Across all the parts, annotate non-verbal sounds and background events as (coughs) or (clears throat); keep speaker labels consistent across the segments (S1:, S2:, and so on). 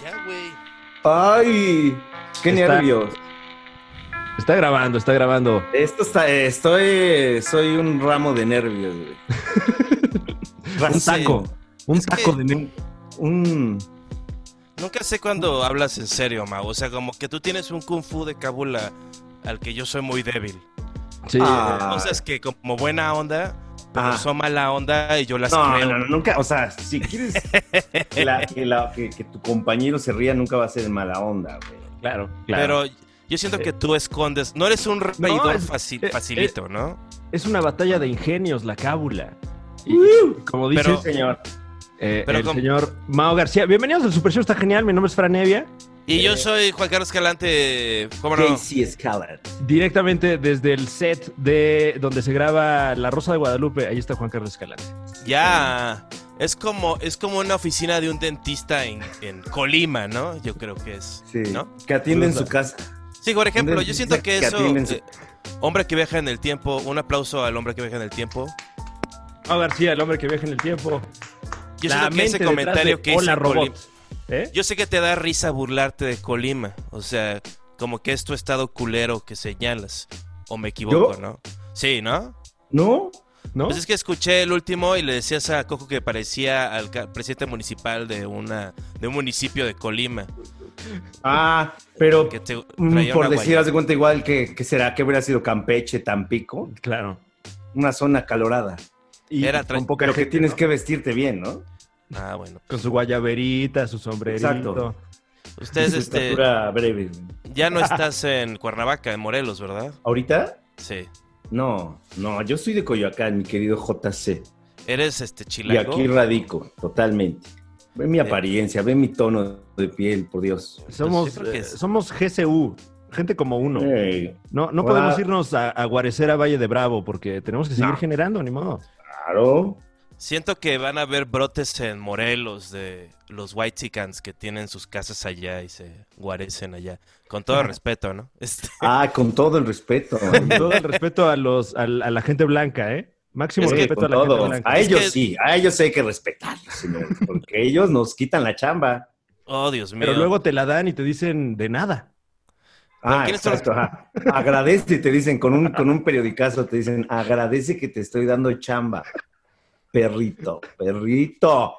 S1: Ya, güey.
S2: Ay, qué
S3: Está-
S2: nervios.
S3: Está grabando, está grabando.
S2: Esto está, estoy, soy un ramo de nervios, güey.
S1: (laughs)
S3: Un
S1: Rasen.
S3: taco. Un
S1: Es que-
S3: taco de nervios.
S2: Un,
S1: Nunca sé cuando hablas en serio, Mau. O sea, como que tú tienes un kung fu de cábula al que yo soy muy débil.
S3: Sí.
S2: Ah.
S1: Cosas que como buena onda, pero
S2: Ajá.
S1: son mala onda y yo las
S2: No,
S1: creo.
S2: no, no, nunca, o sea, si quieres que, la- que la- que- que tu compañero se ría, nunca va a ser mala onda, güey.
S3: claro, claro.
S1: Pero yo siento que tú escondes. No eres un reidor
S3: es-
S1: faci-
S3: eh,
S1: facilito, ¿no?
S3: es una batalla de ingenios, la cábula. Y- como dices,
S1: Pero-
S2: Sí, señor.
S3: eh,
S1: pero
S3: el
S1: como-
S3: señor Mao García. Bienvenidos al Super Show, está genial. Mi nombre es Fran Evia.
S1: Y
S2: Eh.
S1: yo soy Juan Carlos Calante. ¿Cómo no?
S2: Casey Scalar.
S3: Directamente desde el set de donde se graba La Rosa de Guadalupe. Ahí está Juan Carlos Escalante.
S1: Ya. Es como, es como una oficina de un dentista en, en Colima, ¿no? Yo creo que es.
S2: Sí.
S1: ¿No?
S2: Que atiende en su casa.
S1: Sí, por ejemplo, yo
S2: Dentista
S1: siento que
S2: que
S1: eso.
S2: atiende en su-
S1: eh, hombre que viaja en el tiempo. Un aplauso al hombre que viaja en el tiempo.
S3: Mao García, el hombre que viaja en el tiempo.
S1: Yo
S3: La
S1: siento que ese
S3: mente detrás
S1: comentario
S3: de
S1: que hice
S3: Hola,
S1: en Colima-
S3: robot. ¿Eh?
S1: Yo sé que te da risa burlarte de Colima. O sea, como que es tu estado culero que señalas. O me equivoco,
S2: ¿Yo?
S1: ¿no? Sí, ¿no?
S2: ¿No?
S3: ¿No?
S1: Pues es que escuché el último y le decías a Coco que parecía al ca- presidente municipal de una de un municipio de Colima.
S2: Ah, pero
S1: Que te
S2: mm,
S1: traía
S2: por
S1: una
S2: decir,
S1: guayaba.
S2: haz de cuenta igual que, que será que hubiera sido Campeche, Tampico,
S3: Claro.
S2: una zona calorada.
S3: Y
S1: Era tra-
S3: con poca
S2: Pero que
S3: gente,
S2: tienes
S3: ¿no?
S2: que vestirte bien, ¿no?
S1: Ah, bueno.
S3: Con su guayaberita, su sombrerito.
S2: Exacto.
S1: Ustedes
S2: Su
S1: este
S2: (laughs) estatura breve. güey.
S1: ya no estás en Cuernavaca, en Morelos, ¿verdad?
S2: ¿Ahorita?
S1: Sí.
S2: No, no, yo soy de Coyoacán, mi querido JC.
S1: Eres este
S2: Y
S1: chilango.
S2: aquí radico, totalmente. Ve mi
S1: Eh.
S2: apariencia, ve mi tono de piel, por Dios.
S3: Somos,
S1: Pues yo creo que
S3: eh,
S1: es-
S3: somos GCU, gente como uno.
S2: Ey,
S3: No, no
S2: Ah.
S3: podemos irnos a, a guarecer a Valle de Bravo porque tenemos que seguir
S2: No.
S3: generando, ni modo.
S2: claro.
S1: Siento que van a haber brotes en Morelos de los White Chicans que tienen sus casas allá y se guarecen allá. Con todo respeto, ¿no? (laughs) Este,
S2: Ah, con todo el
S3: (laughs)
S2: respeto.
S3: Con todo el respeto a, los, a, la a la gente blanca, ¿eh? Máximo
S1: Es que
S3: respeto a
S2: Con
S3: la
S2: todo.
S3: gente blanca.
S2: A
S1: Es
S2: ellos
S1: que-
S2: sí, a ellos hay que respetarlos, señores, porque ellos nos quitan la chamba.
S1: oh, Dios mío.
S3: Pero luego te la dan y te dicen de nada.
S2: Ah,
S1: quiénes son los-
S2: exacto. ajá. Agradece, te dicen, con un, con un periodicazo te dicen, agradece que te estoy dando chamba. Perrito, perrito.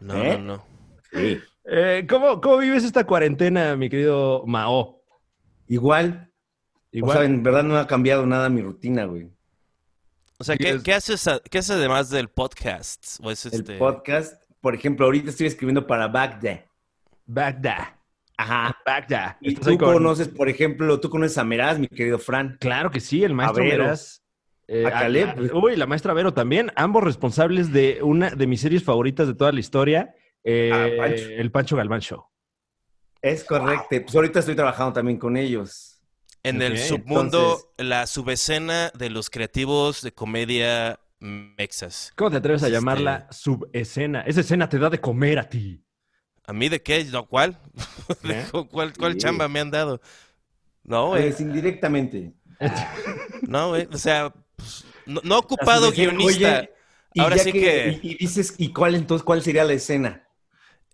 S1: No,
S2: ¿Eh?
S1: no, no.
S2: Sí.
S3: Eh, ¿cómo, ¿Cómo vives esta cuarentena, mi querido Mao?
S2: Igual, o
S3: Igual.
S2: sea, en verdad no ha cambiado nada mi rutina, güey.
S1: O sea, ¿qué,
S3: Dios.
S1: qué haces, a- qué haces además del podcast? ¿O es
S2: El
S1: este-
S2: podcast, por ejemplo, ahorita estoy escribiendo para Bagda.
S3: Bagdad.
S2: Ajá.
S3: Bagdad.
S2: Y
S3: Estás
S2: tú
S3: ahí con-
S2: conoces, por ejemplo, tú conoces a Meraz, mi querido Fran.
S3: Claro que sí, el maestro
S2: Vero.
S3: Meraz. eh,
S2: A Caleb.
S3: a- uy, la maestra Vero también. Ambos responsables de una de mis series favoritas de toda la historia. eh,
S2: Ah, Pancho.
S3: El Pancho Galván Show.
S2: Es correcto. Pues ahorita estoy trabajando también con ellos.
S1: En el
S3: Ok,
S1: submundo,
S2: entonces-
S1: la subescena de los creativos de comedia mexas.
S3: ¿Cómo te atreves a
S1: Este-
S3: llamarla subescena? Esa escena te da de comer a ti.
S1: ¿A mí de qué? ¿No, ¿Cuál? (laughs) ¿De
S3: ¿Eh?
S1: cu- ¿Cuál, cuál
S2: Sí.
S1: chamba me han dado? No, eh. güey.
S2: Pues indirectamente.
S1: No, güey. O sea, pues, no, no ocupado
S2: Así de,
S1: guionista.
S2: oye, y
S1: Ahora
S2: ya
S1: sí que-
S2: Y, y dices, ¿y cuál entonces, cuál sería la escena?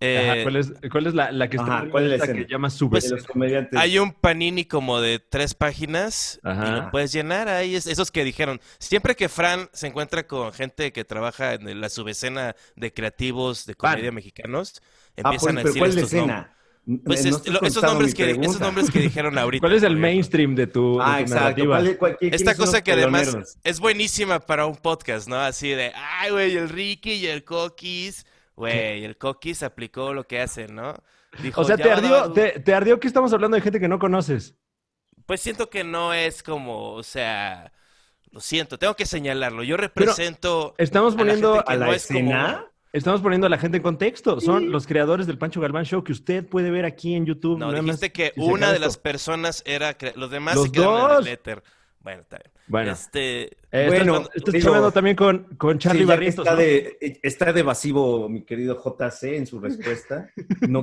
S1: Eh,
S3: Ajá, ¿Cuál es, cuál es la, la que está
S2: ajá,
S3: arriba
S2: ¿cuál es la
S3: esta que
S2: escena?
S3: llama
S2: de
S3: subescena?
S2: los comediantes.
S1: pues, hay un panini como de tres páginas. Y
S3: Ajá.
S1: lo puedes llenar ahí. Es- esos que dijeron. Siempre que Fran se encuentra con gente que trabaja en la subescena de creativos de
S3: Fran.
S1: comedia mexicanos,
S2: Ah,
S1: empiezan
S2: pues,
S1: a
S2: pero
S1: decir
S2: ¿cuál es la
S1: estos nombres.
S2: escena?
S1: Pues
S2: No
S1: es-
S2: estás
S1: lo- esos,
S2: contestando
S1: nombres
S2: mi
S1: que, esos
S2: pregunta.
S1: nombres que
S2: (laughs)
S1: dijeron ahorita.
S3: ¿Cuál es el
S1: por ejemplo.
S3: mainstream de tu, de
S2: Ah,
S3: tu
S2: exacto.
S3: narrativa?
S2: ¿Cuál es- cuál- quién-
S1: Esta
S2: quiénes son
S1: cosa
S2: los
S1: que además
S2: teloneros?
S1: es buenísima para un podcast, ¿no? Así de, ay, güey, el Ricky y el Coquis. Güey, el Coquis aplicó lo que hacen, ¿no? Dijo,
S3: O sea,
S1: "Ya
S3: te
S1: va a dar
S3: ardió,
S1: un-".
S3: te, te ardió que estamos hablando de gente que no conoces.
S1: Pues siento que no es como, o sea, lo siento, tengo que señalarlo. Yo represento
S3: Estamos poniendo
S1: gente que
S2: a la
S1: no es como-
S2: escena.
S3: Estamos poniendo a la gente en contexto. Son los creadores del Pancho Galván Show que usted puede ver aquí en YouTube.
S1: No,
S3: nada más
S1: dijiste que
S3: si se
S1: una
S3: acaba
S1: de
S3: esto.
S1: las personas era... cre- Los demás
S3: Los
S1: se quedaron en
S3: dos.
S1: el letter. Bueno, está bien.
S3: Bueno,
S1: Este...
S3: eh,
S2: bueno,
S3: estás- estás
S2: digo-
S3: hablando también con, con Charlie
S2: Sí, ya que
S3: Barrientos.
S2: está,
S3: ¿no?
S2: de, eh, está de evasivo mi querido JC en su respuesta. No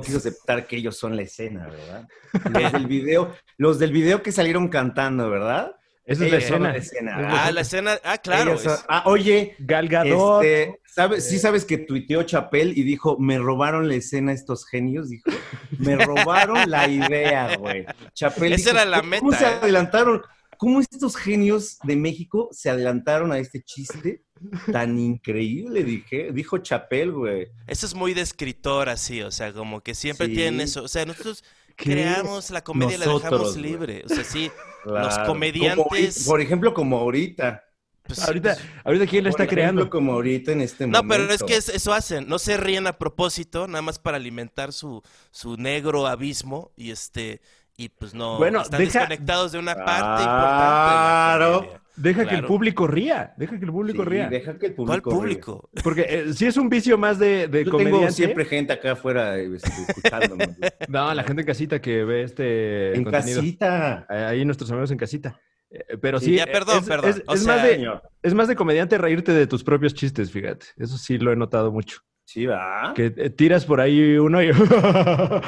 S1: (laughs)
S2: quiso aceptar que ellos son la escena, ¿verdad? Los del video, los del video que salieron cantando, ¿verdad?
S3: Esa es la
S2: Ellos son
S3: escena.
S2: la escena.
S3: Es la
S1: Ah, la escena. Ah, claro.
S2: Ellos son-
S1: es-
S2: Ah, oye,
S3: Gal Gadot.
S2: este, ¿sabes-
S3: eh,
S2: sí sabes que tuiteó Chapel y dijo, me robaron la escena estos genios, dijo, me robaron la idea, güey. Chapel
S1: Esa
S2: dijo,
S1: era la
S2: ¿Cómo
S1: meta,
S2: se
S1: eh?"
S2: adelantaron? ¿Cómo estos genios de México se adelantaron a este chiste tan increíble? Dije, dijo Chapel, güey.
S1: Eso es muy de escritor así, o sea, como que siempre
S2: Sí.
S1: tienen eso. O sea, nosotros
S3: ¿Qué?
S1: creamos la comedia y la
S2: Nosotros,
S1: dejamos
S2: güey.
S1: libre. O sea, sí, Los
S2: Claro.
S1: comediantes-
S2: Como ahorita- por ejemplo, como ahorita.
S1: pues,
S3: Ahorita, ahorita quién la
S2: Por
S3: está
S2: ejemplo,
S3: creando.
S2: Como ahorita en este
S1: No,
S2: momento.
S1: pero es que es- eso hacen, no se ríen a propósito, nada más para alimentar su, su negro abismo y este y pues no
S3: Bueno,
S1: están
S3: deja-
S1: desconectados de una parte
S2: Claro.
S1: importante. de la comedia.
S3: Deja que el
S1: Claro.
S3: público ría. Deja que el público
S2: Sí,
S3: ría.
S2: deja que el
S1: ¿Cuál
S2: público. ríe.
S1: público? (laughs)
S3: Porque eh, si es un vicio más de, de
S2: Yo
S3: comediante.
S2: tengo siempre gente acá afuera eh, este,
S3: (laughs)
S2: escuchándome. güey.
S3: No, la gente en casita que ve este
S2: en
S3: contenido.
S2: casita.
S3: Ahí nuestros amigos en casita. Eh, Pero
S1: Sí,
S3: sí.
S1: ya,
S3: eh,
S1: perdón,
S3: es,
S1: perdón.
S3: Es,
S1: O
S3: es
S1: sea,
S3: más de,
S2: Señor.
S3: es más de comediante reírte de tus propios chistes, fíjate. Eso sí lo he notado mucho.
S2: Sí, va.
S3: Que eh, tiras por ahí uno y. (laughs)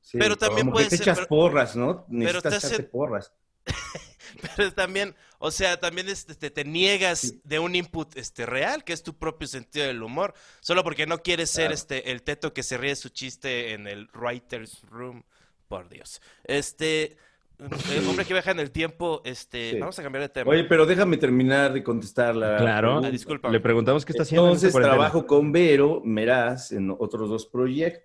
S2: Sí,
S1: Pero también
S2: como que
S1: puede
S2: te
S1: ser,
S2: echas
S1: pero-
S2: porras, ¿no? Necesitas
S1: te hace-
S2: echarte porras.
S1: Pero también, o sea, también este, te, te niegas
S2: Sí.
S1: de un input este real, que es tu propio sentido del humor, solo porque no quieres ser
S2: Claro.
S1: este el teto que se ríe de su chiste en el writer's room, por Dios. Este el hombre que viaja en el tiempo, este,
S2: Sí.
S1: vamos a cambiar de tema.
S2: Oye, pero déjame terminar de contestar la
S3: Claro.
S1: Ah,
S2: pregunta.
S1: disculpa.
S3: Le preguntamos qué está haciendo. en
S2: Entonces
S3: esta cuarentena.
S2: trabajo con Vero Meraz en otros dos proyectos.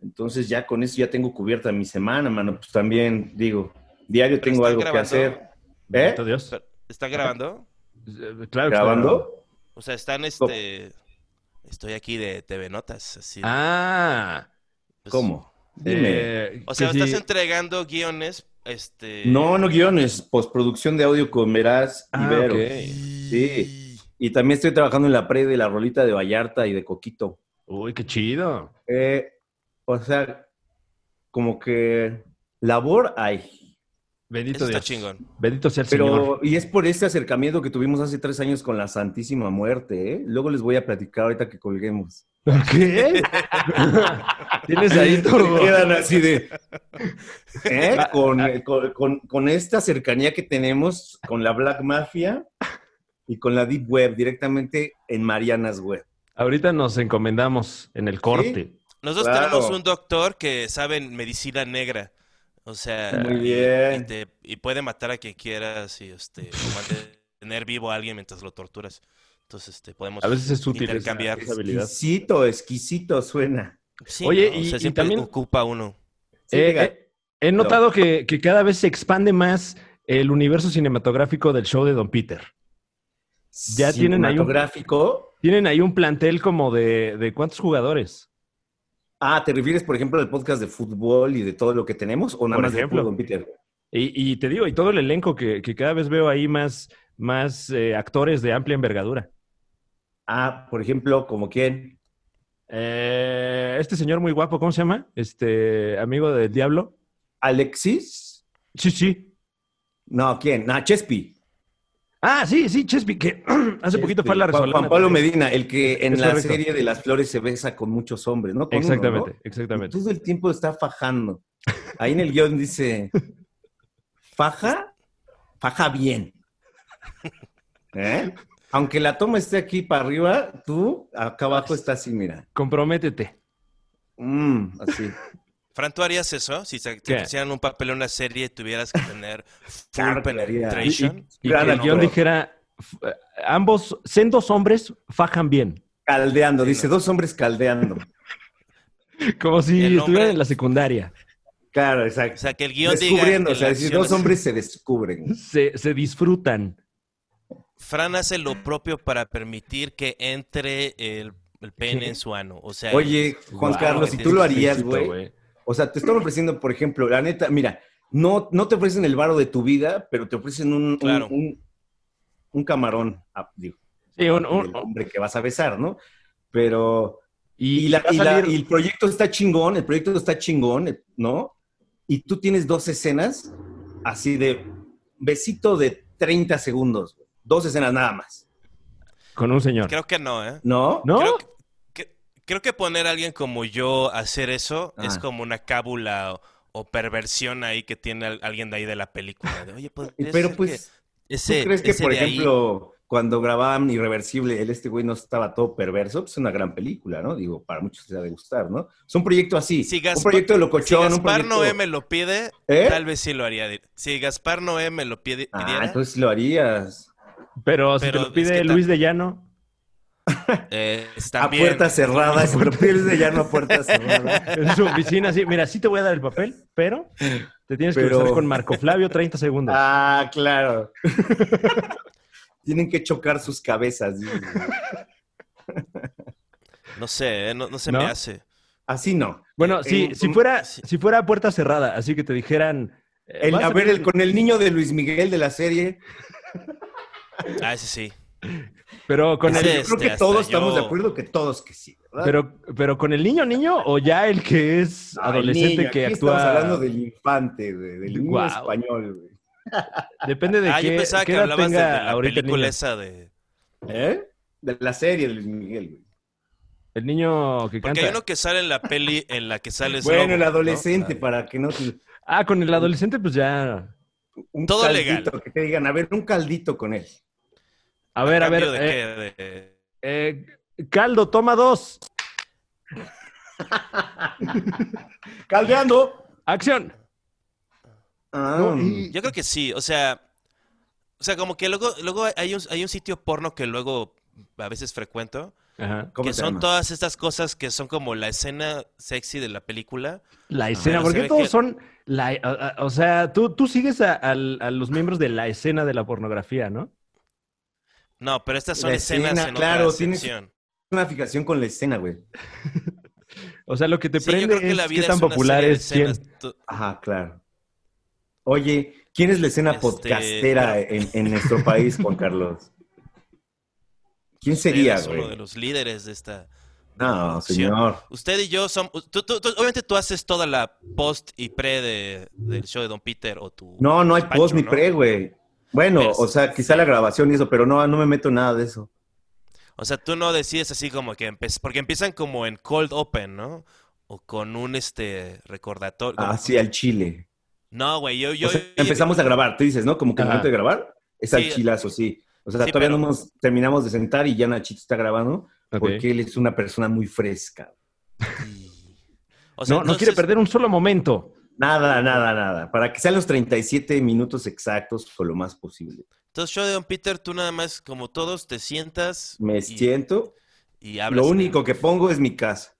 S2: Entonces ya con eso ya tengo cubierta mi semana, mano. Pues también digo, diario
S1: Pero
S2: tengo
S1: están
S2: algo que
S1: grabando.
S2: hacer. ¿Eh?
S3: Bendito Dios. Eh,
S1: ¿Están grabando?
S3: Claro que está
S2: ¿Grabando?
S1: O sea, están este estoy aquí de TV Notas, así de-
S3: Ah.
S1: pues,
S2: ¿Cómo? Dime.
S3: eh,
S1: O sea,
S3: que
S1: estás
S3: sí.
S1: entregando guiones este
S2: No, no guiones, postproducción de audio con Meraz y
S3: Ah,
S2: Vero.
S3: ok.
S1: Sí.
S2: Y también estoy trabajando en la pre de la rolita de Vallarta y de Coquito.
S3: Uy, qué chido.
S2: Eh, o sea, como que labor hay.
S3: Bendito
S1: Eso está
S3: Dios.
S1: chingón.
S3: Bendito sea el Señor.
S2: (laughs) Pero, y es por este acercamiento que tuvimos hace tres años con la Santísima Muerte, ¿eh? Luego les voy a platicar ahorita que colguemos.
S3: ¿Por qué? Tienes (laughs) ahí
S2: Se
S3: todo.
S2: quedan así
S3: (laughs)
S2: de... ¿Eh?
S3: Ah,
S2: Con, con- con- con esta cercanía que tenemos con la Black Mafia y con la Deep Web, directamente en Marianas Web.
S3: Ahorita nos encomendamos en el corte.
S1: Nosotros
S2: Claro.
S1: tenemos un doctor que sabe medicina negra. O sea,
S2: Muy
S1: y-
S2: bien.
S1: Y, te- y puede matar a quien quieras y este, o mantener vivo a alguien mientras lo torturas. Entonces, este, podemos
S3: A veces es útil esa-
S1: intercambiar.
S3: esa habilidad.
S2: Exquisito, exquisito suena.
S1: Sí,
S3: Oye,
S1: ¿no? O
S3: y-
S1: sea,
S3: y
S1: siempre
S3: también-
S1: ocupa uno.
S2: Sí,
S3: Eh,
S2: llega.
S3: eh, he notado que, que cada vez se expande más el universo cinematográfico del show de Don Peter. ya tienen ahí un-
S2: Cinematográfico.
S3: Tienen ahí un plantel como de, de cuántos jugadores.
S2: Ah, ¿te refieres, por ejemplo, al podcast de fútbol y de todo lo que tenemos? ¿O nada
S3: Por
S2: más de
S3: ejemplo.
S2: fútbol, Peter?
S3: Y, y te digo, y todo el elenco que, que cada vez veo ahí más, más eh, actores de amplia envergadura.
S2: Ah, por ejemplo, ¿como quién?
S3: Eh, este señor muy guapo, ¿cómo se llama? Este amigo del diablo.
S2: ¿Alexis?
S3: Sí, sí.
S2: No, ¿quién? Ah, Chespi.
S3: Ah, sí, sí, Chespi, que (clears throat) hace poquito
S2: Chespi.
S3: fue a la
S2: Este, Juan-
S3: resolana.
S2: Juan Pablo Medina, el que en
S3: Es
S2: la
S3: correcto.
S2: serie de las flores se besa con muchos hombres, ¿no? Con uno,
S3: Exactamente,
S2: ¿no?
S3: exactamente.
S2: Y Todo el tiempo está fajando. Ahí en el guión dice, faja, faja bien. ¿Eh? Aunque la toma esté aquí para arriba, tú acá abajo está así, mira.
S3: Comprométete.
S2: Mm, así.
S1: Fran, ¿tú harías eso? Si te, te
S3: ¿Qué?
S1: hicieran un papel en una serie y tuvieras que tener full
S2: Claro que haría.
S3: Y, y-
S1: penetration.
S3: y
S2: Gran
S3: que el guión
S2: actor.
S3: dijera, f- eh, ambos, sendos hombres fajan bien.
S2: Caldeando,
S1: Sí,
S2: dice,
S1: no.
S2: dos hombres caldeando.
S3: Como si
S1: El hombre-
S3: estuvieran en la secundaria.
S2: Claro,
S1: O
S2: exacto.
S1: sea, que el guión diga
S2: Descubriendo,
S1: que
S2: o sea,
S1: la
S2: decir,
S1: acción
S2: dos
S1: es-
S2: hombres se descubren.
S3: Se, se disfrutan.
S1: Fran hace lo propio para permitir que entre el, el pene en su ano. O sea,
S2: Oye, Juan
S3: Wow,
S2: Carlos,
S1: es
S2: si tú lo harías,
S3: exquisito,
S2: güey. O sea, te están ofreciendo, por ejemplo, la neta, mira, no, no te ofrecen el varo de tu vida, pero te ofrecen un, un-
S1: Claro.
S2: un- un camarón, ah, digo,
S3: Sí, un-
S2: el
S3: un-
S2: hombre que vas a besar, ¿no? Pero,
S3: y,
S2: y, la-
S3: va a
S2: y la-
S3: salir-
S2: y el proyecto está chingón, el proyecto está chingón, ¿no? Y tú tienes dos escenas así de besito de 30 segundos, güey. dos escenas nada más,
S3: con un señor.
S1: creo que no, ¿eh?
S2: ¿no?
S3: ¿No?
S1: Creo que, que- creo que poner a alguien como yo a hacer eso es
S2: Ah.
S1: como una cábula o, o perversión ahí que tiene al- alguien de ahí de la película. De, Oye, podría
S2: Pero
S1: ser
S2: pues,
S1: que
S2: ¿tú
S1: ese,
S2: crees que,
S1: ese
S2: por
S1: de ahí-
S2: ejemplo, cuando grababan Irreversible, el este güey no estaba todo perverso? Pues es una gran película, ¿no? Digo, para muchos les ha de gustar, ¿no? Es un proyecto así.
S1: Si
S2: un
S1: Gaspar-
S2: proyecto de
S1: si
S2: locochón, un
S1: Gaspar
S2: proyecto...
S1: Noé me lo pide,
S2: ¿Eh?
S1: tal vez sí lo haría. di- Si Gaspar Noé me lo pide,
S2: Ah,
S1: pidiera,
S2: entonces lo harías.
S3: Pero si te
S1: Pero
S3: lo
S1: es
S3: pide
S1: que tam-
S3: Luis de Llano,
S1: eh,
S2: A
S1: también-
S2: puerta cerrada, (laughs) si lo pierdes de llano a puerta cerrada.
S3: en su oficina, sí, mira, sí te voy a dar el papel, pero te tienes que
S2: Pero-
S3: besar con Marco Flavio 30 segundos.
S2: Ah, claro. (laughs) Tienen que chocar sus cabezas. dice.
S1: no sé, eh, no, no se
S3: ¿No?
S1: me hace.
S2: Así no.
S3: Bueno, si,
S2: en-
S3: si fuera,
S1: Eh, sí.
S3: si fuera a puerta cerrada, así que te dijeran. eh,
S2: El-
S3: vas
S2: a ver,
S3: venir-
S2: el, con el niño de Luis Miguel de la serie,
S1: Ah, ese sí.
S3: Pero con
S1: Ese
S3: el.
S2: yo creo
S1: Este,
S2: que todos
S1: hasta
S2: estamos
S1: yo-
S2: de acuerdo que todos que sí, ¿verdad?
S3: Pero, pero con el niño niño o ya el que es
S2: No, el
S3: adolescente
S2: niño,
S3: que
S2: aquí
S3: actúa.
S2: Estamos hablando del infante, güey, del niño
S3: Guau.
S2: español, güey.
S3: Depende de
S1: ah,
S3: qué,
S1: yo pensaba
S3: qué
S1: que
S3: edad
S1: hablabas de,
S3: tenga
S1: de la
S3: ahorita el
S1: película
S3: niño.
S1: esa de...
S2: ¿Eh? De la serie de Luis Miguel, güey.
S3: El niño
S1: Porque
S3: que canta.
S1: hay uno que sale en la peli en la que sale es
S2: Bueno,
S1: lobo,
S2: el
S1: ¿no?
S2: adolescente,
S1: Ah,
S2: para que no te-
S3: Ah, con el adolescente, pues ya.
S2: un
S1: Todo
S2: caldito,
S1: legal.
S2: que te digan, a ver, un caldito con él.
S3: A ver, a ver.
S1: ¿cambio de
S3: eh,
S1: qué? De-
S3: eh, caldo, toma dos.
S2: ¡Caldeando!
S3: Acción.
S2: Ah,
S3: No, y-
S1: Yo creo que sí, o sea, o sea, como que luego, luego hay un, hay un sitio porno que luego a veces frecuento,
S3: Ajá.
S2: ¿cómo
S1: que
S2: se
S1: son
S2: llama?
S1: todas estas cosas que son como la escena sexy de la película.
S3: La escena,
S1: Pero
S3: porque
S1: se ve
S3: todos
S1: que-
S3: son. La, a- a- o sea, tú, tú sigues a, al- a los miembros de la escena de la pornografía, ¿no?
S1: No, pero estas son
S2: La
S1: escenas
S2: escena,
S1: en
S2: claro,
S1: otra
S2: tienes-
S1: sección.
S2: una fijación con la escena, güey.
S3: O sea, lo que te
S1: Sí, yo
S3: prende
S1: creo que
S3: es
S1: la
S3: qué
S1: vida es
S3: tan
S1: una
S3: popular
S1: serie de
S3: es quién.
S1: escenas. Tú-
S2: Ajá, claro. Oye, ¿quién es la escena
S1: Este,
S2: podcastera en, en nuestro país,
S1: (laughs)
S2: Juan Carlos? ¿Quién sería,
S1: eres Este, uno de
S2: güey?
S1: los líderes de esta.
S2: No,
S1: producción.
S2: señor.
S1: Usted y yo somos. tú- tú- tú- obviamente tú haces toda la post y pre de- del show de Don Peter o tu.
S2: No, no hay
S1: Pacho,
S2: post ni
S1: ¿no? Pues,
S2: pre, güey. Bueno,
S1: Pero-
S2: o sea, quizá la grabación y eso, pero no, no me meto en nada de eso.
S1: O sea, tú no decides así como que empe- porque empiezan como en cold open, ¿no? O con un este recordatorio. como-
S2: Así al chile.
S1: No, güey, yo, yo
S2: Ah, O sea, empezamos a grabar, tú dices, ¿no? Como que el
S3: Ajá.
S2: momento de grabar es
S1: Sí.
S2: al chilazo, sí. O sea,
S1: Sí,
S2: todavía
S1: pero-
S2: no nos terminamos de sentar y ya Nachito está grabando
S3: Ok.
S2: porque él es una persona muy fresca.
S1: O sea,
S3: no, no quiere
S1: entonces-
S3: perder un solo momento.
S2: Nada, nada, nada. Para que sean los 37 minutos exactos o lo más posible.
S1: Entonces, show de Don Peter, tú nada más, como todos, te sientas
S2: Me
S1: y,
S2: siento.
S1: y hablas.
S2: Lo
S1: en-
S2: único que pongo es mi casa.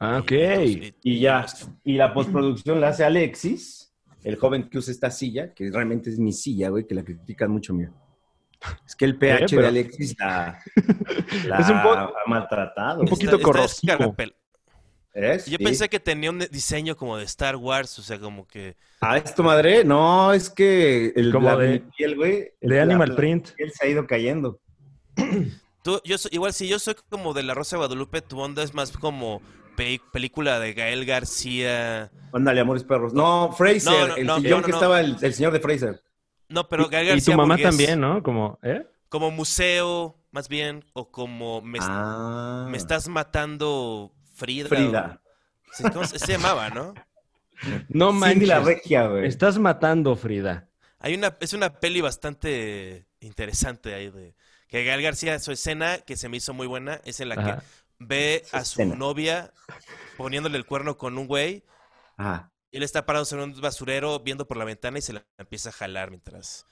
S3: Ah, ok.
S1: y-
S2: Y ya. Y la postproducción la hace Alexis, el joven que usa esta silla, que realmente es mi silla, güey, que la critican mucho mío. Es que el pH
S3: Eh, pero-
S2: de Alexis
S3: (laughs)
S2: la, la
S3: Es un po-
S2: ha maltratado.
S3: un
S2: güey.
S3: poquito corrosivo.
S1: escarapel-
S2: ¿Eh?
S1: Yo
S2: Sí.
S1: pensé que tenía un diseño como de Star Wars, o sea, como que.
S2: ¿A esto Ah, madre? No, es que el
S3: Como
S2: la
S3: de-
S2: piel, güey.
S3: De
S2: la-
S3: Animal
S2: la
S3: Print.
S2: piel se ha ido cayendo.
S1: Tú, yo soy- igual, si yo soy como de La Rosa de Guadalupe, tu onda es más como pe- película de Gael García.
S2: Ándale, amores perros. No, Fraser,
S1: No, no,
S2: el
S1: no,
S2: sillón
S1: no,
S2: que
S1: no.
S2: estaba el, el señor de Fraser.
S1: No, pero Gael
S3: Y- y
S1: García.
S3: tu mamá
S1: burgués,
S3: también, ¿no? Como, ¿eh?
S1: Como museo, más bien, o como Me,
S2: ah,
S1: me estás matando Frida.
S2: Frida.
S1: o- sí, ¿Cómo se, se llamaba, no?
S3: No
S2: Cindy
S3: manches.
S2: la regia,
S3: me
S2: güey.
S3: estás matando, Frida.
S1: Hay una, es una peli bastante interesante ahí de. Que Gael García, su escena que se me hizo muy buena, es en la
S3: Ajá.
S1: que ve
S2: Su
S1: a su
S2: escena.
S1: novia poniéndole el cuerno con un güey.
S2: Ah,
S1: Él está parado sobre un basurero viendo por la ventana y se la empieza a jalar mientras.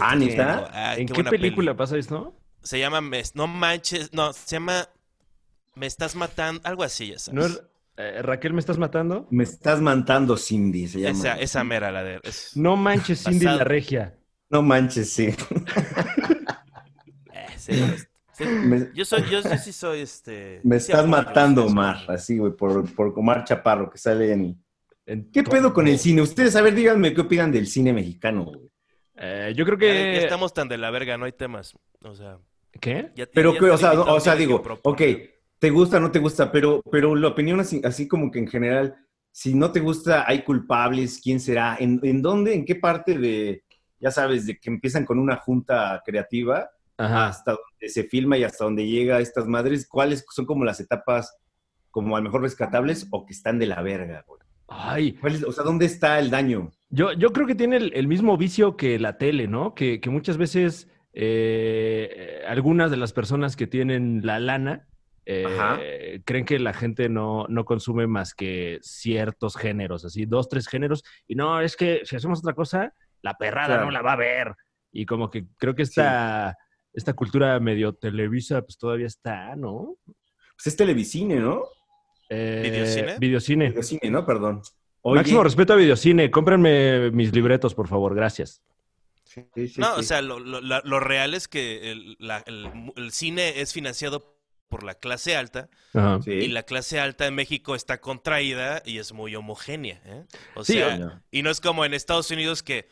S2: Ah,
S1: mientras
S2: ¿neta?
S1: viendo. Ah,
S3: ¿En qué,
S1: buena peli.
S3: película pasa esto?
S1: Se llama Me- No Manches. No, se llama Me Estás Matando. Algo así, ya sabes.
S3: ¿No es- eh, Raquel, ¿me estás matando?
S2: me estás mantando, Cindy, se llama.
S1: esa, esa mera, la de. es-
S3: No manches, Cindy
S1: Basado.
S3: la regia.
S2: No manches, sí. (laughs)
S1: eh, sí, es- sí.
S2: Me,
S1: Yo soy, yo, yo sí soy este.
S2: me
S1: sí
S2: estás
S1: apoyo,
S2: matando,
S1: sí, es-
S2: Omar. Así, güey, por, por Omar Chaparro, que sale en...
S3: En-
S2: ¿Qué pedo con el cine? Ustedes, a ver, díganme qué opinan del cine mexicano, güey.
S3: Eh, yo creo
S1: Ya,
S3: que...
S1: ya estamos tan de la verga, no hay temas. O sea,
S3: ¿Qué?
S1: ya-
S2: Pero,
S1: ya
S2: que, o
S1: estoy
S2: sea, no,
S1: limitado,
S2: o sea,
S1: tienes que
S2: digo, ok,
S1: proponer.
S2: te gusta, no te gusta, pero, pero la opinión así, así como que en general, si no te gusta, hay culpables, ¿quién será? ¿En, en dónde, en qué parte de, ya sabes, de que empiezan con una junta creativa
S1: Ah.
S3: Ajá.
S2: hasta donde se filma y hasta donde llega estas madres? ¿Cuáles son como las etapas como a lo mejor rescatables o que están de la verga, güey?
S3: Ay,
S2: ¿Cuál es- o sea, ¿dónde está el daño?
S3: yo, yo creo que tiene el, el mismo vicio que la tele, ¿no? Que, que muchas veces eh, algunas de las personas que tienen la lana eh,
S2: Ajá.
S3: creen que la gente no, no consume más que ciertos géneros, así, dos, tres géneros. Y no, es que si hacemos otra cosa, la perrada
S2: Claro.
S3: no la va a ver. Y como que creo que esta, esta cultura medio televisa, pues todavía está, ¿no?
S2: Pues es televicine, ¿no?
S3: Eh,
S1: ¿Videocine?
S3: Videocine.
S2: Videocine, ¿no? Perdón. Oye,
S3: Máximo respeto a Videocine. Cómprenme mis libretos, por favor. Gracias.
S2: sí, sí,
S1: No,
S2: sí.
S1: o sea, lo, lo- la- lo real es que el, la- el- el cine es financiado por la clase alta
S3: Ajá.
S2: Sí.
S1: y la clase alta en México está contraída y es muy homogénea. ¿eh? O
S3: Sí,
S1: sea,
S2: No.
S1: y no es como en Estados Unidos que,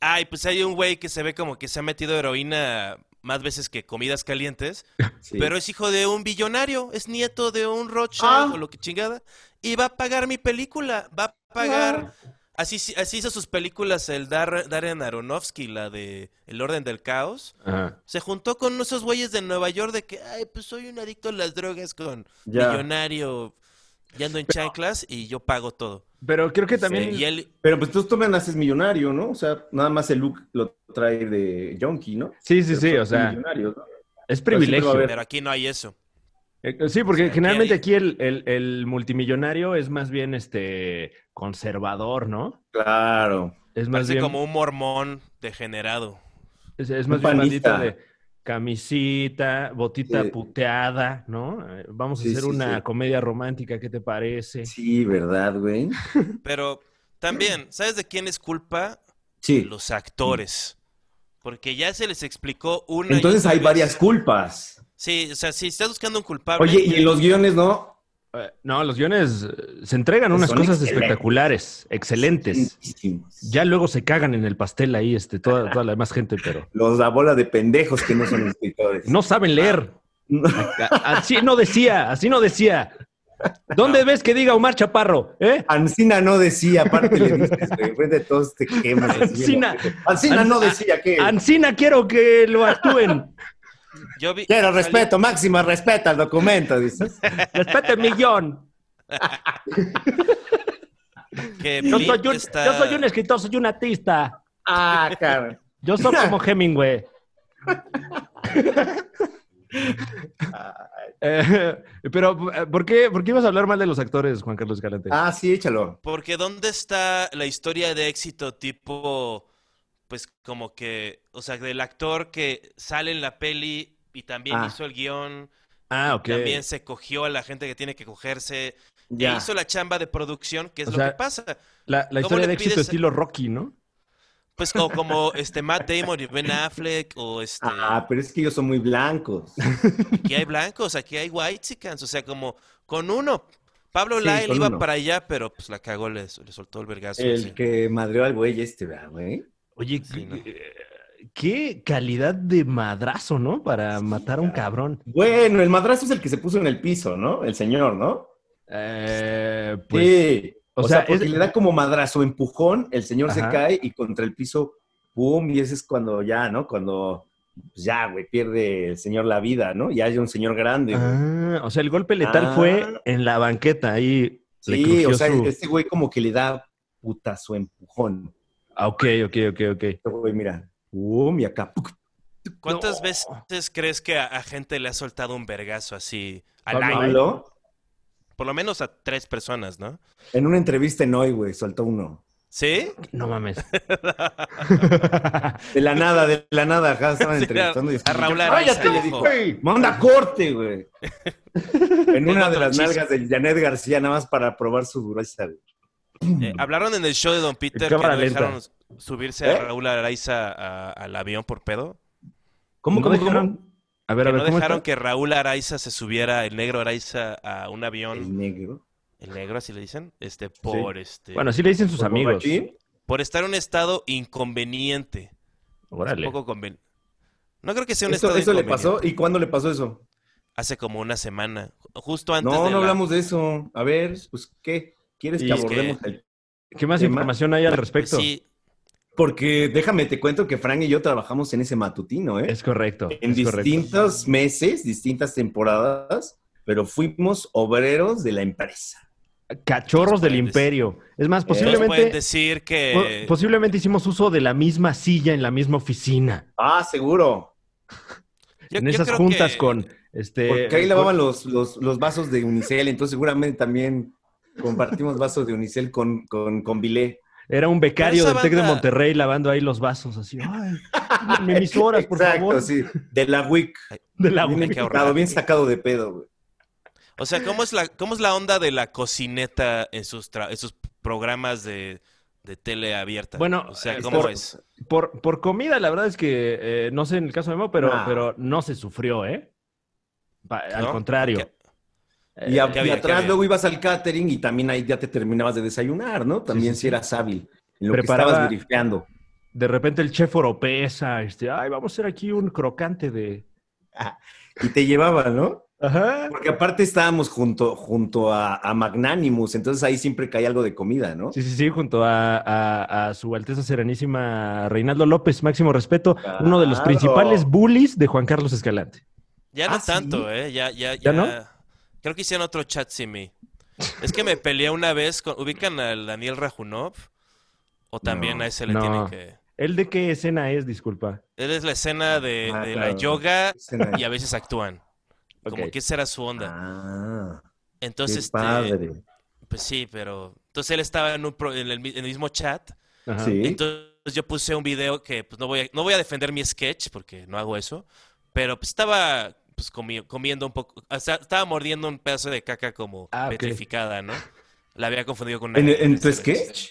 S1: ay, pues hay un güey que se ve como que se ha metido heroína más veces que comidas calientes,
S2: Sí.
S1: pero es hijo de un billonario, es nieto de un Rothschild
S2: Ah.
S1: o lo que chingada, y va a pagar mi película, va a pagar... Así, así hizo sus películas el Dar- Darren Aronofsky, la de El Orden del Caos.
S3: Ajá.
S1: Se juntó con esos güeyes de Nueva York de que, ay, pues soy un adicto a las drogas con
S2: Ya.
S1: millonario, y ando en chanclas y yo pago todo. Eh,
S3: Pero creo que también.
S1: Y él,
S2: Pero pues tú también haces millonario, ¿no? O sea, nada más el look lo trae de junkie, ¿no?
S3: Sí, sí,
S2: Pero
S3: sí.
S2: son
S3: O sea,
S2: millonarios, ¿no?
S3: es
S2: siempre va a
S3: privilegio.
S2: haber-
S1: pero aquí no hay eso.
S3: Eh, Sí, porque
S1: O sea,
S3: generalmente
S1: aquí
S3: aquí el, el- el multimillonario es más bien este conservador, ¿no?
S2: Claro.
S3: Es más
S1: Parece
S3: bien.
S1: como un mormón degenerado.
S3: Es, es
S2: un
S3: más bien
S2: panista.
S3: bandita de camisita, botita
S2: Sí.
S3: puteada, ¿no? Eh, Vamos a
S2: Sí,
S3: hacer
S2: sí,
S3: una
S2: sí.
S3: comedia romántica, ¿qué te parece?
S2: Sí, ¿verdad, güey?
S1: Pero también, ¿sabes de quién es culpa?
S2: Sí.
S1: Los actores. Porque ya se les explicó una. y
S2: Entonces
S1: otra
S2: hay
S1: vez.
S2: varias culpas.
S1: Sí, o sea, si estás buscando un culpable.
S2: Oye, y en los guiones, ¿no?
S3: Eh, no, los guiones eh, se entregan
S2: Pues Son
S3: unas cosas
S2: excelentes.
S3: espectaculares, excelentes.
S2: Excelentísimos.
S3: Ya luego se cagan en el pastel ahí, este, toda, toda la demás gente, pero
S2: Los la bola de pendejos que no son escritores. (laughs)
S3: no saben leer. A- Así no decía, así no decía. ¿Dónde ves que diga Omar Chaparro? ¿Eh?
S2: Ancina no decía, aparte le dices, güey, enfrente de todos te quemas. así,
S3: Ancina.
S2: güey. Ancina no decía que.
S3: Ancina quiero que lo actúen.
S1: Yo vi.
S2: Quiero
S1: salió-
S2: respeto, máxima, respeta el documento, dices.
S3: Respete mi guión.
S1: que
S3: Yo
S1: Blink
S3: soy, un,
S1: está-
S3: yo soy un escritor, soy un artista.
S2: Ah, cabrón.
S3: Yo soy (laughs) como Hemingway. Eh, pero, eh, ¿por qué, ¿por qué ibas a hablar mal de los actores, Juan Carlos Galante?
S2: Ah, sí, échalo.
S1: Porque ¿dónde está la historia de éxito tipo, pues como que, o sea, del actor que sale en la peli y también
S2: Ah.
S1: hizo el guión,
S3: Ah, ok.
S1: también se cogió a la gente que tiene que cogerse, e
S2: Ya.
S1: hizo la chamba de producción, que es
S3: O
S1: lo
S3: sea-
S1: que pasa.
S3: La,
S1: ¿Cómo
S3: la historia
S1: le
S3: de éxito
S1: pides-
S3: estilo Rocky, ¿no?
S1: Pues o como este Matt Damon y Ben Affleck, o este,
S2: Ah, pero es que ellos son muy (laughs) blancos.
S1: aquí hay blancos, aquí hay white o sea, como con uno. Pablo
S2: Sí,
S1: Lyle
S2: con
S1: iba
S2: uno.
S1: para allá, pero pues la cagó, le, le soltó el vergazo.
S2: El
S1: sí.
S2: que madreó al güey este, ¿verdad, güey?
S3: Oye,
S1: Sí, no.
S3: eh, qué calidad de madrazo, ¿no? Para
S2: Sí,
S3: matar a un
S2: claro.
S3: cabrón.
S2: Bueno, el madrazo es el que se puso en el piso, ¿no? El señor, ¿no?
S3: Eh, pues,
S2: sí.
S3: o
S2: O,
S3: sea,
S2: sea, porque
S3: es-
S2: le da como madrazo, empujón, el señor
S3: Ajá.
S2: se cae y contra el piso, ¡pum! Y ese es cuando ya, ¿no? Cuando pues ya, güey, pierde el señor la vida, ¿no? Ya hay un señor grande. güey.
S3: Ah, o sea, el golpe letal
S2: Ah.
S3: fue en la banqueta, ahí le
S2: sí,
S3: crujió
S2: o sea,
S3: su-
S2: este güey como que le da putazo empujón.
S3: Ah, ok, ok, ok, ok.
S2: Este güey, mira, ¡pum! Y acá, ¡puc!
S1: ¿Cuántas
S3: No.
S1: veces crees que a, a gente le ha soltado un vergazo así al
S3: Pablo
S1: aire?
S2: Pablo,
S1: Por lo menos a tres personas, ¿no?
S2: en una entrevista en hoy, güey, soltó uno.
S1: ¿Sí?
S3: No mames.
S2: De la nada, de la nada,
S1: (laughs)
S2: acá estaban
S1: Sí,
S2: entrevistando. y-
S1: a Raúl
S2: ¡Cállate!
S1: Araiza
S2: le
S1: dijo.
S2: dijo. ¡Manda
S1: (laughs)
S2: corte, güey! En
S1: Tengo
S2: una de
S1: otro
S2: las
S1: chisme.
S2: nalgas de Janet García, nada más para probar su dureza, güey.
S1: Eh, hablaron en el show de Don Peter que
S3: cámara
S1: no
S3: lenta.
S1: dejaron subirse a
S2: ¿Eh?
S1: Raúl Araiza a- al avión por pedo.
S3: ¿No dejaron? A ver, a
S1: Que
S3: ver,
S1: no
S3: ¿cómo
S1: dejaron
S3: está?
S1: que Raúl Araiza se subiera, el negro Araiza, a un avión,
S2: El negro.
S1: el negro así le dicen, este, por este,
S3: Bueno, así le dicen sus
S2: Por
S3: amigos.
S2: borrachín.
S1: por estar en un estado inconveniente.
S3: Órale.
S1: Poco conven- No creo que sea un
S2: Eso,
S1: estado
S2: eso le
S1: inconveniente.
S2: pasó. ¿Y cuándo le pasó eso?
S1: Hace como una semana, justo antes
S2: No,
S1: de la-
S2: no hablamos de eso. A ver, pues, ¿qué? ¿Quieres
S3: Y
S2: que
S3: es
S2: abordemos
S1: que-
S2: el-
S3: ¿Qué más
S2: Tema.
S3: información hay al respecto?
S1: pues Sí,
S2: Porque déjame te cuento que Frank y yo trabajamos en ese matutino, ¿eh?
S3: Es correcto.
S2: en
S3: es correcto.
S2: distintos meses, distintas temporadas, pero fuimos obreros de la empresa.
S1: Entonces
S3: Cachorros del
S1: pueden decir-
S3: imperio. Es más,
S1: Entonces Pues pueden
S3: posiblemente,
S1: decir
S3: po- pues,
S1: que...
S3: posiblemente hicimos uso de la misma silla en la misma oficina.
S2: Ah, seguro.
S1: yo-
S3: en
S1: yo
S3: esas
S1: creo
S3: juntas
S1: que-
S3: con
S1: Eh,
S3: este.
S2: Porque ahí
S3: con-
S2: lavaban los, los, los vasos de Unicel, entonces seguramente también compartimos vasos de Unicel con, con, con Vilé.
S3: Era un becario
S1: Pero
S3: del
S1: esa
S3: TEC de
S1: banda-
S3: Monterrey lavando ahí los vasos, así.
S1: (laughs)
S3: Ay, dame mis horas, por
S2: Exacto,
S3: favor.
S2: sí. De la WIC.
S3: De la
S1: Hay
S2: Bien,
S1: que
S2: equipado,
S1: ahorrar.
S2: bien sacado de pedo, güey.
S1: O sea, ¿cómo es la, cómo es la onda de la cocineta en sus, tra- en sus programas de, de tele abierta?
S3: Bueno,
S1: o sea,
S3: eh,
S1: ¿cómo
S3: por-
S1: es?
S3: Por, por comida, la verdad es que eh, no sé en el caso de Memo, pero,
S2: Nah.
S3: pero no se sufrió, ¿eh? Pa- Al
S1: ¿No?
S3: contrario.
S1: ¿Qué?
S2: Y, a-
S3: Eh,
S1: qué
S2: y
S1: había, qué
S2: atrás
S1: había?
S2: luego ibas al catering y también ahí ya te terminabas de desayunar, ¿no? También
S3: sí,
S2: si
S3: sí.
S2: eras hábil en lo
S3: Preparaba-
S2: que estabas verificando.
S3: de repente el chef oropesa, este, ay, vamos a hacer aquí un crocante de.
S2: Y te llevaba, ¿no?
S3: Ajá.
S2: Porque aparte estábamos junto, junto a, a Magnanimus, entonces ahí siempre cae algo de comida, ¿no?
S3: Sí, sí, sí, junto a, a- a su Alteza Serenísima Reinaldo López, máximo respeto, uno de los
S2: Claro.
S3: principales bullies de Juan Carlos Escalante.
S1: Ya no
S2: Ah, ¿sí?
S1: tanto, ¿eh? Ya, ya, ya.
S3: ¿Ya no?
S1: Creo que hicieron otro chat sin mí. Es que me peleé una vez con... ¿Ubican al Daniel Rajunov? ¿O también
S2: No,
S1: a ese le
S3: no.
S1: tienen que...?
S3: ¿El de qué escena es? Disculpa.
S1: Él es la escena de,
S2: Ah,
S1: de la
S2: claro.
S1: yoga
S2: Cena.
S1: (laughs) y a veces actúan. Como
S3: Ok.
S1: que esa era su onda.
S2: Ah, qué
S1: Entonces, este,
S2: padre.
S1: pues sí, pero... Entonces él estaba en, un pro- en el mi- en el mismo chat
S3: Ajá.
S2: Sí.
S1: Entonces yo puse un video que pues no voy a, no voy a defender mi sketch porque no hago eso, pero pues, estaba pues comi- comiendo un poco, o sea, estaba mordiendo un pedazo de caca como
S3: Ah, ok.
S1: petrificada, ¿no? La había confundido con una
S2: ¿En, en
S1: gallina,
S2: tu
S1: ese era el
S2: sketch?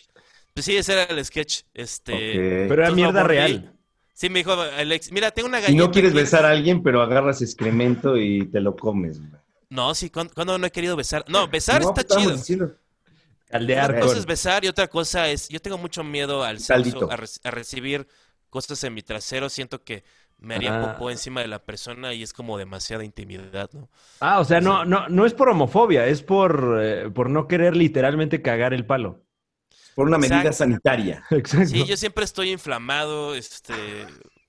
S1: Pues sí, ese era el sketch, este.
S2: Ok.
S3: Pero era
S1: Entonces,
S3: mierda
S1: lo mordí.
S3: real.
S1: Sí, me dijo Alex, mira, tengo una
S2: Y
S1: gallina.
S2: no quieres besar a alguien, pero agarras excremento y te lo comes. güey.
S1: No, sí, ¿cuándo, cuándo no he querido besar? No, besar
S2: No,
S1: está
S2: pues, estábamos
S1: chido.
S2: diciendo-
S3: Caldear
S1: Una
S3: con-
S1: cosa es besar y otra cosa es, yo tengo mucho miedo al
S2: Caldito.
S1: sexo, a, re- a recibir cosas en mi trasero, siento que me haría
S3: Ah.
S1: popó encima de la persona y es como demasiada intimidad,
S3: (laughs)
S1: ¿no?
S3: Ah, o sea, no, no, no es por homofobia, es por, eh, por no querer literalmente cagar el palo. (laughs)
S2: Por una medida
S1: Exacto.
S2: sanitaria.
S3: Exacto.
S1: Sí, yo siempre estoy inflamado, este,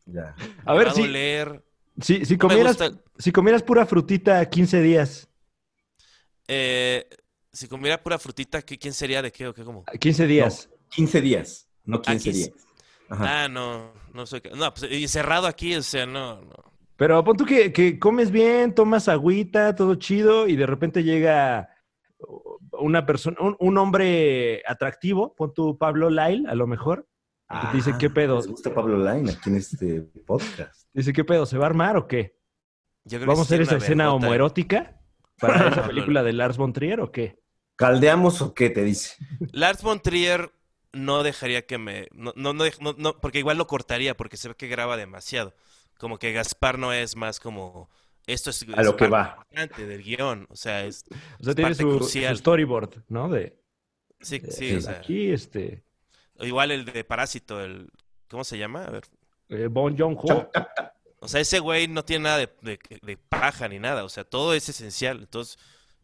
S2: Ya.
S3: A ver,
S1: si
S3: si, si, si,
S1: no me
S3: comieras,
S1: gusta,
S3: si comieras pura frutita 15 días,
S1: eh, si comiera pura frutita, ¿qué- ¿quién sería de qué o qué como?
S3: 15 días.
S2: 15 días, no
S1: Ah,
S2: 15
S1: 15.
S2: días. Ajá.
S1: Ah, no, no soy, ca- no, pues, y cerrado aquí, o sea, no, no.
S3: Pero pon tú que, que comes bien, tomas agüita, todo chido, y de repente llega uh, una persona, un, un hombre atractivo, pon tú Pablo Lyle, a lo mejor, y te dice,
S2: Ah,
S3: ¿qué pedo?
S2: Les gusta Pablo Line aquí en este podcast.
S3: Dice, ¿qué pedo? ¿Se va a armar o qué?
S1: Yo creo que
S3: ¿Vamos a
S1: sí
S3: hacer
S1: tiene
S3: esa
S1: una
S3: escena
S1: vergota. ¿eh?
S3: homoerótica (laughs) para esa
S1: Pablo
S3: película de Lars von Trier o qué?
S2: ¿Caldeamos o qué te dice?
S1: Lars von Trier no dejaría que me... No, no, no, dej- no- no, porque igual lo cortaría, porque se ve que graba demasiado. Como que Gaspar no es más como... Esto es,
S2: A lo
S1: es parte
S2: que va.
S1: importante del guión. O sea, es...
S3: O sea,
S1: Es
S3: tiene
S1: parte
S3: su,
S1: crucial.
S3: su storyboard, ¿no? De,
S1: Sí,
S2: Eh,
S3: de-
S1: sí, o sea,
S3: aquí, este,
S1: Igual el de Parásito, el... ¿Cómo se llama? A ver.
S3: eh, Bon Joon-ho.
S1: O sea, ese güey no tiene nada de, de, de paja ni nada. O sea, todo es esencial. Entonces,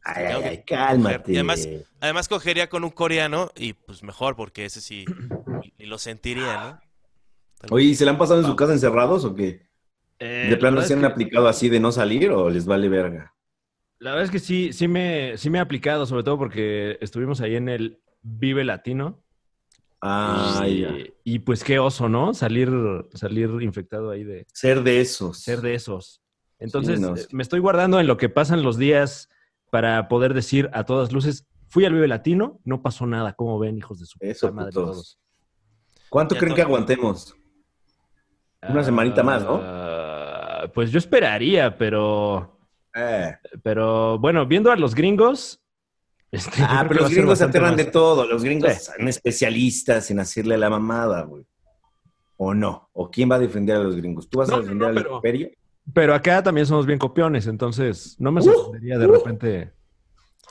S2: Ay, ay,
S1: Tengo que
S2: ay, cálmate.
S1: coger. Y además- además cogería con un coreano y pues mejor, porque ese sí... Y, lo sentiría, ¿no? Tal-
S2: Oye, ¿y se la han pasado en su casa encerrados o qué?
S3: Eh,
S2: ¿De plano
S3: la
S2: se han
S3: verdad es que-
S2: aplicado así de no salir o les vale verga?
S3: La verdad es que sí, sí me, sí me ha aplicado, sobre todo porque estuvimos ahí en el Vive Latino.
S2: Ay, Ah, ya.
S3: y, y pues qué oso, ¿no? Salir, salir infectado ahí de
S2: ser de esos.
S3: ser de esos. Entonces,
S2: Sí, no,
S3: eh,
S2: sí.
S3: me estoy guardando en lo que pasan los días para poder decir a todas luces, fui al Vive Latino, no pasó nada, como ven, hijos de su puta
S2: Eso,
S3: madre
S2: putos.
S3: todos.
S2: ¿Cuánto
S1: Ya
S2: creen
S1: todo-
S2: que aguantemos? Una semanita más, ¿no?
S3: Ah, Pues yo esperaría, pero,
S2: Eh.
S3: pero bueno, viendo a los gringos. (laughs) este, yo creo
S2: Ah,
S3: que
S2: pero
S3: va
S2: los
S3: a ser
S2: gringos se
S3: bastante
S2: aterran
S3: más.
S2: de todo. Los gringos
S3: Sí.
S2: son especialistas en hacerle la mamada, güey. ¿O no? ¿O quién va a defender a los gringos? ¿Tú vas
S3: No,
S2: a
S3: no,
S2: defender
S3: no,
S2: al
S3: pero-
S2: imperio?
S3: Pero acá también somos bien copiones, entonces no me
S2: Uh,
S3: sorprendería de
S2: uh.
S3: repente.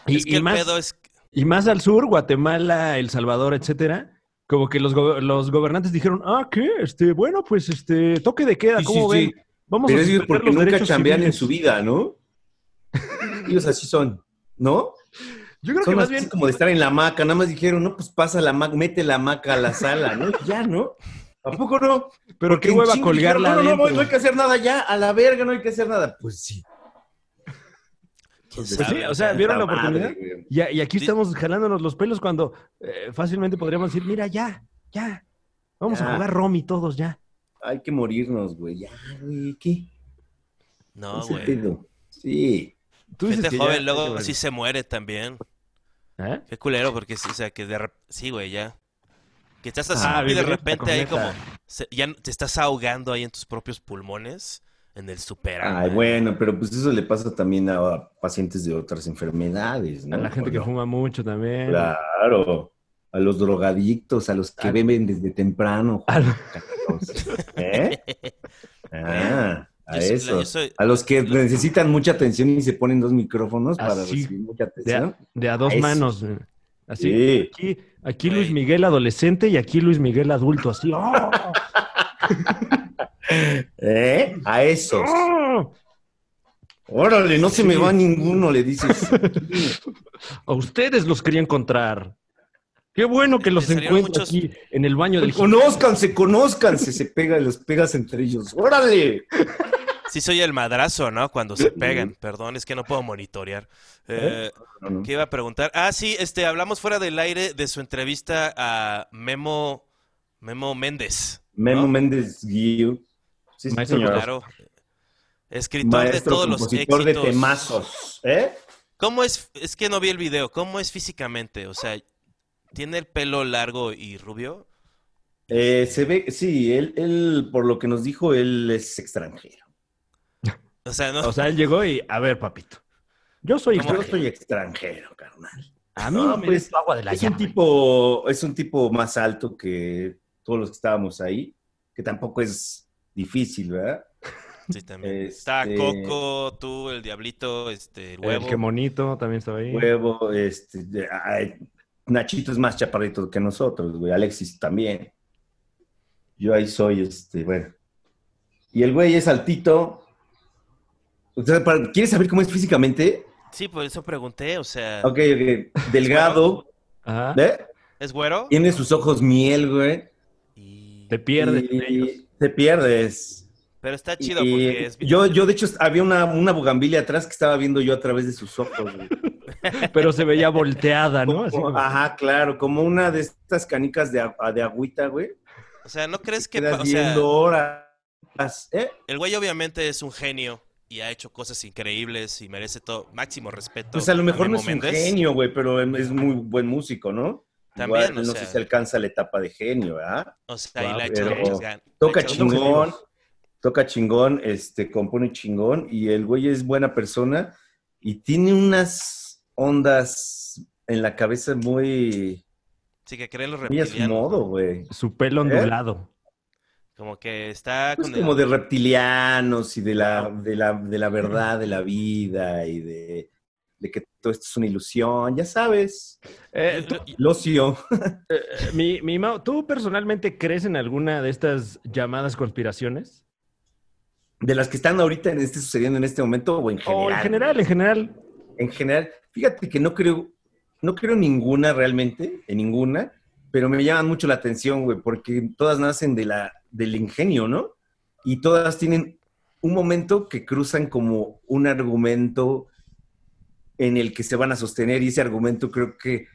S3: Y,
S1: Es que
S3: y
S1: el
S3: más,
S1: pedo es...
S3: y más al sur, Guatemala, El Salvador, etcétera, como que los, go- los gobernantes dijeron, ah, ¿qué? Este, bueno, pues este, toque de queda,
S2: Sí,
S3: ¿cómo
S2: sí,
S3: ven?
S2: sí.
S3: Vamos
S2: Pero es
S3: suspender
S2: porque
S3: los
S2: nunca
S3: derechos
S2: chambean en
S3: civiles".
S2: su vida, ¿no? Ellos así son, ¿no?
S3: Yo creo que
S2: Son
S3: más
S2: más
S3: bien,
S2: como de estar en la hamaca. Nada más dijeron, no, pues pasa la hamaca, mete la hamaca a la sala, ¿no? Ya, ¿no? Tampoco no.
S3: pero qué
S2: En
S3: hueva
S2: chinga
S3: colgarla
S2: dijeron, No, no, no,
S3: adentro.
S2: no hay que hacer nada ya. A la verga no hay que hacer nada. Pues sí.
S1: ¿Quién
S3: Pues sí,
S1: sabe?
S3: o sea, ¿vieron la
S2: Puta madre,
S3: oportunidad?
S2: güey.
S3: Y, a- y aquí
S1: Sí.
S3: estamos jalándonos los pelos cuando eh, fácilmente podríamos decir, mira, ya, ya, vamos
S2: Ya.
S3: a jugar Romy todos ya.
S2: Hay que morirnos, güey. Ya, güey, ¿qué? ¿Cuál
S1: No,
S2: es el
S1: güey.
S2: pedo? Sí.
S3: Tú dices
S1: Gente
S3: que ya-
S1: joven luego
S3: ¿Eh?
S1: sí se muere también.
S3: ¿Eh?
S1: Qué culero, porque, sí, o sea, que de rep- Sí, güey, ya. Que estás así y
S3: Ah,
S1: de
S3: vivirla
S1: repente ahí
S3: completa.
S1: como... se- ya te estás ahogando ahí en tus propios pulmones, en el ¿eh? superama.
S2: Ay, bueno, pero pues eso le pasa también a pacientes de otras enfermedades, ¿no?
S3: A la gente que fuma mucho también.
S2: Claro. A los drogadictos, a los que
S3: Ah.
S2: beben desde temprano.
S3: (laughs) A lo-
S2: Carlos.
S1: (laughs)
S2: ¿Eh? Ah,
S1: (laughs)
S2: a
S1: Yo soy- la- yo
S2: esos.
S1: soy-
S2: A los que necesitan mucha atención y se ponen dos micrófonos para
S3: Así.
S2: recibir mucha
S3: de,
S2: atención.
S3: a, de a dos
S2: Eso.
S3: manos. eh. Así.
S2: Sí.
S3: Aquí, aquí
S1: Güey.
S3: Luis Miguel adolescente y aquí Luis Miguel adulto, así. ¡oh!
S2: ¿Eh? A esos.
S3: (laughs) ¡Oh!
S2: Órale, no se me
S3: Sí.
S2: va ninguno, le
S3: (laughs)
S2: dices.
S3: A ustedes los quería encontrar. Qué bueno que los
S1: Me salieron
S3: encuentro
S1: muchos-
S3: aquí en el baño del
S2: Pues conózcanse, conózcanse. Se pega, los pegas entre ellos. ¡Órale!
S1: Sí soy el madrazo, ¿no? Cuando se pegan. Perdón, es que no puedo monitorear. Eh,
S2: No, no.
S1: ¿Qué iba a preguntar? Ah, sí, este, hablamos fuera del aire de su entrevista a Memo, Memo Méndez.
S2: Memo
S1: ¿no?
S2: Méndez Guiu. Sí,
S3: Maestro
S2: señor.
S1: Claro. Escritor de
S2: Maestro
S1: todos los
S2: compositor de
S1: éxitos.
S2: temazos. ¿Eh?
S1: ¿Cómo es? Es que no vi el video. ¿Cómo es físicamente? O sea, ¿tiene el pelo largo y rubio?
S2: Eh, se ve, sí, él, él, por lo que nos dijo, él es extranjero.
S1: O sea, no.
S3: O sea, él llegó y, a ver, papito. Yo soy
S1: ¿Cómo?
S2: Yo
S3: extranjero.
S2: soy extranjero, carnal.
S3: A mí
S2: No,
S3: no me
S2: pues,
S3: des tu agua de la
S2: Es un
S3: llave.
S2: tipo, es un tipo más alto que todos los que estábamos ahí, que tampoco es difícil, ¿verdad?
S1: Sí, también.
S2: este-
S1: Está Coco, tú, el Diablito, este, el
S3: El
S1: huevo.
S3: que monito también estaba ahí.
S2: Huevo, este, de- ay, Nachito es más chaparrito que nosotros, güey. Alexis también. Yo ahí soy, este, bueno. Y el güey es altito. O sea, para- ¿Quieres saber cómo es físicamente?
S1: Sí, por eso pregunté. O sea,
S2: Ok, ok.
S3: (laughs)
S2: Delgado,
S3: Ajá.
S2: ¿eh?
S1: ¿es güero?
S2: Tiene sus ojos miel, güey.
S1: Y-
S3: Te pierdes en ellos.
S2: Y te pierdes.
S1: Pero está chido
S2: Y-
S1: porque es.
S2: yo, yo, de hecho, había una, una bugambilia atrás que estaba viendo yo a través de sus ojos, güey.
S3: Pero se veía volteada, Ah, ¿no? Así
S2: Como-
S3: como-
S2: Ajá, claro, como una de estas canicas de, a- de agüita, güey.
S1: O sea, ¿no crees que.?
S2: Quedas
S1: pa- O sea,
S2: viendo horas. ¿eh?
S1: el güey obviamente es un genio y ha hecho cosas increíbles y merece todo. Máximo respeto.
S2: Pues a lo mejor
S1: Memo
S2: no es un
S1: Méndez.
S2: genio, güey, pero es muy buen músico, ¿no?
S1: También,
S2: Igual,
S1: o
S2: no
S1: sea.
S2: sé si alcanza la etapa de genio, ¿verdad?
S1: O sea, y
S3: Guau,
S1: le ha hecho
S2: pero-
S1: muchas ganas.
S2: Toca
S1: Le ha hecho muchas
S2: chingón,
S1: ganas.
S2: toca chingón, este, compone chingón, y el güey es buena persona y tiene unas ondas en la cabeza muy,
S1: Sí, que creen los
S2: muy a su
S1: reptilianos.
S2: modo, güey.
S3: Su pelo ondulado.
S1: Como que está
S2: Pues
S1: con el-
S2: como de reptilianos y de la, de la, de la verdad de la vida y de, de que todo esto es una ilusión, ya sabes.
S3: Eh,
S1: (laughs)
S3: tú,
S1: Yo- yo-
S2: Locio.
S3: eh, mi, mi Mao, ¿tú personalmente crees en alguna de estas llamadas conspiraciones?
S2: De las que están ahorita en este sucediendo en este momento o en general.
S3: O en general, en general.
S2: En general, fíjate que no creo, no creo en ninguna realmente, en ninguna, pero me llaman mucho la atención, güey, porque todas nacen de la, del ingenio, ¿no? Y todas tienen un momento que cruzan como un argumento en el que se van a sostener, y ese argumento creo que,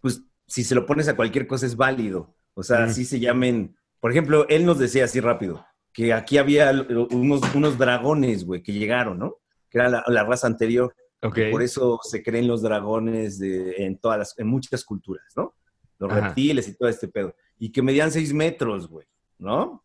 S2: pues, si se lo pones a cualquier cosa es válido. O sea,
S3: Mm.
S2: así se llamen. Por ejemplo, él nos decía así rápido que aquí había unos, unos dragones, güey, que llegaron, ¿no? Que era la- la raza anterior.
S3: Ok.
S2: Por eso se creen los dragones de- en todas las, en muchas culturas, ¿no? Los
S3: Ajá.
S2: reptiles y todo este pedo. Y que medían seis metros, güey, ¿no?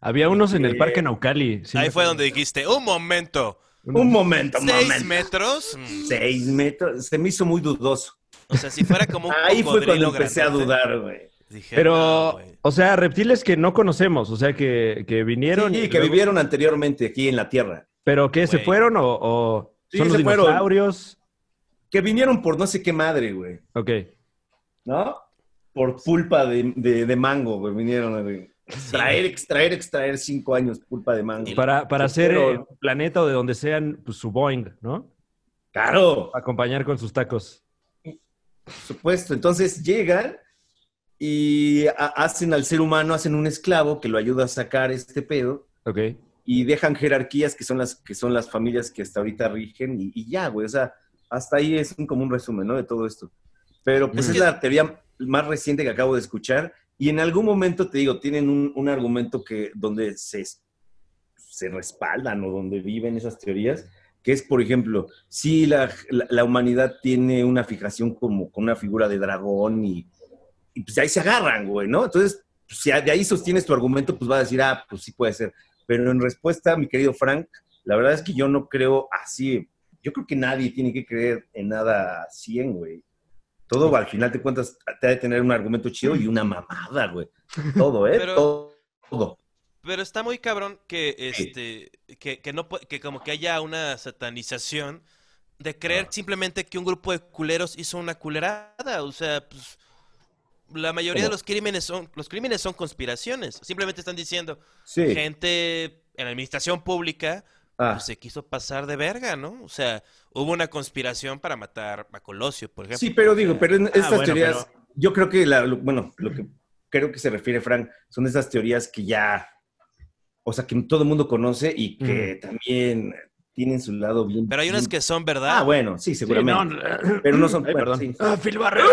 S3: Había unos en el
S2: Eh,
S3: parque Naucali. sí
S1: Ahí
S3: me
S1: fue
S3: acuerdo.
S1: donde dijiste, un momento,
S2: Un momento, un
S1: ¿seis
S2: momento.
S1: metros? Mm.
S2: Seis metros. Se me hizo muy dudoso.
S1: O sea, si fuera como un
S2: Ahí fue cuando
S1: cocodrilo
S2: empecé a
S1: grandote,
S2: dudar, güey.
S1: dije, no,
S3: Pero,
S1: güey.
S3: o sea, reptiles que no conocemos, o sea, que, que vinieron.
S2: Sí,
S3: y
S2: que
S3: luego-
S2: vivieron anteriormente aquí en la Tierra.
S3: ¿Pero qué? ¿Se
S1: Güey.
S3: fueron o, o
S2: Sí,
S3: son los
S2: se fueron.
S3: dinosaurios?
S2: Que vinieron por no sé qué madre, güey,
S3: Ok.
S2: ¿no? Por pulpa de, de- de mango, güey, vinieron. güey. Extraer, extraer, extraer cinco años pulpa de mango.
S3: Para, para
S2: Se
S3: hacer
S2: fueron.
S3: el planeta o de donde sean pues, su Boeing, ¿no?
S2: Claro.
S3: Acompañar con sus tacos.
S2: supuesto. Entonces llegan y ha- hacen al ser humano, hacen un esclavo que lo ayuda a sacar este pedo
S3: Ok.
S2: y dejan jerarquías que son las que son las familias que hasta ahorita rigen y, y ya, güey. O sea, hasta ahí es un, como un resumen, ¿no? De todo esto. Pero pues
S1: Ujú.
S2: es la teoría más reciente que acabo de escuchar y en algún momento te digo, tienen un, un argumento que donde se, se respaldan o donde viven esas teorías, que es, por ejemplo, si la, la- la humanidad tiene una fijación como con una figura de dragón y, y pues ahí se agarran, güey, ¿no? Entonces, pues, si de ahí sostienes tu argumento, pues vas a decir, ah, pues sí puede ser. Pero en respuesta, mi querido Frank, la verdad es que yo no creo así. Yo creo que nadie tiene que creer en nada a 100, güey. Todo al final te cuentas, te ha de tener un argumento chido y una mamada, güey. Todo, ¿eh?
S1: Pero-
S2: Todo. todo.
S1: Pero está muy cabrón que
S2: Sí.
S1: este que, que no pu- que como que haya una satanización de creer
S2: Ah.
S1: simplemente que un grupo de culeros hizo una culerada, o sea, pues la mayoría de
S2: ¿Cómo?
S1: los crímenes son los crímenes son conspiraciones, simplemente están diciendo
S2: Sí.
S1: gente en la administración pública
S2: Ah,
S1: pues, se quiso pasar de verga, ¿no? O sea, hubo una conspiración para matar a Colosio, por ejemplo.
S2: sí, pero digo, pero en estas
S3: bueno,
S2: teorías, yo creo que, la, lo- bueno, lo que creo que se refiere Frank son esas teorías que ya, o sea, que todo el mundo conoce y que también tienen su lado bien.
S1: Pero hay unas
S2: bien-
S1: que son verdad.
S2: Ah, bueno, sí, seguramente. Pero no son-
S3: Ay,
S2: bueno,
S3: perdón.
S2: sí.
S3: Ah, Phil Barrera.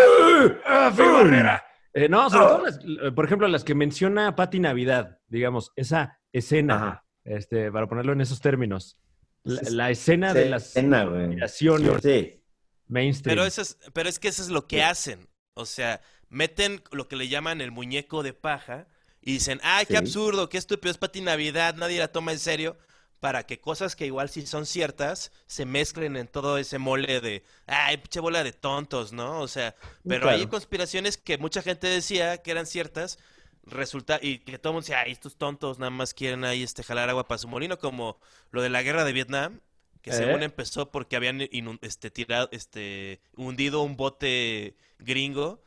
S3: Ah, Phil Barrera. Eh, no,
S2: Ah.
S3: sobre todo, las- eh, por ejemplo, las que menciona Pati Navidad, digamos, esa escena,
S2: Ajá.
S3: este, para ponerlo en esos términos, la,
S2: Sí, sí.
S3: la escena de las
S2: Cena, güey.
S3: conspiraciones
S2: Sí.
S3: mainstream.
S1: Pero eso es, pero es que eso es lo que hacen. O sea, meten lo que le llaman el muñeco de paja y dicen, ay, qué
S2: Sí.
S1: absurdo, qué estúpido, es para ti Navidad, nadie la toma en serio, para que cosas que igual sí son ciertas se mezclen en todo ese mole de, ay, pinche bola de tontos, ¿no? O sea, pero
S2: Mm, claro.
S1: hay conspiraciones que mucha gente decía que eran ciertas, resulta, y que todo el mundo decía, ay, estos tontos nada más quieren ahí este, jalar agua para su molino, como lo de la guerra de Vietnam, que
S2: ¿Eh?
S1: según empezó porque habían inun- este, tirado, este, hundido un bote gringo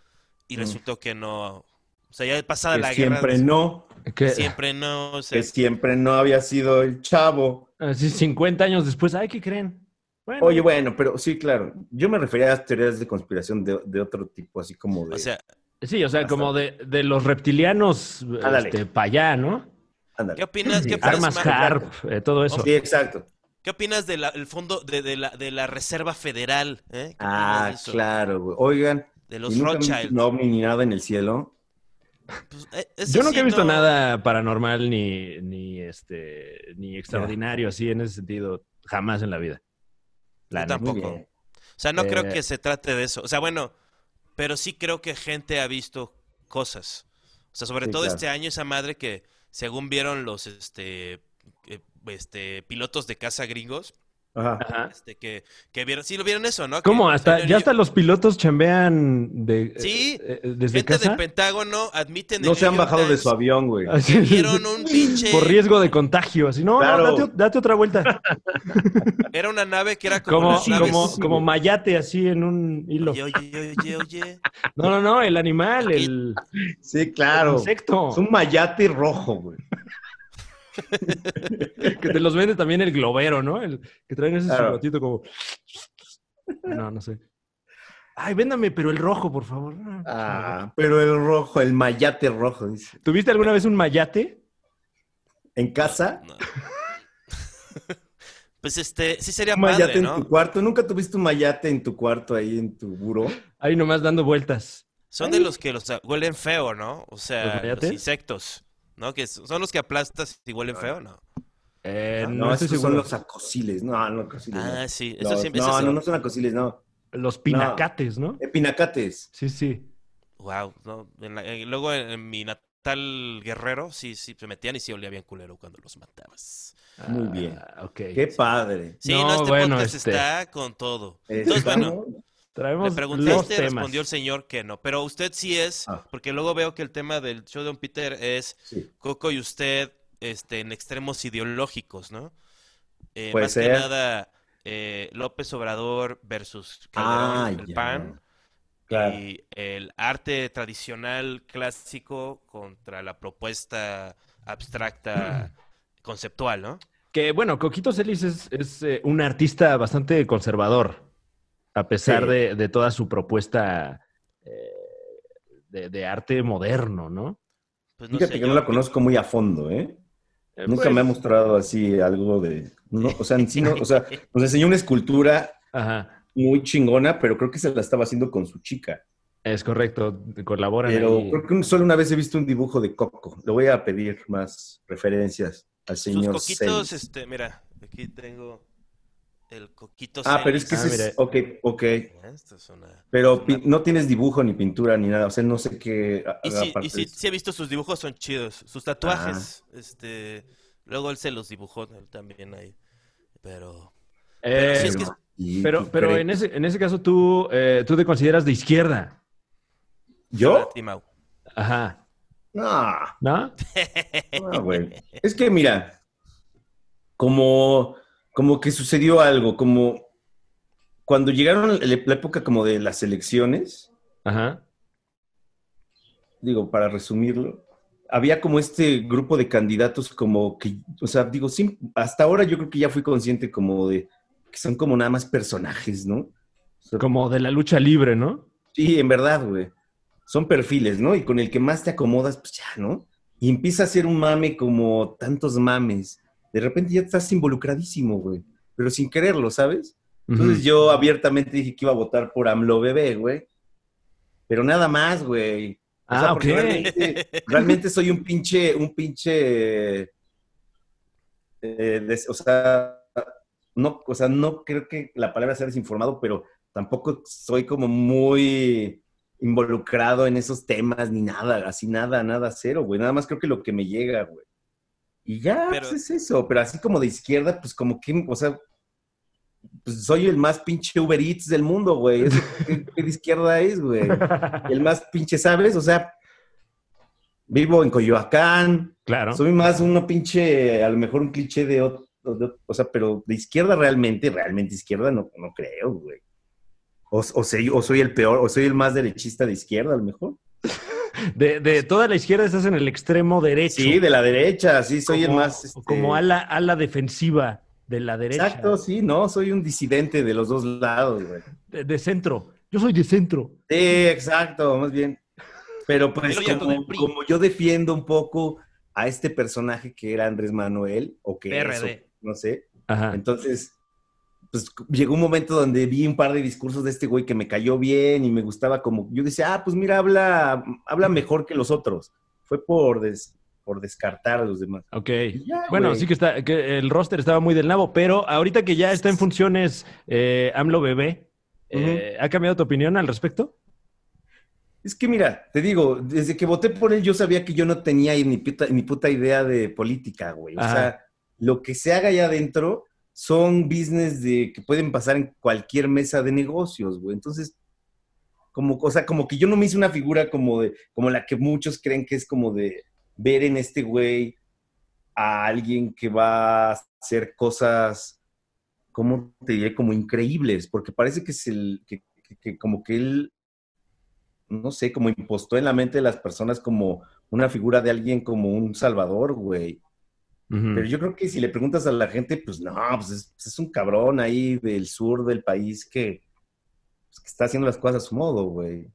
S1: y
S2: Mm.
S1: resultó que no. O sea, ya pasada
S2: Que
S1: la guerra,
S2: siempre no,
S3: Que-
S1: siempre no. o sea,
S2: que siempre no había sido el chavo.
S3: así 50 Ah, años después, ay, ¿qué creen? Bueno,
S2: Oye, bueno, pero sí, claro. Yo me refería a las teorías de conspiración de, de otro tipo, así como de.
S1: o sea,
S3: sí, o sea,
S2: hasta-
S3: como de, de los reptilianos
S2: Ándale.
S3: para allá, ¿no?
S2: ándale.
S1: ¿qué opinas? ¿Qué opinas,
S3: Armas
S1: Ma-
S3: Harp, eh, todo eso.
S2: Sí, exacto.
S1: ¿Qué opinas del fondo de, de la, de la Reserva Federal? eh? ¿Qué opinas de
S2: Ah,
S1: eso?
S2: claro, güey. Oigan,
S1: De
S2: ¿y
S1: los
S2: nunca han visto
S1: Rothschild.
S2: un ovni ni nada en el cielo?
S1: Pues, eh, eso
S3: Yo nunca
S1: sí
S3: he visto
S1: no-
S3: nada paranormal ni, ni este ni extraordinario así en ese sentido, jamás en la vida. La
S1: Yo
S3: neta.
S1: tampoco.
S2: Muy bien.
S1: O sea, no creo
S3: Eh,
S1: que se trate de eso. O sea, bueno, pero sí creo que gente ha visto cosas. O sea, sobre
S2: Sí,
S1: todo
S2: claro.
S1: este año, esa madre que, según vieron los este, eh, este pilotos de caza gringos,
S2: Ajá.
S3: Ajá.
S1: este, que, que vieron, sí lo vieron eso, ¿no? Que
S3: Ah. ¿Cómo? Hasta,
S1: salieron
S3: ya
S1: y-
S3: hasta los pilotos chambean de,
S1: Sí,
S3: eh, eh, desde
S1: gente
S3: casa.
S1: del Pentágono admiten en
S2: No se
S1: New
S2: han
S1: York
S2: bajado de
S1: Times
S2: su avión, güey. (laughs)
S3: Así
S1: que
S3: es.
S1: Vieron un pinche.
S3: Por riesgo de contagio. Así, no, no,
S2: Claro.
S3: date, date otra vuelta.
S1: Era una nave que era (laughs) como.
S3: Como,
S1: las naves-
S3: como,
S2: sí.
S3: como mayate así en un hilo.
S1: Oye, oye, oye, oye.
S3: No, no, no, el animal, el,
S2: Sí, claro.
S3: insecto.
S2: Es un mayate rojo, güey.
S3: Que te los vende también el globero, ¿no? El que traen ese
S2: Claro.
S3: silbatito como. No, no sé. Ay, véndame, pero el rojo, por favor. No,
S2: Ah, pero el rojo, el mayate rojo, dice.
S3: ¿Tuviste alguna vez un mayate?
S2: ¿En casa?
S1: No. (laughs) Pues este, sí sería
S2: ¿Un mayate
S1: padre,
S2: en tu
S1: ¿no?
S2: cuarto? ¿Nunca tuviste un mayate en tu cuarto ahí en tu buró?
S3: Ahí nomás dando vueltas.
S1: Son de los que los a- huelen feo, ¿no? O sea, los
S3: mayates?
S1: insectos, ¿no? Que s- son los que aplastas y huelen feo, ¿no?
S3: Eh,
S2: Ah,
S3: no, estoy
S2: esos
S3: seguro.
S2: son los acosiles. No, no, acosiles. no.
S1: Ah, sí,
S2: No,
S1: eso siempre
S2: no, no, no son acosiles, no.
S3: Los, pinacates, ¿no?
S2: Epinacates.
S3: Sí, sí.
S1: Wow, no, en la- en- luego en, en mi natal Guerrero sí sí se metían y sí olía bien culero cuando los matabas.
S2: Muy bien.
S3: Ah, ok.
S2: Qué padre.
S1: Sí,
S3: No,
S1: no, este
S3: bueno,
S1: podcast
S3: este-
S1: está con todo. Entonces,
S2: Está,
S1: bueno,
S2: ¿no?
S1: le
S3: Traemos
S1: pregunté a
S3: los
S1: usted,
S3: temas.
S1: respondió el señor que no, pero usted sí es,
S2: Ah.
S1: porque luego veo que el tema del show de Don Peter es
S2: Sí.
S1: Coco y usted este, en extremos ideológicos, ¿no? Eh,
S2: Puede
S1: más que
S2: ser.
S1: nada, eh, López Obrador versus Calderón,
S2: Ah,
S1: el
S2: ya.
S1: PAN,
S2: Claro.
S1: y el arte tradicional clásico contra la propuesta abstracta (clears throat) conceptual, ¿no?
S3: Que bueno, Coquito Celis es, es, eh, un artista bastante conservador, a pesar
S2: Sí.
S3: de, de toda su propuesta eh, de, de arte moderno, ¿no?
S1: Pues no Pues,
S2: Fíjate
S1: sé,
S2: que no
S1: yo
S2: la
S1: pi-
S2: conozco muy a fondo, ¿eh?
S1: Eh,
S2: Nunca
S1: pues,
S2: me ha mostrado así algo de. no, o sea, en sí no- o
S3: (laughs)
S2: sea, nos enseñó una escultura
S3: Ajá.
S2: muy chingona, pero creo que se la estaba haciendo con su chica.
S3: Es correcto, colaboran.
S2: Pero
S3: ahí. Eh,
S2: creo que un- solo una vez he visto un dibujo de Coco. Le voy a pedir más referencias al
S1: Sus
S2: señor
S1: coquitos,
S2: Celis.
S1: este, mira, aquí tengo el coquito
S2: Ah, pero es que
S1: Celis.
S3: Ah,
S2: ese es.
S3: mira.
S2: Ok, ok.
S1: Ah, Esta es una...
S2: Pero pi- no tienes dibujo ni pintura ni nada. O sea, no sé qué. a-
S1: Y sí,
S2: aparte
S1: y sí,
S2: de eso.
S1: sí he visto sus dibujos, son chidos. Sus tatuajes, este, luego él se los dibujó él también ahí. Pero,
S3: Eh,
S1: sí, es que-
S2: Y-
S3: Pero, pero en, ese, en ese caso tú, eh, tú te consideras de izquierda. este
S1: para
S2: ¿Yo?
S1: ti, Mau.
S3: Ajá.
S2: No.
S3: (laughs) ¿No?
S2: No, güey. (laughs) Es que mira, como, como que sucedió algo, como cuando llegaron la la época como de las elecciones,
S3: Ajá.
S2: digo, para resumirlo, había como este grupo de candidatos como que, o sea, digo, sí, hasta ahora yo creo que ya fui consciente como de que son como nada más personajes, ¿no? O sea,
S3: Como de la lucha libre, ¿no?
S2: Sí, en verdad, güey. Son perfiles, ¿no? Y con el que más te acomodas, pues ya, ¿no? Y empieza a ser un mame como tantos mames. De repente ya estás involucradísimo, güey. Pero sin quererlo, ¿sabes? Entonces
S3: Ujú.
S2: yo abiertamente dije que iba a votar por AMLO Bebé, güey. Pero nada más, güey. O sea,
S3: ah, ok.
S2: porque Realmente, realmente soy un pinche, un pinche. eh, des- o sea, no, o sea, no creo que la palabra sea desinformado, pero tampoco soy como muy involucrado en esos temas ni nada, así nada, nada cero, güey. Nada más creo que lo que me llega, güey. Y ya,
S1: Pero-
S2: pues, es eso. Pero así como de izquierda, pues como que, o sea, pues soy el más pinche Uber Eats del mundo, güey. Es- ¿Qué, qué de izquierda es, güey? (laughs) el más pinche, ¿sabes? O sea, vivo en Coyoacán,
S3: Claro.
S2: soy más uno pinche, a lo mejor un cliché de otro, o sea, pero de izquierda realmente, realmente izquierda no, no creo, güey. O, o, soy, o soy el peor, o soy el más derechista de izquierda, a lo mejor.
S3: De, de toda la izquierda estás en el extremo derecho.
S2: Sí, de la derecha, sí, soy el
S3: Como-
S2: más... este,
S3: Como ala, ala defensiva de la derecha.
S2: Exacto, sí, no, soy un disidente de los dos lados, güey.
S3: De, de centro. Yo soy de centro.
S2: Sí, exacto, más bien. Pero pues
S1: Pero ya
S2: como,
S1: con el PRI.
S2: como yo defiendo un poco a este personaje que era Andrés Manuel, o que es,
S3: PRD.
S2: o- no sé.
S3: Ajá.
S2: Entonces, pues c- llegó un momento donde vi un par de discursos de este güey que me cayó bien y me gustaba como, yo decía, ah, pues mira, habla, habla mejor que los otros. Fue por, des- por descartar a los demás.
S3: Ok.
S2: Y ya,
S3: Bueno,
S2: güey.
S3: sí que está, que el roster estaba muy del nabo, pero ahorita que ya está en funciones eh, AMLO Bebé, eh, ¿ha cambiado tu opinión al respecto?
S2: Es que mira, te digo, desde que voté por él yo sabía que yo no tenía ni puta, ni puta idea de política, güey. O
S3: Ajá.
S2: sea, lo que se haga allá adentro son business de, que pueden pasar en cualquier mesa de negocios, güey. Entonces, como, o sea, como que yo no me hice una figura como de, como la que muchos creen que es como de ver en este güey a alguien que va a hacer cosas, ¿cómo te diré? Como increíbles, porque parece que es el, que, que- que como que él, no sé, como impostó en la mente de las personas como una figura de alguien como un salvador, güey.
S3: Mm.
S2: Pero
S3: (laughs)
S2: yo creo que si le preguntas a la gente, pues no, pues es, pues es un cabrón ahí del sur del país que, pues, que está haciendo las cosas a su modo, güey.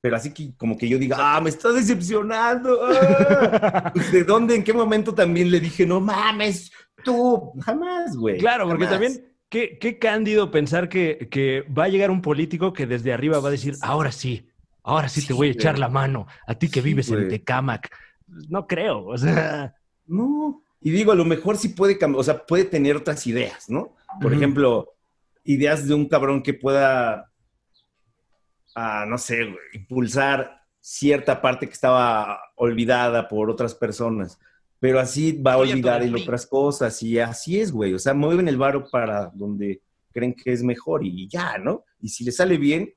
S2: Pero así que como que yo diga, ah, me está decepcionando. (laughs) ah". Pues, ¿De dónde, en qué momento también le dije, no mames, tú? Jamás, güey.
S3: Claro, porque
S2: jamás.
S3: también, qué, qué cándido pensar que, que va a llegar un político que desde arriba va a decir, ahora sí, ahora sí,
S2: Sí,
S3: te voy a
S2: güey.
S3: echar la mano, a ti que
S2: Sí,
S3: vives en
S2: güey.
S3: Tecámac. No creo, o sea. (laughs)
S2: No. Y digo, a lo mejor sí puede cambiar, o sea, puede tener otras ideas, ¿no? Por
S3: Ujú.
S2: ejemplo, ideas de un cabrón que pueda, ah, no sé, güey, impulsar cierta parte que estaba olvidada por otras personas. Pero así va
S1: Estoy
S2: a
S1: harto
S2: olvidar
S1: del
S2: en
S1: PRI.
S2: otras cosas y así es, güey. O sea, mueven el varo para donde creen que es mejor y ya, ¿no? Y si le sale bien,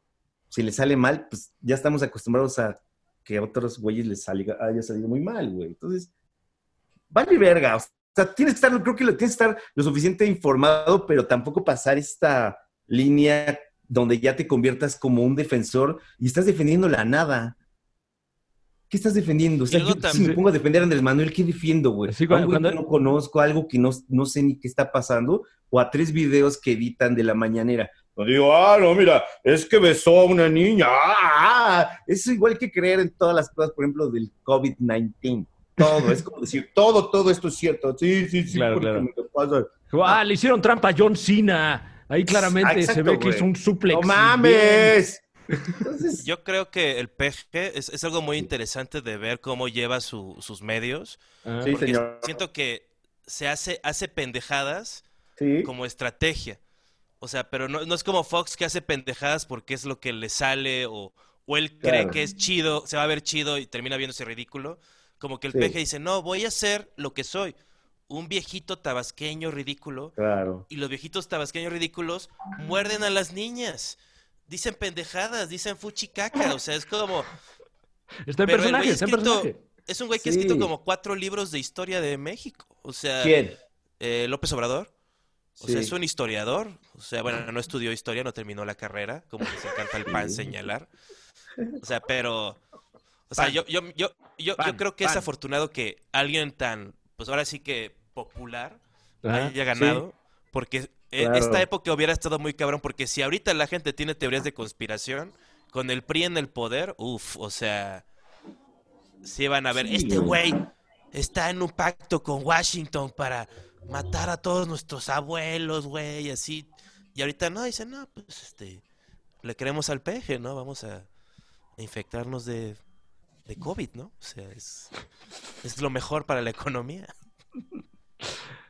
S2: si le sale mal, pues ya estamos acostumbrados a que a otros güeyes les salga, haya salido muy mal, güey. Entonces, vale verga. O sea, tienes que estar, creo que lo- tienes que estar lo suficiente informado, pero tampoco pasar esta línea donde ya te conviertas como un defensor y estás defendiendo la nada. ¿Qué estás defendiendo? O sea,
S1: Y luego
S2: yo si
S1: también-
S2: me pongo a defender a Andrés Manuel, ¿qué defiendo, güey? A
S3: Sí,
S2: un
S3: cuando-
S2: güey que
S3: cuando-
S2: no conozco, algo que no, no sé ni qué está pasando, o a tres videos que editan de la mañanera. Donde digo, ah, no, mira, es que besó a una niña. Ah, ah, ah". Es igual que creer en todas las cosas, por ejemplo, del COVID-19. Todo, es como decir, todo, todo esto es cierto. Sí, sí, sí,
S3: Claro,
S2: porque
S3: claro.
S2: me lo paso.
S3: Ah, le hicieron trampa a John Cena. Ahí claramente
S2: Ah, exacto,
S3: se ve que
S2: güey.
S3: hizo un suplex.
S1: (laughs)
S2: ¡No mames! Entonces,
S1: Yo creo que el PG es, es algo muy interesante de ver cómo lleva su- sus medios.
S3: Ah,
S2: Sí,
S1: porque
S2: señor.
S1: siento que se hace, hace pendejadas
S2: sí.
S1: como estrategia. O sea, pero no, no es como Fox que hace pendejadas porque es lo que le sale o, o él cree
S2: Claro.
S1: que es chido, se va a ver chido y termina viéndose ridículo. Como que el
S2: Sí.
S1: peje dice, no, voy a ser lo que soy, un viejito tabasqueño ridículo.
S2: Claro.
S1: Y los viejitos tabasqueños ridículos muerden a las niñas. Dicen pendejadas, dicen fuchicaca. O sea, es como...
S3: Ah, Está en
S1: Pero el güey
S3: personaje, está en
S1: escrito-
S3: personaje.
S1: Es un güey que ha escrito
S2: Sí.
S1: como cuatro libros de historia de México. O sea,
S2: ¿Quién?
S1: eh, López Obrador. Ah, O sea,
S2: Sí.
S1: es un historiador. O sea, bueno, no estudió historia, no terminó la carrera, como les encanta el pan señalar. O sea, pero. O sea,
S3: Pan.
S1: yo, yo, yo, yo,
S3: Pan,
S1: yo creo que es
S3: pan.
S1: afortunado que alguien tan, pues ahora sí que popular
S3: Ajá.
S1: haya ganado. Porque e-
S2: Claro.
S1: esta época hubiera estado muy cabrón. Porque si ahorita la gente tiene teorías de conspiración, con el PRI en el poder, uff, o sea. Sí van a ver,
S2: Sí,
S1: este
S2: güey.
S1: güey está en un pacto con Washington para matar a todos nuestros abuelos, güey, y así. Y ahorita no, dicen, no, pues este. Le creemos al peje, ¿no? Vamos a a infectarnos de, de COVID, ¿no? O sea, es, es lo mejor para la economía.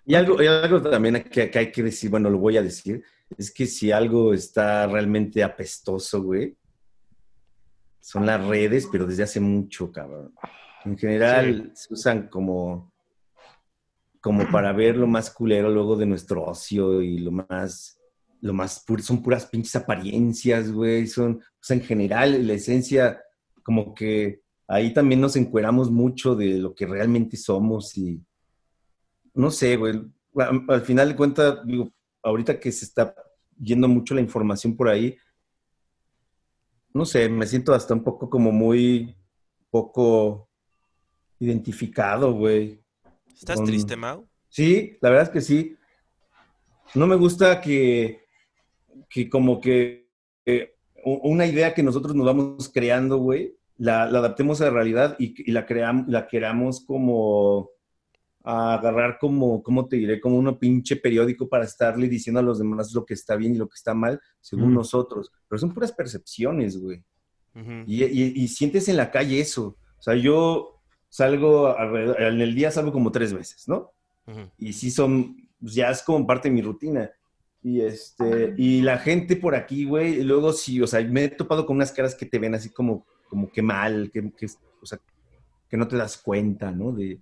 S2: Y algo, y algo también que, que hay que decir, bueno, lo voy a decir, es que si algo está realmente apestoso, güey, son las redes, pero desde hace mucho, cabrón. En general se usan como, como para ver lo más culero luego de nuestro ocio y lo más, lo más puro, son puras pinches apariencias, güey, son, o sea, en general la esencia, como que ahí también nos encueramos mucho de lo que realmente somos y no sé, güey. Al al final de cuentas, digo, ahorita que se está yendo mucho la información por ahí, no sé, me siento hasta un poco como muy poco identificado, güey.
S1: ¿Estás
S2: Con-
S1: triste, Mau?
S2: Sí, la verdad es que sí. No me gusta que, que como que eh, u- una idea que nosotros nos vamos creando, güey, la, la adaptemos a la realidad y, y la, cream- la queramos como a agarrar como, ¿cómo te diré? Como un pinche periódico para estarle diciendo a los demás lo que está bien y lo que está mal, según
S3: Mm.
S2: nosotros. Pero son puras percepciones, güey.
S1: Ujú.
S2: Y, y- y sientes en la calle eso. O sea, yo salgo, alrededor- en el día salgo como tres veces, ¿no?
S1: Ujú.
S2: y sí son, pues, ya es como parte de mi rutina. Y este, y la gente por aquí, güey, y luego sí, o sea, me he topado con unas caras que te ven así como, como que mal, que, que, o sea, que no te das cuenta, ¿no? De,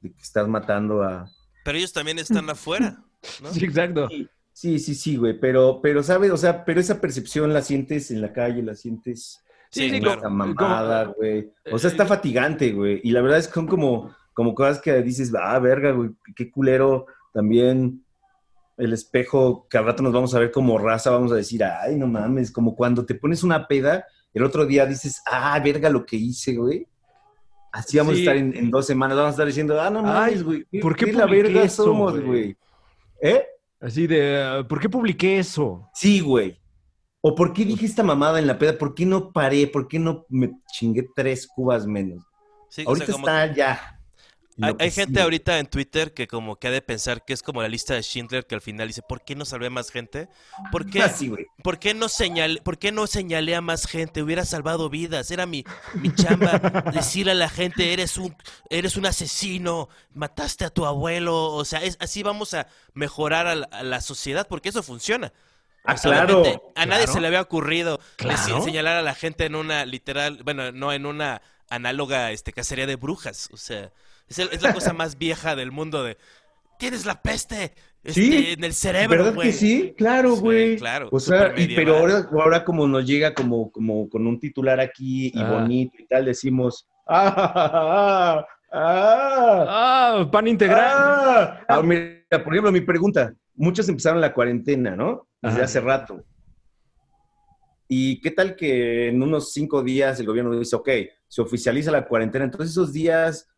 S2: de que estás matando a...
S1: Pero ellos también están afuera, ¿no?
S3: Sí, exacto.
S2: Sí, sí, sí, güey, pero, pero, ¿sabes? O sea, pero esa percepción la sientes en la calle, la sientes
S3: Sí, sí,
S2: en
S3: claro.
S2: esa mamada, güey. O sea,
S3: Eh,
S2: está fatigante, güey. Y la verdad es que son como, como cosas que dices, ah, verga, güey, qué culero. También el espejo, que al rato nos vamos a ver como raza, vamos a decir, ay, no mames, como cuando te pones una peda, el otro día dices, ah, verga, lo que hice, güey. Así vamos
S3: Sí.
S2: a estar en, en dos semanas, vamos a estar diciendo, ah, no
S3: Ay,
S2: mames, güey. qué-
S3: ¿por qué
S2: qué la
S3: publiqué
S2: verga
S3: eso,
S2: somos,
S3: güey?
S2: güey? ¿Eh?
S3: Así de, uh, ¿por qué publiqué eso?
S2: Sí, güey. ¿O por qué dije esta mamada en la peda? ¿Por qué no paré? ¿Por qué no me chingué tres cubas menos?
S1: Sí, o sea,
S2: Ahorita
S1: como-
S2: está ya.
S1: Hay, hay gente ahorita en Twitter que como que ha de pensar que es como la lista de Schindler que al final dice, ¿por qué no salvé a más gente? ¿Por qué,
S2: Así, güey.
S1: por qué no, señal, ¿por qué no señalé a más gente? Hubiera salvado vidas. Era mi, mi chamba decirle a la gente, eres un, eres un asesino, mataste a tu abuelo. O sea, es, así vamos a mejorar a la, a la sociedad porque eso funciona.
S2: Ah,
S1: O sea, obviamente,
S2: claro.
S1: A nadie
S3: claro.
S1: se le había ocurrido
S3: Claro.
S1: decir- señalar a la gente en una literal, bueno, no en una análoga este, cacería de brujas. O sea, es, el- es la cosa más vieja del mundo de tienes la peste este,
S2: Sí,
S1: en el
S2: ¿Verdad
S1: cerebro, güey.
S2: que sí? Claro,
S1: Sí,
S2: güey.
S1: claro,
S2: O sea, y-
S1: supermedieval.
S2: pero ahora, ahora como nos llega como, como con un titular aquí y
S3: Ah.
S2: bonito y tal, decimos, ah, ah, ah, ah,
S3: Ah, pan (laughs) integral.
S2: ah". Ah, mira, por ejemplo, mi pregunta. Muchos empezaron la cuarentena, ¿no? Desde
S3: Ajá.
S2: hace rato. ¿Y qué tal que en unos cinco días el gobierno dice, ok, se oficializa la cuarentena, entonces esos días,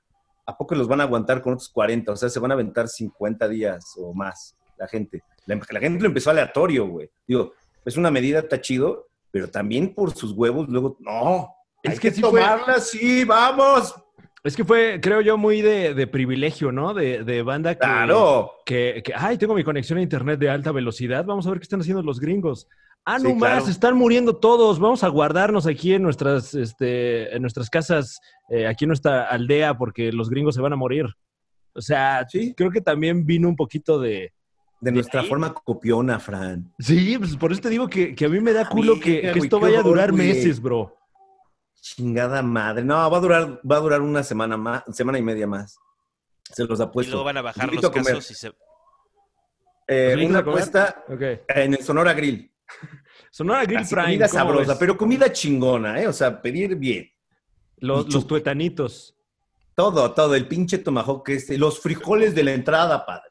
S2: ¿a poco los van a aguantar con otros 40? O sea, se van a aventar 50 días o más la gente. La, em, la gente lo empezó aleatorio, güey. Digo, es una medida, está chido, pero también por sus huevos, luego, no.
S3: Es
S2: hay
S3: que
S2: que,
S3: sí fue-
S2: tomarla, sí, vamos.
S3: Es que fue, creo yo, muy de, de privilegio, ¿no? De, de banda que,
S2: Claro.
S3: que, que, ay, tengo mi conexión a internet de alta velocidad, vamos a ver qué están haciendo los gringos. Ah,
S2: Sí,
S3: no más,
S2: claro.
S3: se están muriendo todos, vamos a guardarnos aquí en nuestras, este, en nuestras casas, eh, aquí en nuestra aldea, porque los gringos se van a morir. O sea,
S2: Sí.
S3: creo que también vino un poquito de...
S2: De nuestra forma copiona, Fran.
S3: Sí, pues por eso te digo que, que a mí me da culo que,
S2: Verga,
S3: que
S2: güey,
S3: esto
S2: qué
S3: vaya a
S2: horror,
S3: durar
S2: güey.
S3: meses, bro.
S2: Chingada madre. No, va a durar, va a durar una semana más, semana y media más. Se los
S1: y
S2: apuesto.
S1: luego van a bajar
S2: Invito
S1: los
S2: a comer.
S1: casos y se...
S2: Eh,
S3: ¿Los invitas
S2: una
S3: a comer?
S2: apuesta
S3: Ok.
S2: en el Sonora Grill.
S3: Sonora Grill
S2: Así,
S3: Prime.
S2: comida
S3: ¿cómo
S2: sabrosa,
S3: ves?
S2: pero comida chingona, ¿eh? O sea, pedir bien.
S3: Los,
S2: Y
S3: los
S2: chupe.
S3: tuetanitos.
S2: Todo, todo. El pinche tomahawk este. Los frijoles de la entrada, padre.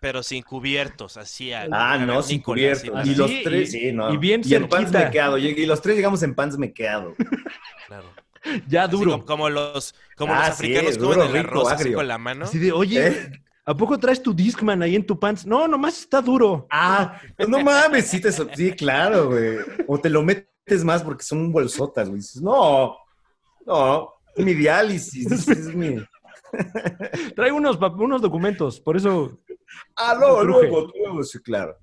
S1: Pero sin cubiertos, así. a-
S2: Ah,
S1: a
S2: no,
S1: cavernícola,
S2: sin cubierto.
S1: así,
S2: y
S3: así,
S2: los
S3: y-
S2: tres, sí, no.
S3: y bien
S2: y en pants
S3: cerquita.
S2: mequeado. Y, y los tres llegamos en pants
S3: (laughs)
S2: mequeado.
S1: claro. Así
S3: Ya Ah, duro.
S1: como, como los, como
S2: Ah,
S1: los
S2: sí,
S1: africanos
S2: duro,
S1: comen el
S2: rico,
S1: arroz así
S2: agrio.
S1: con la mano.
S3: Así de, oye,
S2: ¿Eh?
S3: ¿a poco traes tu Discman ahí en tu pants? No, nomás está duro.
S2: Ah, no mames, sí, te so- sí, claro, güey. O te lo metes más porque son bolsotas, güey. Dices, no, no, mi diálisis, es, es
S3: (laughs)
S2: mi...
S3: Traigo unos, pap- unos documentos, por eso.
S2: Ah, luego,
S3: Cruje.
S2: luego, luego, sí, claro.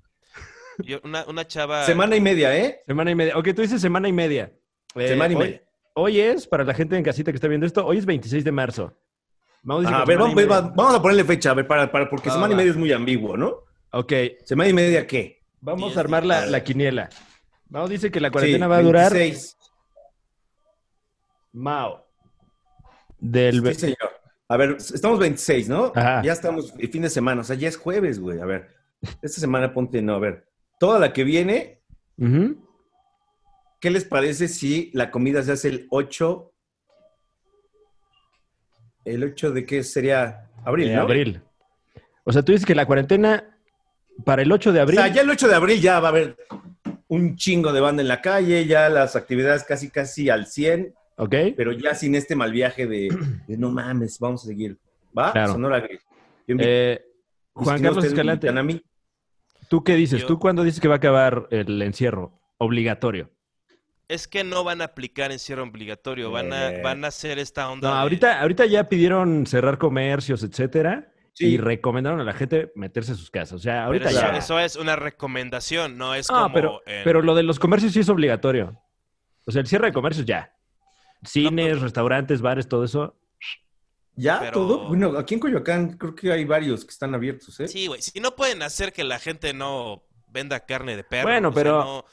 S1: Yo- una, una
S3: Ah.
S1: chava...
S2: Semana y media, ¿eh?
S3: Semana y media. Ok, tú dices semana y media. Eh,
S2: Semana y
S3: hoy-
S2: media.
S3: Hoy, es, para la gente en casita que está viendo esto, hoy es 26 de marzo. Mau dice
S2: Ah, a
S3: que
S2: ver,
S3: semana
S2: vamos,
S3: y media.
S2: va- vamos a ponerle fecha, a ver, para, para, porque
S3: Va,
S2: semana y
S3: va.
S2: media es muy ambiguo, ¿no?
S3: Ok,
S2: Semana y media, ¿qué?
S3: vamos
S1: Diez
S3: a armar la,
S1: días.
S3: la quiniela. Mau dice que la
S2: Sí,
S3: cuarentena va a durar.
S2: 26.
S3: Mao. Del ve-
S2: Sí, señor. A ver, estamos 26, ¿no?
S3: Ajá.
S2: Ya estamos el fin de semana, o sea, ya es jueves, güey. A ver, esta semana ponte, no, a ver. Toda la que viene,
S3: Ujú.
S2: ¿Qué les parece si la comida se hace el 8? ¿El 8 de qué sería? Abril,
S3: De
S2: ¿no?
S3: abril. O sea, tú dices que la cuarentena para el 8 de
S2: O
S3: abril.
S2: sea, ya el 8 de abril ya va a haber un chingo de banda en la calle, ya las actividades casi casi al 100,
S3: Ok.
S2: pero ya sin este mal viaje de, de no mames, vamos a seguir. ¿Va?
S3: Claro.
S2: Sonora Grill. Yo invito-
S3: Eh,
S2: y
S3: Juan
S2: si no,
S3: Carlos
S2: ustedes me
S3: Escalante,
S2: invitan A mí.
S3: ¿tú qué dices?
S1: Yo-
S3: ¿Tú cuándo dices que va a acabar el encierro obligatorio?
S1: Es que no van a aplicar encierro obligatorio, van a,
S2: Eh.
S1: van a hacer esta onda.
S3: No,
S1: de-
S3: ahorita, ahorita ya pidieron cerrar comercios, etcétera, y
S2: Sí,
S3: recomendaron a la gente meterse a sus casas. O sea,
S1: Pero
S3: ahorita
S1: eso,
S3: ya.
S2: claro.
S1: eso es una recomendación, no es
S3: No,
S1: como.
S3: pero,
S1: en-
S3: pero lo de los comercios sí es obligatorio. O sea, el cierre de comercios ya. Cines, restaurantes, bares, todo eso.
S2: ya
S1: pero-
S2: todo. Bueno, aquí en Coyoacán creo que hay varios que están abiertos, ¿eh?
S1: Sí, güey. Si no pueden hacer que la gente no venda carne de perro.
S3: Bueno,
S1: o sea,
S3: pero-
S1: no-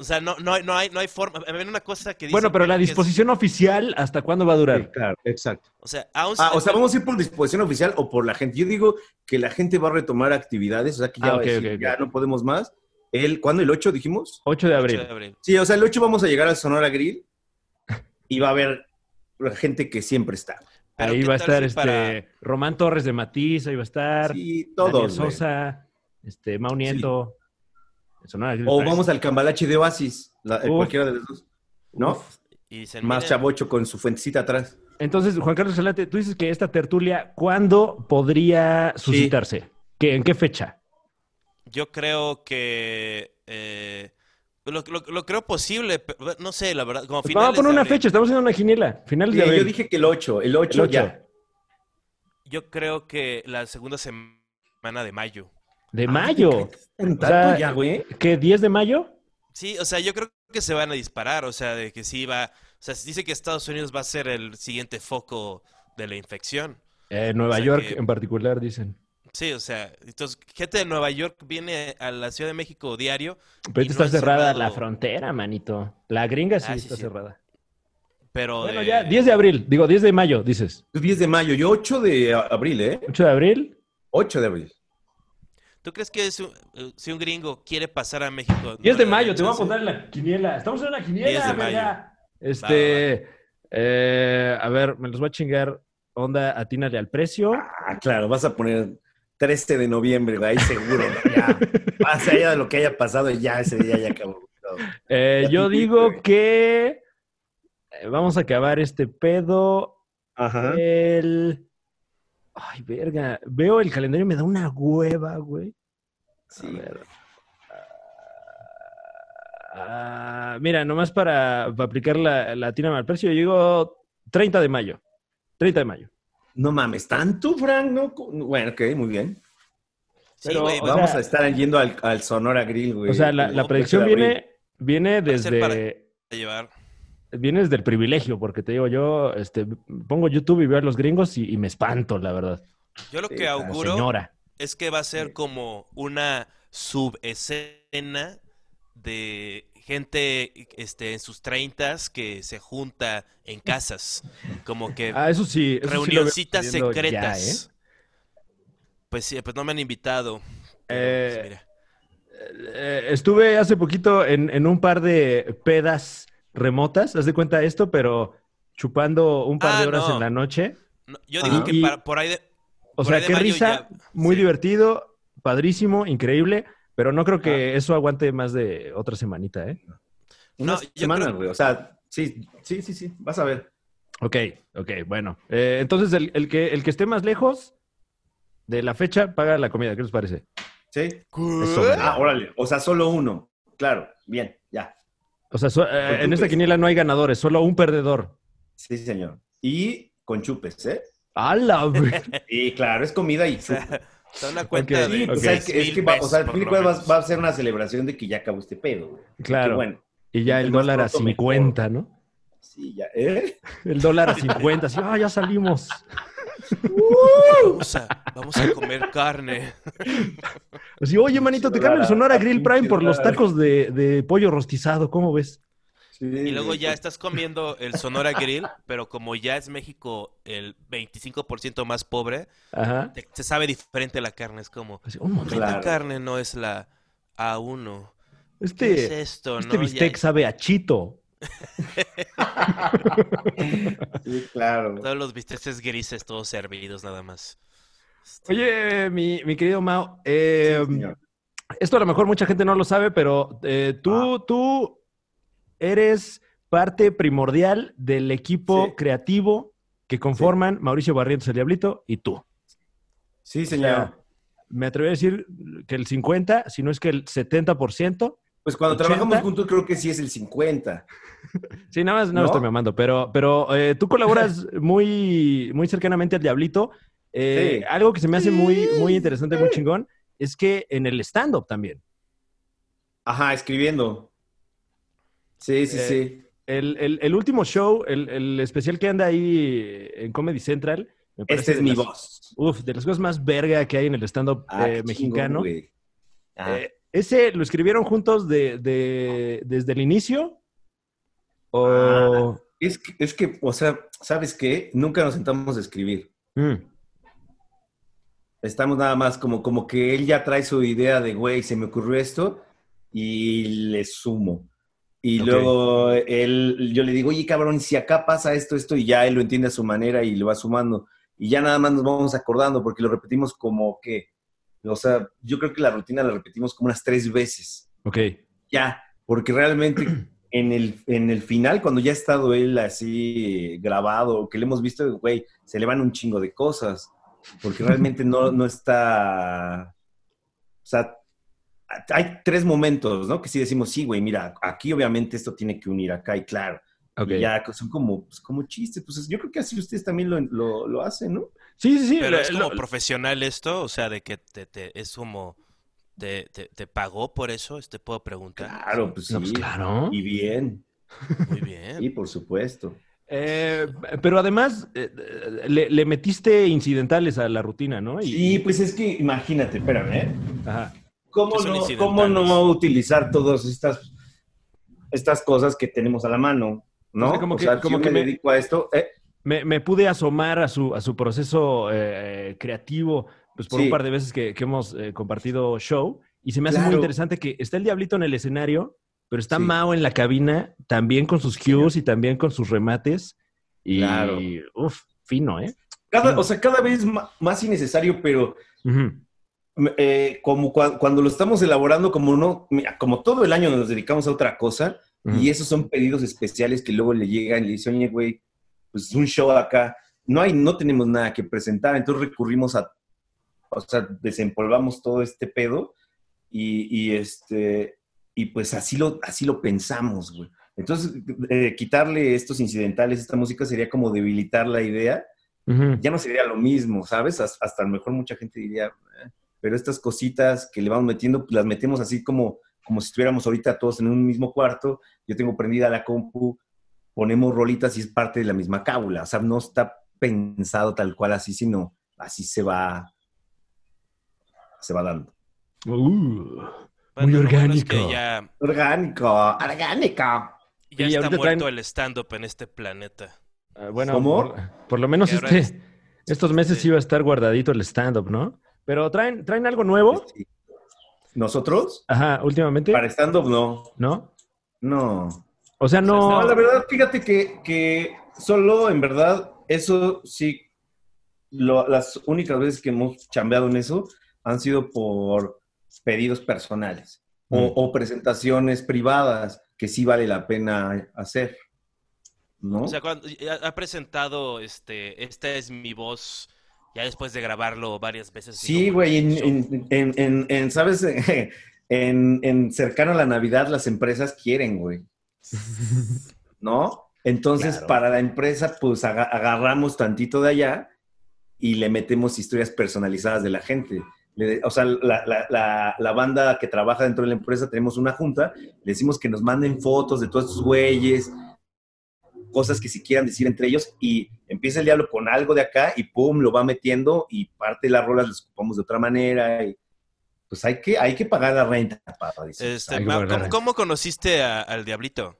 S1: O sea, no, no, hay- no hay, no hay forma. A ver, una cosa que dice.
S3: Bueno, pero la
S1: que es-
S3: disposición oficial, ¿hasta cuándo va a
S2: Sí,
S3: durar?
S2: claro, exacto.
S1: o sea, aún
S2: Ah, o sea, vamos a ir por disposición oficial o por la gente. Yo digo que la gente va a retomar actividades, o sea, que ya,
S3: Ah,
S2: va a
S3: ok,
S2: decir,
S3: ok, ok.
S2: ya no podemos más. El, ¿Cuándo? ¿El 8 dijimos?
S3: 8 de
S1: el 8
S3: abril.
S1: de abril.
S2: Sí, o sea, el 8 vamos a llegar al Sonora
S3: (laughs)
S2: Grill y va a haber la gente que siempre está.
S1: Pero
S3: Ahí
S1: ¿qué
S3: va a
S1: tal
S3: estar
S1: si
S3: este
S1: para-
S3: Román Torres de Matiz, ahí va a estar.
S2: Sí,
S3: Daniel
S2: todos. güey.
S3: Sosa, este, Mau Nieto. Sonora Grill
S2: O
S3: Prime.
S2: vamos al cambalache de Oasis, la- eh,
S3: Uf.
S2: cualquiera de los dos. ¿No?
S3: Uf.
S1: Y dicen,
S2: Más
S1: miren,
S2: chabocho con su fuentecita atrás.
S3: Entonces, Juan Carlos Salate, tú dices que esta tertulia, ¿cuándo podría suscitarse? ¿Qué- ¿En qué fecha?
S1: Yo creo que. eh, lo, lo- lo creo posible, pero no sé, la verdad. Como
S3: Pues
S1: finales
S3: vamos a poner
S1: de
S3: una
S1: abril.
S3: fecha, estamos haciendo una quiniela. Finales
S2: Sí,
S3: de abril.
S2: Eh, yo dije que el 8, el 8,
S3: Pues El ocho.
S2: ya.
S1: Yo creo que la segunda semana de mayo.
S3: De
S2: Ah,
S3: mayo.
S2: Un
S3: O sea,
S2: ya, güey.
S3: ¿Qué? ¿10 de mayo?
S1: Sí, o sea, yo creo que se van a disparar, o sea, de que sí va, o sea, se dice que Estados Unidos va a ser el siguiente foco de la infección.
S3: Eh, Nueva
S1: O sea
S3: York
S1: que-
S3: en particular, dicen.
S1: Sí, o sea, entonces, gente de Nueva York viene a la Ciudad de México diario,
S3: Pero
S1: Y
S3: ahorita
S1: no
S3: está
S1: han
S3: cerrada
S1: cerrado.
S3: la frontera, manito. La gringa sí
S1: Ah, sí,
S3: está
S1: sí.
S3: cerrada.
S1: pero
S3: Bueno,
S1: de-
S3: ya, 10 de abril. Digo, 10 de mayo, dices.
S2: 10 de mayo, yo 8 de abril, ¿eh?
S3: 8 de abril.
S2: 8 de abril.
S1: ¿Tú crees que es un- eh, si un gringo quiere pasar a México?
S3: 10 de
S1: no le dan
S3: mayo, te voy a
S1: chance?
S3: poner la quiniela. Estamos en una quiniela.
S1: 10 de mayo.
S3: verga. Este, eh, a ver, me los voy a chingar. Onda, atínale al precio.
S2: Ah, claro, vas a poner 13 de noviembre, güey, ahí seguro. ¿no?
S3: (laughs)
S2: Ya, más allá de lo que haya pasado, ya ese día ya acabó. güey.
S3: Eh,
S2: ya
S3: yo
S2: dijiste,
S3: digo
S2: güey.
S3: que eh, vamos a acabar este pedo
S2: Ajá.
S3: el... Ay, verga. Veo el calendario y me da una hueva, güey.
S2: Sí.
S3: A ver. Ah, mira, nomás para, para aplicar la, la tina mal precio, yo digo 30 de mayo. 30 de mayo.
S2: No mames, tanto, Frank, no. co- Bueno, ok, muy bien.
S1: Sí,
S2: Pero
S1: güey,
S3: o
S1: vamos
S2: vamos
S3: sea-
S2: a estar yendo al, al Sonora Grill, güey.
S3: O sea, la,
S2: El 13
S3: la
S2: de
S3: predicción
S2: abril.
S3: viene, viene
S1: Va a ser
S3: desde...
S1: a llevar.
S3: Viene desde el privilegio, porque te digo, yo este, pongo YouTube y veo a los gringos y, y me espanto, la verdad.
S1: Yo lo
S2: Sí,
S1: que
S2: la
S1: auguro
S3: Señora.
S1: es que va a ser como una subescena de gente este, en sus treintas que se junta en casas. Como que
S3: Ah, eso sí. eso sí lo veo
S1: reunioncitas
S3: sucediendo ya,
S1: Eh, secretas.
S3: ¿eh?
S1: Pues sí, pues no me han invitado. pero,
S3: Eh,
S1: pues, mira.
S3: Eh, estuve hace poquito en, en un par de pedas remotas, haz de cuenta esto, pero chupando un par
S1: Ah,
S3: de horas
S1: no.
S3: en la noche.
S1: No, yo digo
S2: ajá.
S1: que
S3: ah, y-
S1: para- por ahí de,
S3: O
S1: Por ahí
S3: sea,
S1: de
S3: qué
S1: mayo ya,
S3: risa, muy
S1: sí.
S3: divertido, padrísimo, increíble, pero no creo
S1: Ah.
S3: que eso aguante más de otra semanita, ¿eh?
S2: Una
S1: No, yo
S2: semana,
S1: creo-
S2: güey. O sea, sí, sí, sí, sí. Vas a ver.
S3: Ok, ok, bueno. Eh, entonces, el, el que, el que esté más lejos de la fecha paga la comida, ¿qué les parece?
S2: Sí.
S3: Eso,
S2: Ah, órale. O sea, solo uno. Claro. Bien, ya.
S3: o sea, so- eh, en esta
S2: chupes.
S3: quiniela no hay ganadores, solo un perdedor.
S2: Sí, señor. Y con chupes, ¿eh? (laughs)
S3: ¡Hala! güey!
S2: Y claro, es comida y chupes.
S3: (laughs)
S1: O sea, una cuenta
S3: Ok,
S1: de
S2: Sí, pues
S3: ok.
S2: hay
S1: seis
S2: que- es
S1: mil
S2: que va, o
S1: pesos,
S2: sea, al
S1: por
S2: fin y
S1: lo
S2: cual va,
S1: menos.
S2: va a ser una celebración de que ya acabó este pedo. güey. Que
S3: Claro.
S2: bueno,
S3: y ya el
S2: entre más
S3: dólar a
S2: pronto, mejor.
S3: 50, ¿no?
S2: sí, ya. ¿eh? (laughs)
S3: El dólar a 50, así, ah, ya salimos.
S1: Vamos a, vamos a comer carne.
S3: Así, oye, manito, te
S2: Dólar
S3: cambio el
S2: a-
S3: Sonora
S2: a
S3: Grill
S2: pinche
S3: Prime por los
S2: dólar.
S3: tacos de, de pollo rostizado, ¿cómo ves?
S2: Sí,
S1: Y luego
S2: güey.
S1: ya estás comiendo el Sonora Grill, pero como ya es México el 25% más pobre,
S3: Ajá.
S1: te- se sabe diferente la carne. Es como,
S3: Así, oh, mames,
S1: esta
S2: Claro.
S1: carne no es la A1. ¿Qué es
S3: este,
S1: esto?
S3: este
S1: no? Ya-
S3: bistec sabe a chito.
S2: Sí, claro.
S1: todos los bisteces grises, todos servidos nada más. Este,
S3: Oye, mi, mi querido Mao, eh,
S1: Em,
S2: Sí, señor.
S3: esto a lo mejor mucha gente no lo sabe, pero eh, tú,
S2: Ah.
S3: tú eres parte primordial del equipo
S2: Sí.
S3: creativo que conforman Mauricio Barrientos el Diablito y tú.
S2: Sí,
S3: sea,
S2: señor.
S3: Me atrevo a decir que el 50, si no es que el 70%,
S2: Pues cuando
S3: 80.
S2: trabajamos juntos creo que sí es el 50.
S3: Sí, nada más no,
S2: ¿No?
S3: estoy mamando, pero, pero eh, tú
S2: (laughs)
S3: colaboras muy, muy cercanamente al Diablito. Eh,
S2: Sí.
S3: Algo que se me hace muy, muy
S2: Sí,
S3: interesante, muy chingón, es que en el stand-up también.
S2: Ajá, escribiendo. Sí, sí,
S3: Eh,
S2: sí.
S3: El, el- el último show, el, el especial que anda ahí en Comedy Central. me
S2: Esta Este
S3: parece
S2: es
S3: de
S2: mi
S3: las-
S2: voz.
S3: Uf, de las cosas más verga que hay en el stand-up
S2: Ah,
S3: eh,
S2: qué chingón,
S3: mexicano.
S2: güey. Ah.
S3: Eh, ¿Ese lo escribieron juntos de, de- desde el inicio? ¿O...?
S2: Ah. es, que, es que, o sea, ¿sabes qué? Nunca nos sentamos a escribir.
S3: Mm.
S2: Estamos nada más como, como que él ya trae su idea de, güey, se me ocurrió esto y le sumo. Y
S3: Ok.
S2: luego él, yo le digo, oye, cabrón, si acá pasa esto, esto, y ya él lo entiende a su manera y lo va sumando. Y ya nada más nos vamos acordando porque lo repetimos como que, o sea, yo creo que la rutina la repetimos como unas tres veces.
S3: Ok.
S2: Ya, porque
S3: (clears throat)
S2: realmente en el, en el final, cuando ya ha estado él así grabado, que le hemos visto, güey, se le van un chingo de cosas, porque realmente
S3: (laughs)
S2: no, no está, o sea, hay tres momentos, ¿no? Que sí decimos, sí, güey, mira, aquí obviamente esto tiene que unir acá y claro,
S3: ok.
S2: y ya son como, pues, como chistes, pues yo creo que así ustedes también lo, lo, lo hacen, ¿no?
S3: Sí, sí, sí.
S1: Pero
S3: lo-
S1: es como
S3: lo-
S1: profesional esto, o sea, de que te, te- es como, te, te- te pagó por eso, te puedo preguntar.
S2: Claro, pues sí,
S3: No, pues claro.
S2: y bien,
S1: Muy bien.
S2: y por supuesto.
S3: Eh, pero además eh, eh, le, le metiste incidentales a la rutina, ¿no? Y-
S2: Sí, pues es que imagínate, espérame, ¿eh?
S3: Ajá.
S2: ¿Cómo
S1: Que son
S2: no,
S1: incidentales.
S2: cómo no utilizar todas estas, estas cosas que tenemos a la mano? ¿No?
S3: O sea, como que-
S2: si
S3: como
S2: yo
S3: que
S2: me
S3: me-
S2: dedico a esto. eh,
S3: Me, me pude asomar a su, a su proceso eh, creativo, pues por
S2: Sí.
S3: un par de veces que, que hemos eh, compartido show. Y se me hace muy
S2: Claro.
S3: interesante que está el diablito en el escenario, pero está
S2: Sí.
S3: Mao en la cabina, también con sus cues y también con sus remates. Y,
S2: Claro.
S3: uf, fino, ¿eh?
S2: cada, o sea, cada vez ma- más innecesario, pero
S3: Ujú.
S2: eh, como cua- cuando lo estamos elaborando, como no, mira, como todo el año nos dedicamos a otra cosa,
S3: Ujú.
S2: y esos son pedidos especiales que luego le llegan y le dicen, oye, güey, pues un show acá. No hay, no tenemos nada que presentar, entonces recurrimos a, o sea, desempolvamos todo este pedo y, y este, y pues así lo, así lo pensamos, güey. Entonces, eh, quitarle estos incidentales, esta música sería como debilitar la idea
S3: Ujú.
S2: ya no sería lo mismo, ¿sabes? Has- Hasta a lo mejor mucha gente diría, "Eh", pero estas cositas que le vamos metiendo, pues las metemos así como, como si estuviéramos ahorita todos en un mismo cuarto, yo tengo prendida la compu, ponemos rolitas y es parte de la misma cábula, o sea, no está pensado tal cual así, sino así se va, se va dando.
S3: Uh.
S1: Bueno,
S3: Muy
S1: lo bueno es
S3: orgánico.
S1: que ya,
S2: Orgánico, orgánico.
S1: ya
S3: Y
S1: está
S3: ahorita
S1: muerto
S3: traen-
S1: el stand-up en este planeta.
S3: Ah, Bueno,
S2: ¿Cómo?
S3: Por, por lo menos
S1: Y ahora
S3: este,
S1: es-
S3: estos meses
S1: este-
S3: iba a estar guardadito el stand-up, ¿no? Pero traen, traen algo nuevo.
S2: Sí. ¿Nosotros?
S3: Ajá, últimamente,
S2: Para stand-up no,
S3: ¿no?
S2: no.
S3: O sea, no.
S2: No, la verdad, fíjate que, que solo en verdad, eso sí, lo- las únicas veces que hemos chambeado en eso han sido por pedidos personales o,
S3: Mm.
S2: o presentaciones privadas que sí vale la pena hacer. ¿No?
S1: O sea, cuando, ha, ha presentado este, esta es mi voz, ya después de grabarlo varias veces.
S2: sí, güey, en, en- en- en- en- ¿sabes? (laughs) En, en cercano a la Navidad las empresas quieren, güey. ¿no? Entonces,
S3: Claro.
S2: para la empresa, pues aga- agarramos tantito de allá y le metemos historias personalizadas de la gente. Le- o sea, la, la- la- la banda que trabaja dentro de la empresa, tenemos una junta, le decimos que nos manden fotos de todos estos güeyes, cosas que se quieran decir entre ellos y empieza el diálogo con algo de acá y pum, lo va metiendo y parte de las rolas las ocupamos de otra manera. y, pues hay que, hay que pagar la renta, papá, dice.
S1: Este,
S3: Ay,
S1: Mau,
S3: guarda.
S1: ¿cómo, cómo conociste a- al Diablito?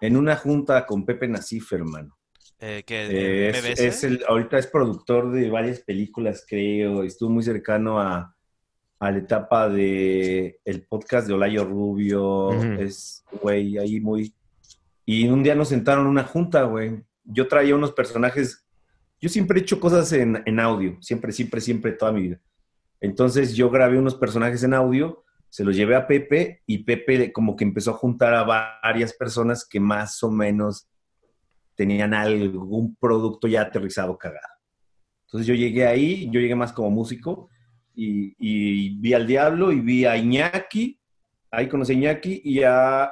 S2: En una junta con Pepe Nasif, hermano.
S1: Eh, que
S2: Eh,
S1: en
S2: es,
S1: MBS.
S2: es el, ahorita es productor de varias películas, creo. y Estuvo muy cercano a, a la etapa de el podcast de Olayo Rubio.
S3: Ujú.
S2: Es, güey, ahí muy... Y un día nos sentaron en una junta, güey. Yo traía unos personajes... Yo siempre he hecho cosas en, en audio. Siempre, siempre, siempre, toda mi vida. Entonces yo grabé unos personajes en audio, se los llevé a Pepe y Pepe como que empezó a juntar a varias personas que más o menos tenían algún producto ya aterrizado cagado. Entonces yo llegué ahí, yo llegué más como músico y, y vi al Diablo y vi a Iñaki, ahí conocí a Iñaki y a, a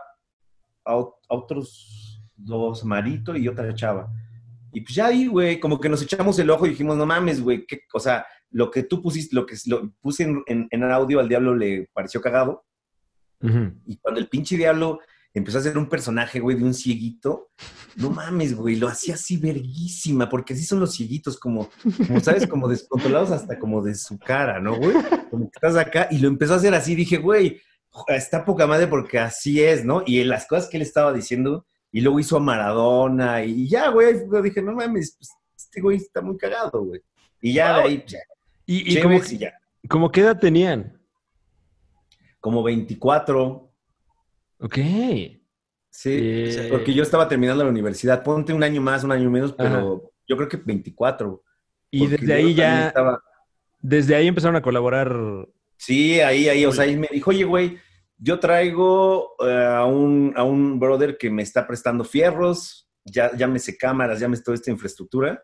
S2: ot- a otros dos, Marito y otra chava. Y pues ya ahí, güey, como que nos echamos el ojo y dijimos, no mames, güey, qué- o sea, lo que tú pusiste, lo que lo puse en, en- en audio al Diablo le pareció cagado.
S3: Ujú.
S2: Y cuando el pinche Diablo empezó a hacer un personaje, güey, de un cieguito, no mames, güey, lo hacía así verguísima, porque así son los cieguitos, como, como sabes, como descontrolados hasta como de su cara, ¿no, güey? Como que estás acá y lo empezó a hacer así, dije, güey, jo- está poca madre porque así es, ¿no? Y las cosas que él estaba diciendo, y luego hizo a Maradona, y ya, güey, yo dije, no mames, pues, este güey está muy cagado, güey. Y ya de ahí, ya,
S3: ¿Y, y como,
S2: chéves y ya.
S3: como qué edad tenían?
S2: como 24.
S3: Ok.
S2: Sí,
S3: Eh,
S2: porque yo estaba terminando la universidad. Ponte un año más, un año menos, pero
S3: Ajá.
S2: yo creo que 24.
S3: y
S2: porque
S3: desde
S2: yo
S3: ahí
S2: también
S3: ya,
S2: estaba-
S3: desde ahí empezaron a colaborar.
S2: Sí, ahí, ahí, o sea, ahí me dijo, oye, güey, yo traigo eh, a, un, a un brother que me está prestando fierros, ya, ya me sé cámaras, ya me sé toda esta infraestructura,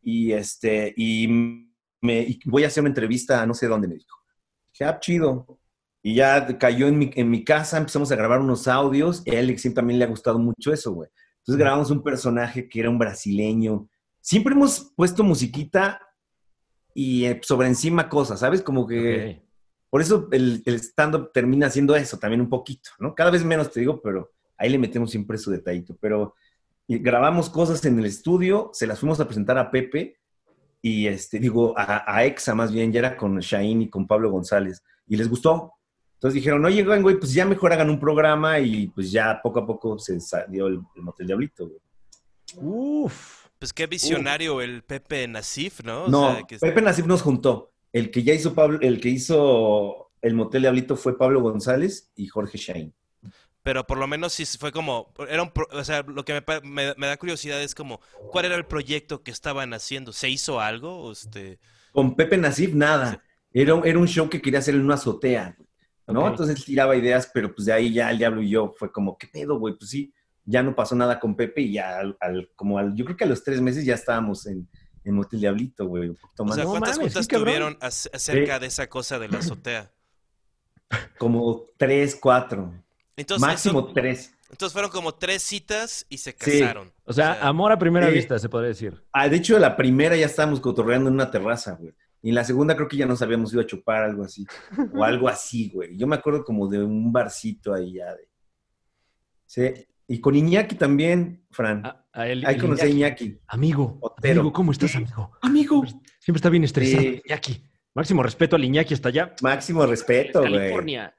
S2: y este, y me y voy a hacer una entrevista a no sé dónde, me dijo. Dije, ah, chido. Y ya cayó en mi, en mi casa, empezamos a grabar unos audios, y a Alex sí también le ha gustado mucho eso, güey. Entonces grabamos un personaje que era un brasileño. Siempre hemos puesto musiquita y eh, sobre encima cosas, ¿sabes? Como que...
S3: Ok.
S2: Por eso el, el stand-up termina haciendo eso también un poquito, ¿no? Cada vez menos te digo, pero ahí le metemos siempre su detallito. Pero y grabamos cosas en el estudio, se las fuimos a presentar a Pepe y, este, digo, a, a EXA más bien, ya era con Shain y con Pablo González. Y les gustó. Entonces dijeron, oye, güey, güey, pues ya mejor hagan un programa y pues ya poco a poco se salió el, el Motel Diablito, güey.
S3: Uf.
S1: Pues qué visionario el Pepe Nasif, ¿no? O
S2: Uh. No,
S1: sea, que-
S2: Pepe Nasif nos juntó. El que ya hizo Pablo, el que hizo el Motel Diablito fue Pablo González y Jorge Shain.
S1: Pero por lo menos sí fue como, era un, pro- o sea, lo que me, pa- me- me da curiosidad es como, ¿cuál era el proyecto que estaban haciendo? ¿Se hizo algo? O Este,
S2: Con Pepe Nasif, nada. Era, un- era un show que quería hacer en una azotea, ¿no?
S3: Ok.
S2: Entonces él tiraba ideas, pero pues de ahí ya el diablo y yo fue como, ¿qué pedo, güey? Pues sí, ya no pasó nada con Pepe y ya al, al- como al, yo creo que a los tres meses ya estábamos en, en Motel Diablito, güey. un poquito
S1: o
S2: más.
S1: sea,
S3: No
S1: ¿cuántas
S3: mames,
S1: juntas
S3: sí, cabrón.
S1: tuvieron ac- acerca de esa cosa de la azotea?
S2: Como tres, cuatro.
S1: Entonces,
S2: máximo
S1: eso-
S2: tres.
S1: Entonces fueron como tres citas y se casaron.
S3: O sea, amor a primera
S2: Sí.
S3: vista, se podría decir.
S2: Ah, de hecho, la primera ya estábamos cotorreando en una terraza, güey. Y en la segunda creo que ya nos habíamos ido a chupar algo así. O algo así, güey. Yo me acuerdo como de un barcito ahí ya de. Sí. Y con Iñaki también, Fran.
S3: A, a él-
S2: Ahí
S3: Ah, el-
S2: conocí a Iñaki.
S3: Amigo,
S2: Otero.
S3: amigo, ¿cómo estás, amigo?
S2: Amigo.
S3: Siempre está bien estresado,
S2: Sí.
S3: Iñaki. Máximo respeto al Iñaki hasta allá.
S2: Máximo respeto, güey. California.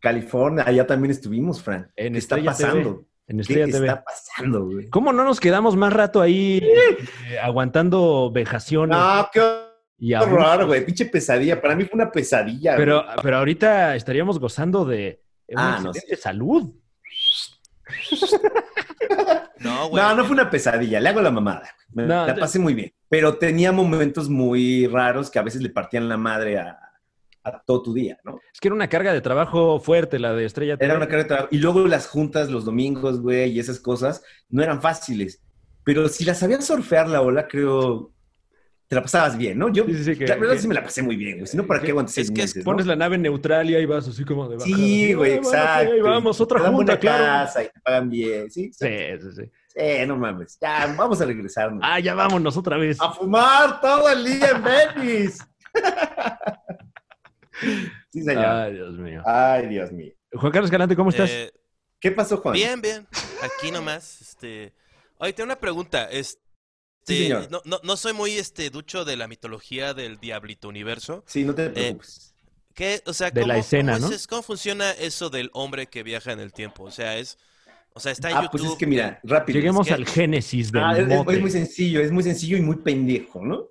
S3: California.
S2: allá también estuvimos, Fran.
S3: En
S2: ¿Qué está
S3: Estrella TV.
S2: pasando?
S3: En
S2: ¿Qué
S3: Estrella TV.
S2: está pasando, güey?
S3: ¿Cómo no nos quedamos más rato ahí eh, aguantando vejaciones
S2: No, qué
S3: y abusos?
S2: horror, güey. Pinche pesadilla. Para mí fue una pesadilla, güey.
S3: Pero, pero ahorita estaríamos gozando de una
S2: Ah, no,
S3: excelente salud. (laughs)
S1: No, güey.
S2: No, no fue una pesadilla, le hago la mamada. güey. Me-
S3: No,
S2: la
S3: te-
S2: pasé muy bien. Pero tenía momentos muy raros que a veces le partían la madre a, a todo tu día, ¿no?
S3: Es que era una carga de trabajo fuerte la de Estrella TV.
S2: Era una carga de trabajo. Y luego las juntas los domingos, güey, y esas cosas no eran fáciles. Pero si la sabías surfear la ola, creo, te la pasabas bien, ¿no? Yo,
S3: Sí, sí, sí, que-
S2: la verdad
S3: que-
S2: sí me la pasé muy bien, güey. Si no, ¿para qué aguanté seis
S1: que es-
S2: meses, no?
S3: Pones la nave neutral y ahí vas así como de bajada,
S2: Sí,
S3: así,
S2: güey,
S3: "Ay, bueno,
S2: exacto.
S3: ok, ahí vamos,
S2: Te
S3: otra
S2: dan
S3: junta,
S2: buena
S3: claro.
S2: casa y te pagan bien, ¿sí? Sí,
S3: Sí, sí, sí.
S2: sí, no mames. Ya, vamos a regresarnos.
S3: Ah, ya vámonos otra vez.
S2: A fumar todo el día en Venice. (laughs) sí, señor.
S3: Ay, Dios mío.
S2: Ay, Dios mío.
S3: Juan Carlos Galante, ¿cómo estás?
S1: Eh,
S2: ¿Qué pasó, Juan?
S1: Bien, bien. Aquí nomás, este. Oye, tengo una pregunta. Este,
S2: Sí, señor.
S1: no, no, no soy muy este ducho de la mitología del Diablito Universo.
S2: Sí, no te preocupes.
S1: ¿Qué, o sea,
S3: De la
S1: cómo-
S3: escena,
S1: cómo es
S3: ¿no?
S1: es- cómo funciona eso del hombre que viaja en el tiempo? O sea, es. O sea, está en
S2: ah,
S1: YouTube.
S2: pues es que mira, rápido.
S3: Lleguemos
S1: es que-
S3: al génesis del
S2: Ah, es, es-
S3: mote.
S2: es muy sencillo, es muy sencillo y muy pendejo, ¿no?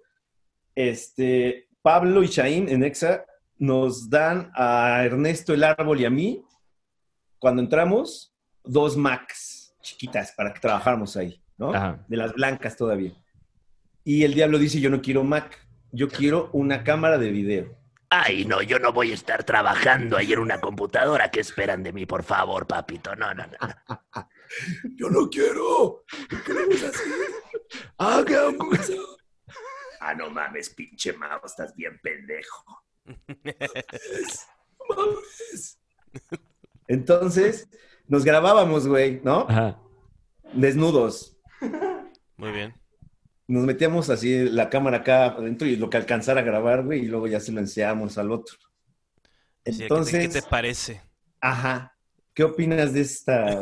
S2: Este, Pablo y Shaim en Exa nos dan a Ernesto el árbol y a mí, cuando entramos, dos Macs chiquitas para que trabajáramos ahí, ¿no?
S3: Ajá.
S2: de las blancas todavía. Y el diablo dice, yo no quiero Mac, yo quiero una cámara de video.
S4: Ay, no, yo no voy a estar trabajando ahí en una computadora. ¿Qué esperan de mí, por favor, papito? No, no, no.
S2: (laughs) Yo no quiero.
S4: Ah,
S2: Ah, no mames, pinche Mao, estás bien pendejo. Entonces, nos grabábamos, güey, ¿no?
S3: Ajá.
S2: Desnudos.
S1: Muy bien.
S2: Nos metíamos así la cámara acá adentro y lo que alcanzara a grabar, güey, y luego ya se lo enseñábamos al otro.
S1: Sí, ¿qué te-
S2: Entonces,
S1: ¿Qué te parece
S2: ajá. ¿Qué opinas de esta,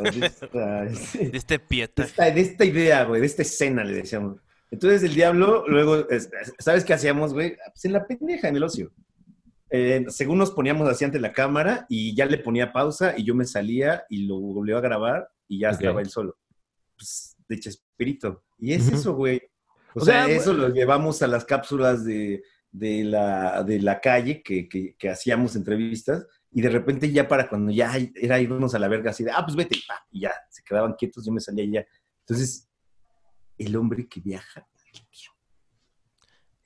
S1: (laughs)
S2: de esta-
S1: de este
S2: de
S1: pieta?
S2: esta, de esta idea, güey, de esta escena, le decíamos. Entonces el diablo, luego, es- ¿sabes qué hacíamos, güey? Pues en la pendeja, en el ocio. Eh, según nos poníamos así ante la cámara y ya le ponía pausa y yo me salía y lo volvió a grabar y ya
S3: Ok.
S2: estaba él solo. Pues, de Chespirito. Y es
S3: Ujú.
S2: eso, güey. O,
S3: O
S2: sea,
S3: sea,
S2: eso lo llevamos a las cápsulas de, de la, de la calle que, que- que hacíamos entrevistas y de repente ya para cuando ya era irnos a la verga así de, ah, pues vete, pa, y ya, se quedaban quietos, yo me salía y ya. Entonces, el hombre que viaja al tiempo.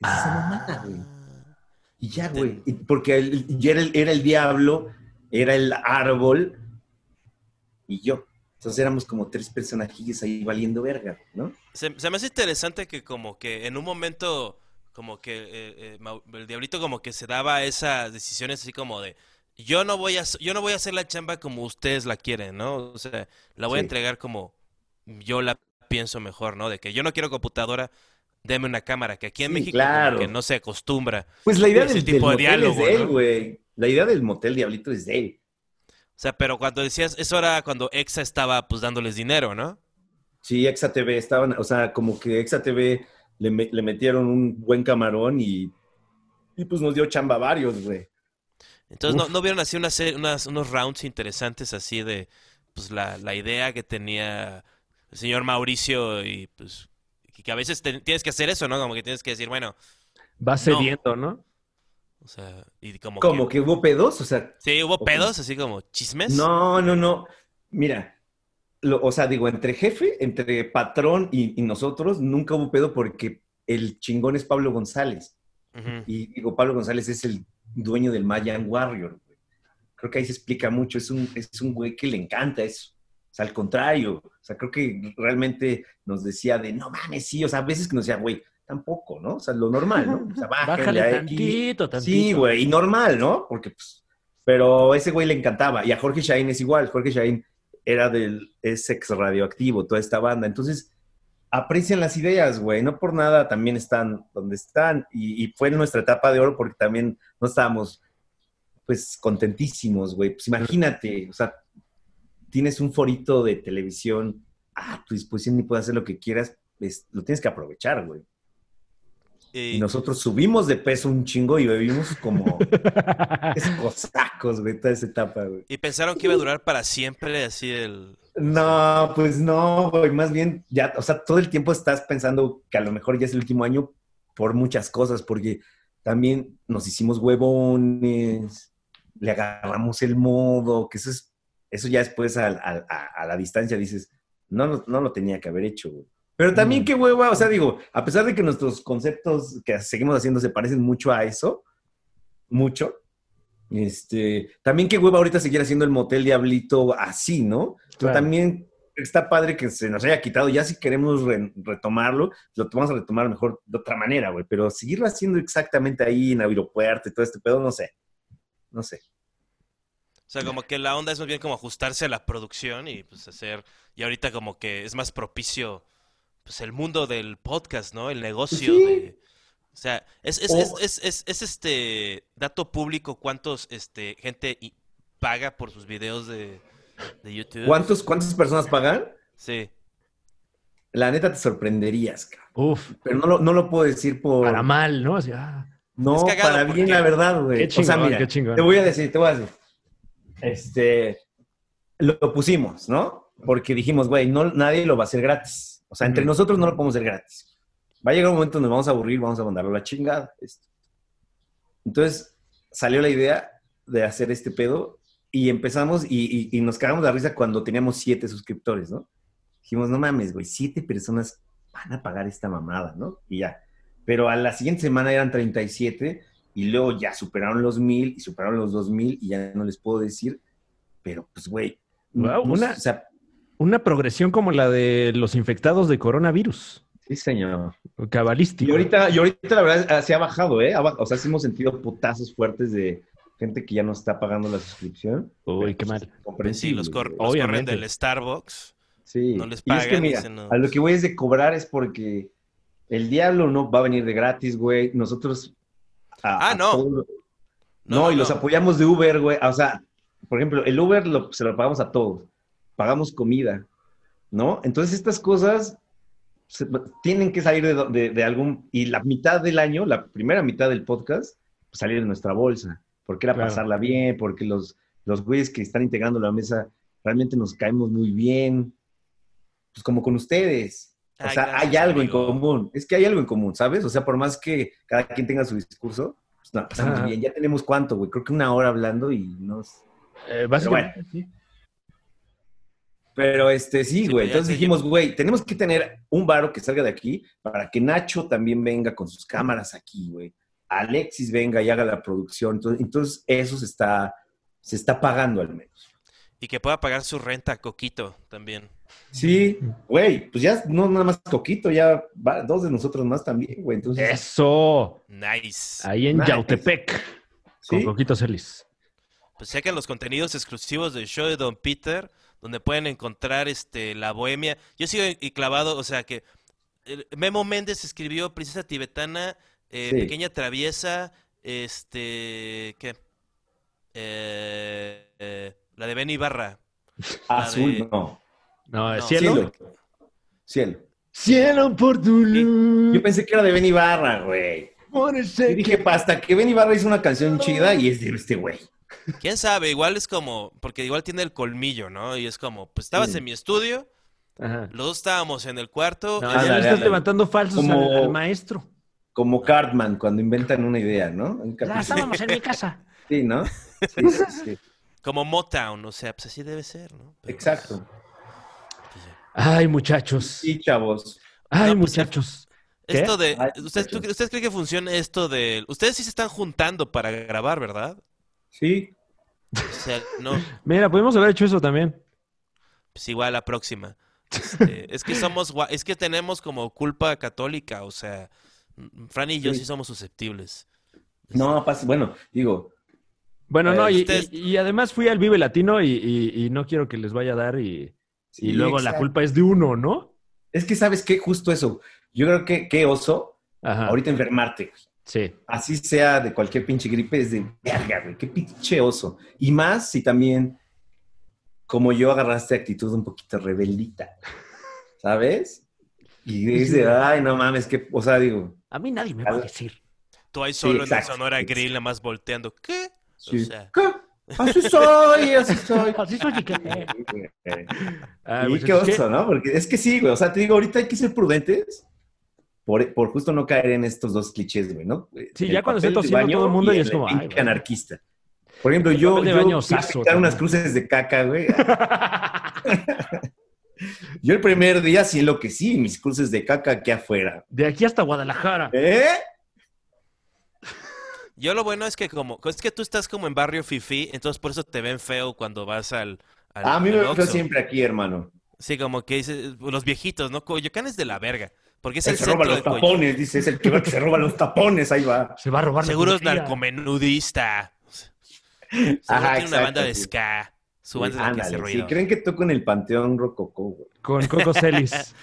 S2: Es esa mamada, güey. Y ya, güey. Y Porque el- ya era el, era el diablo, era el árbol y yo. Entonces éramos como tres personajillos ahí valiendo verga, ¿no?
S1: Se, se me hace interesante que como que en un momento como que eh, eh, Mau- el diablito como que se daba esas decisiones así como de yo no voy a hac- yo no voy a hacer la chamba como ustedes la quieren, ¿no? O sea, la voy a
S2: Sí.
S1: entregar como yo la pienso mejor, ¿no? De que yo no quiero computadora, deme una cámara, que aquí en
S2: Sí,
S1: México como
S2: claro.
S1: que no se acostumbra.
S2: Pues la idea
S1: Ese
S2: del,
S1: tipo
S2: del
S1: de
S2: motel
S1: diálogo,
S2: es de él,
S1: ¿no?
S2: güey. La idea del motel Diablito es de él.
S1: O sea, pero cuando decías, eso era cuando Exa estaba pues dándoles dinero, ¿no?
S2: Sí, Exa TV estaban, o sea, como que Exa TV le, me- le metieron un buen camarón y, y pues nos dio chamba varios, güey.
S1: Entonces,
S2: Uf.
S1: ¿no, no vieron así una se- unas, unos rounds interesantes así de pues la, la idea que tenía el señor Mauricio y pues que que a veces te- tienes que hacer eso, ¿no? Como que tienes que decir, bueno,
S3: Va cediendo, ¿no?
S1: o sea, y como
S2: Como
S1: que...
S2: que hubo pedos, o sea,
S1: Sí, hubo
S2: o
S1: pedos, así como chismes.
S2: No, no, no. Mira, lo- o sea, digo, entre jefe, entre patrón y, y nosotros, nunca hubo pedo porque el chingón es Pablo González.
S1: Ujú.
S2: Y digo, Pablo González es el dueño del Mayan Warrior. güey. Creo que ahí se explica mucho. Es un, es un güey que le encanta eso. O sea, al contrario. O sea, creo que realmente nos decía de, no mames, sí. O sea, a veces que nos decía, güey, tampoco, ¿no? O sea, lo normal, ¿no? O sea, bájale
S3: Bájale
S2: aquí.
S3: tantito, tantito.
S2: Ah, Sí, güey, y normal, ¿no? Porque, pues, pero ese güey le encantaba. Y a Jorge Shain es igual. Jorge Shain era del es ex radioactivo, toda esta banda. Entonces, aprecian las ideas, güey. No por nada también están donde están. Y, y fue nuestra etapa de oro porque también no estábamos, pues, contentísimos, güey. Pues imagínate, o sea, tienes un forito de televisión a tu disposición y puedes hacer lo que quieras. es- lo tienes que aprovechar, güey.
S1: Y,
S2: Y nosotros subimos de peso un chingo y bebimos como escosacos, güey, toda esa etapa, güey.
S1: y pensaron que iba a durar para siempre así el...
S2: No, pues no, güey. Más bien, ya, o sea, todo el tiempo estás pensando que a lo mejor ya es el último año por muchas cosas, porque también nos hicimos huevones, le agarramos el modo, que eso es, eso ya después al- al- a, a la distancia dices, no, lo- no lo tenía que haber hecho, güey. Pero también qué hueva, o sea, digo, a pesar de que nuestros conceptos que seguimos haciendo se parecen mucho a eso, mucho, este, también qué hueva ahorita seguir haciendo el motel diablito así, ¿no? Pero
S3: Claro.
S2: también está padre que se nos haya quitado. Ya si queremos re- retomarlo, lo vamos a retomar mejor de otra manera, güey. Pero seguirlo haciendo exactamente ahí en aeropuerto y todo este pedo, no sé. No sé.
S1: O sea, como que la onda es más bien como ajustarse a la producción y pues hacer... Y ahorita como que es más propicio pues el mundo del podcast, ¿no? El negocio
S2: Sí. Oh.
S1: de... O sea, es, es,
S2: O-
S1: es, es, es- es, este dato público cuántos este gente i- paga por sus videos de, de YouTube.
S2: ¿Cuántos, ¿Cuántas personas pagan?
S1: Sí.
S2: La neta te sorprenderías, cabrón.
S3: Uf,
S2: Pero no lo, no lo puedo decir por.
S3: para mal, ¿no? Así, ah.
S2: No,
S1: Es cagado
S2: para bien,
S1: porque-
S2: la verdad, güey.
S3: Qué
S2: O sea,
S3: chingón,
S2: mira,
S3: qué chingón.
S2: Te voy a decir, te voy a decir. Este, lo pusimos, ¿no? Porque dijimos, güey, no, nadie lo va a hacer gratis. O sea, entre
S3: Ujú.
S2: nosotros no lo podemos hacer gratis. Va a llegar un momento donde vamos a aburrir, vamos a mandarlo a la chingada. esto. Entonces, salió la idea de hacer este pedo y empezamos y, y- y nos cagamos la risa cuando teníamos siete suscriptores, ¿no? Dijimos, no mames, güey, siete personas van a pagar esta mamada, ¿no? Y ya. Pero a la siguiente semana eran 37 y luego ya superaron los mil y superaron los dos mil y ya no les puedo decir, pero pues, güey.
S3: Wow,
S2: no-
S3: una-
S2: O sea,
S3: Una progresión como la de los infectados de coronavirus.
S2: sí, señor.
S3: Cabalístico.
S2: Y ahorita, y ahorita la verdad ah, se ha bajado, ¿eh? Ha ba- O sea, sí hemos sentido putazos fuertes de gente que ya no está pagando la suscripción.
S3: Uy, qué mal.
S1: Pues sí, los, cor- los
S2: correos.
S1: corren
S3: Obviamente.
S1: del Starbucks.
S2: Sí.
S1: No les
S2: Y es que
S1: pagan,
S2: mira,
S1: dicen, no,
S2: a lo
S1: pues-
S2: que voy es de cobrar es porque el diablo no va a venir de gratis, güey. Nosotros. a-
S1: Ah,
S2: a
S1: no.
S2: todo-
S1: No,
S2: No,
S1: no,
S2: y los
S1: no.
S2: apoyamos de Uber, güey. O sea, por ejemplo, el Uber lo- se lo pagamos a todos. Pagamos comida, ¿no? Entonces estas cosas se- tienen que salir de, do- de- de algún... Y la mitad del año, la primera mitad del podcast, pues, salir de nuestra bolsa. Porque era
S3: Claro.
S2: pasarla bien, porque los, los güeyes que están integrando la mesa realmente nos caemos muy bien. Pues como con ustedes. O
S1: Ay,
S2: sea,
S1: gracias,
S2: hay algo
S1: amigo.
S2: en común. Es que hay algo en común, ¿sabes? O sea, por más que cada quien tenga su discurso, pues no, pasamos
S3: Ajá.
S2: bien. Ya tenemos cuánto, güey. Creo que una hora hablando y nos.
S3: Eh, básicamente, sí.
S2: Pero este, sí,
S1: Sí,
S2: güey.
S1: pero ya
S2: Entonces
S1: se-
S2: dijimos, güey, tenemos que tener un varo que salga de aquí para que Nacho también venga con sus cámaras aquí, güey. Alexis venga y haga la producción. Entonces, entonces eso se está, se está pagando al menos.
S1: Y que pueda pagar su renta a Coquito también.
S2: Sí, güey, pues ya no nada más Coquito, ya va- dos de nosotros más también, güey. Entonces,
S3: Eso.
S1: Nice.
S3: Ahí en
S2: Nice.
S3: Yautepec. Con
S2: sí.
S3: Coquito Celis.
S1: Pues chequen los contenidos exclusivos del show de Don Peter, donde pueden encontrar este la bohemia. Yo sigo y clavado, o sea que el- Memo Méndez escribió Princesa Tibetana, eh,
S2: Sí.
S1: Pequeña Traviesa, este, ¿qué? Eh, eh, la de Ben Ibarra.
S2: azul,
S1: de-
S2: no.
S3: No, Ah, es
S1: No.
S3: cielo.
S2: Cielo. Cielo.
S3: Cielo por tu
S2: Yo
S3: luz.
S2: pensé que era de Benny Barra, güey.
S3: por
S2: Yo
S3: ese
S2: dije, "Pa, hasta que Benny Barra hizo una canción chida y es de este güey.
S1: ¿Quién sabe? Igual es como, porque igual tiene el colmillo, ¿no? Y es como, pues estabas
S2: Sí.
S1: en mi estudio,
S3: Ajá. Ah,
S1: los dos estábamos en el cuarto.
S3: No,
S1: él
S3: ya
S2: ándale,
S3: le estás
S2: ándale.
S3: levantando falsos al-
S2: Como-
S3: al, maestro.
S2: Como Cartman cuando inventan una idea, ¿no? Un capítulo.
S3: en mi casa.
S2: Sí, ¿no? Sí, sí, sí.
S1: Como Motown, o sea, pues así debe ser, ¿no? Pero,
S2: Exacto.
S1: pues, ya.
S3: (laughs) Ay, muchachos.
S2: Sí, chavos.
S3: Ay,
S1: No, pues,
S3: muchachos. ¿Qué?
S1: Esto de.
S2: Ay,
S1: ¿ustedes, tú-
S2: muchachos.
S1: ustedes creen que funciona esto de. Ustedes sí se están juntando para grabar, ¿verdad?
S2: Sí.
S1: O sea, no.
S3: Mira, podemos haber hecho eso también.
S1: Pues igual la próxima.
S2: (laughs)
S1: Este, es que somos. gua- Es que tenemos como culpa católica, o sea. Fran y yo sí,
S2: Sí.
S1: somos susceptibles.
S2: No, pasa, bueno, digo,
S3: Bueno, no, y,
S1: Ustedes-
S3: y- y además fui al Vive Latino y, y- y no quiero que les vaya a dar y, y
S2: Sí,
S3: luego la
S2: exacto.
S3: culpa es de uno, ¿no?
S2: Es que, ¿sabes qué? Justo eso. Yo creo que qué oso
S3: Ajá.
S2: ahorita enfermarte. güey.
S3: Sí.
S2: Así sea de cualquier pinche gripe, es de verga, güey. Qué pinche oso. Y más si también, como yo, agarraste actitud un poquito rebeldita. ¿Sabes? Y es de, ay, no mames, que, o sea, digo,
S4: A mí nadie me
S2: va a
S4: decir.
S1: Tú ahí solo en la
S2: exacto,
S1: Sonora
S2: exacto.
S1: Grill, nada más volteando. ¿Qué?
S2: sí,
S1: sea.
S2: ¿qué? Así soy, así
S3: (laughs)
S2: soy.
S4: Así soy que...
S3: Ah,
S2: y
S3: pues,
S2: qué
S3: es que-
S2: oso, ¿no? Porque es que sí, güey. O sea, te digo, ahorita hay que ser prudentes por, por justo no caer en estos dos clichés, güey, ¿no? Eh,
S3: Sí,
S2: El
S3: ya cuando
S2: papel
S3: está
S2: de
S3: tosiendo
S2: baño
S3: todo el mundo y es
S2: el
S3: como, ay,
S2: pinche
S3: güey.
S2: anarquista. Por ejemplo,
S3: El
S2: yo,
S3: papel de
S2: yo
S3: baño
S2: fui a
S3: osazo
S2: pintar unas
S3: también.
S2: cruces de caca, güey. Yo el primer día sí enloquecí mis cruces de caca aquí afuera.
S3: De aquí hasta Guadalajara.
S2: ¿Eh?
S1: Yo lo bueno es que como, es que tú estás como en barrio fifí, entonces por eso te ven feo cuando vas al, al-
S2: Ah, A mí me
S1: al
S2: veo
S1: Oxxo.
S2: siempre aquí, hermano.
S1: Sí, como que dices, los viejitos, ¿no? Coyoacán es de la verga, porque es el
S2: Él se roba
S1: centro
S2: los
S1: de Coyoacán.
S2: tapones, dice, es el que va que se roba los tapones, ahí va.
S4: Se va a robar la
S1: Seguro es
S2: (laughs)
S4: energía.
S1: narcomenudista. Seguro
S2: Ajá,
S1: tiene una banda de
S2: exacto, sí.
S1: ska. Su banda es la que hace
S2: Ándale, sí,
S1: ruido.
S2: creen que toco en el Panteón Rococó, güey.
S3: Con Coco Celis.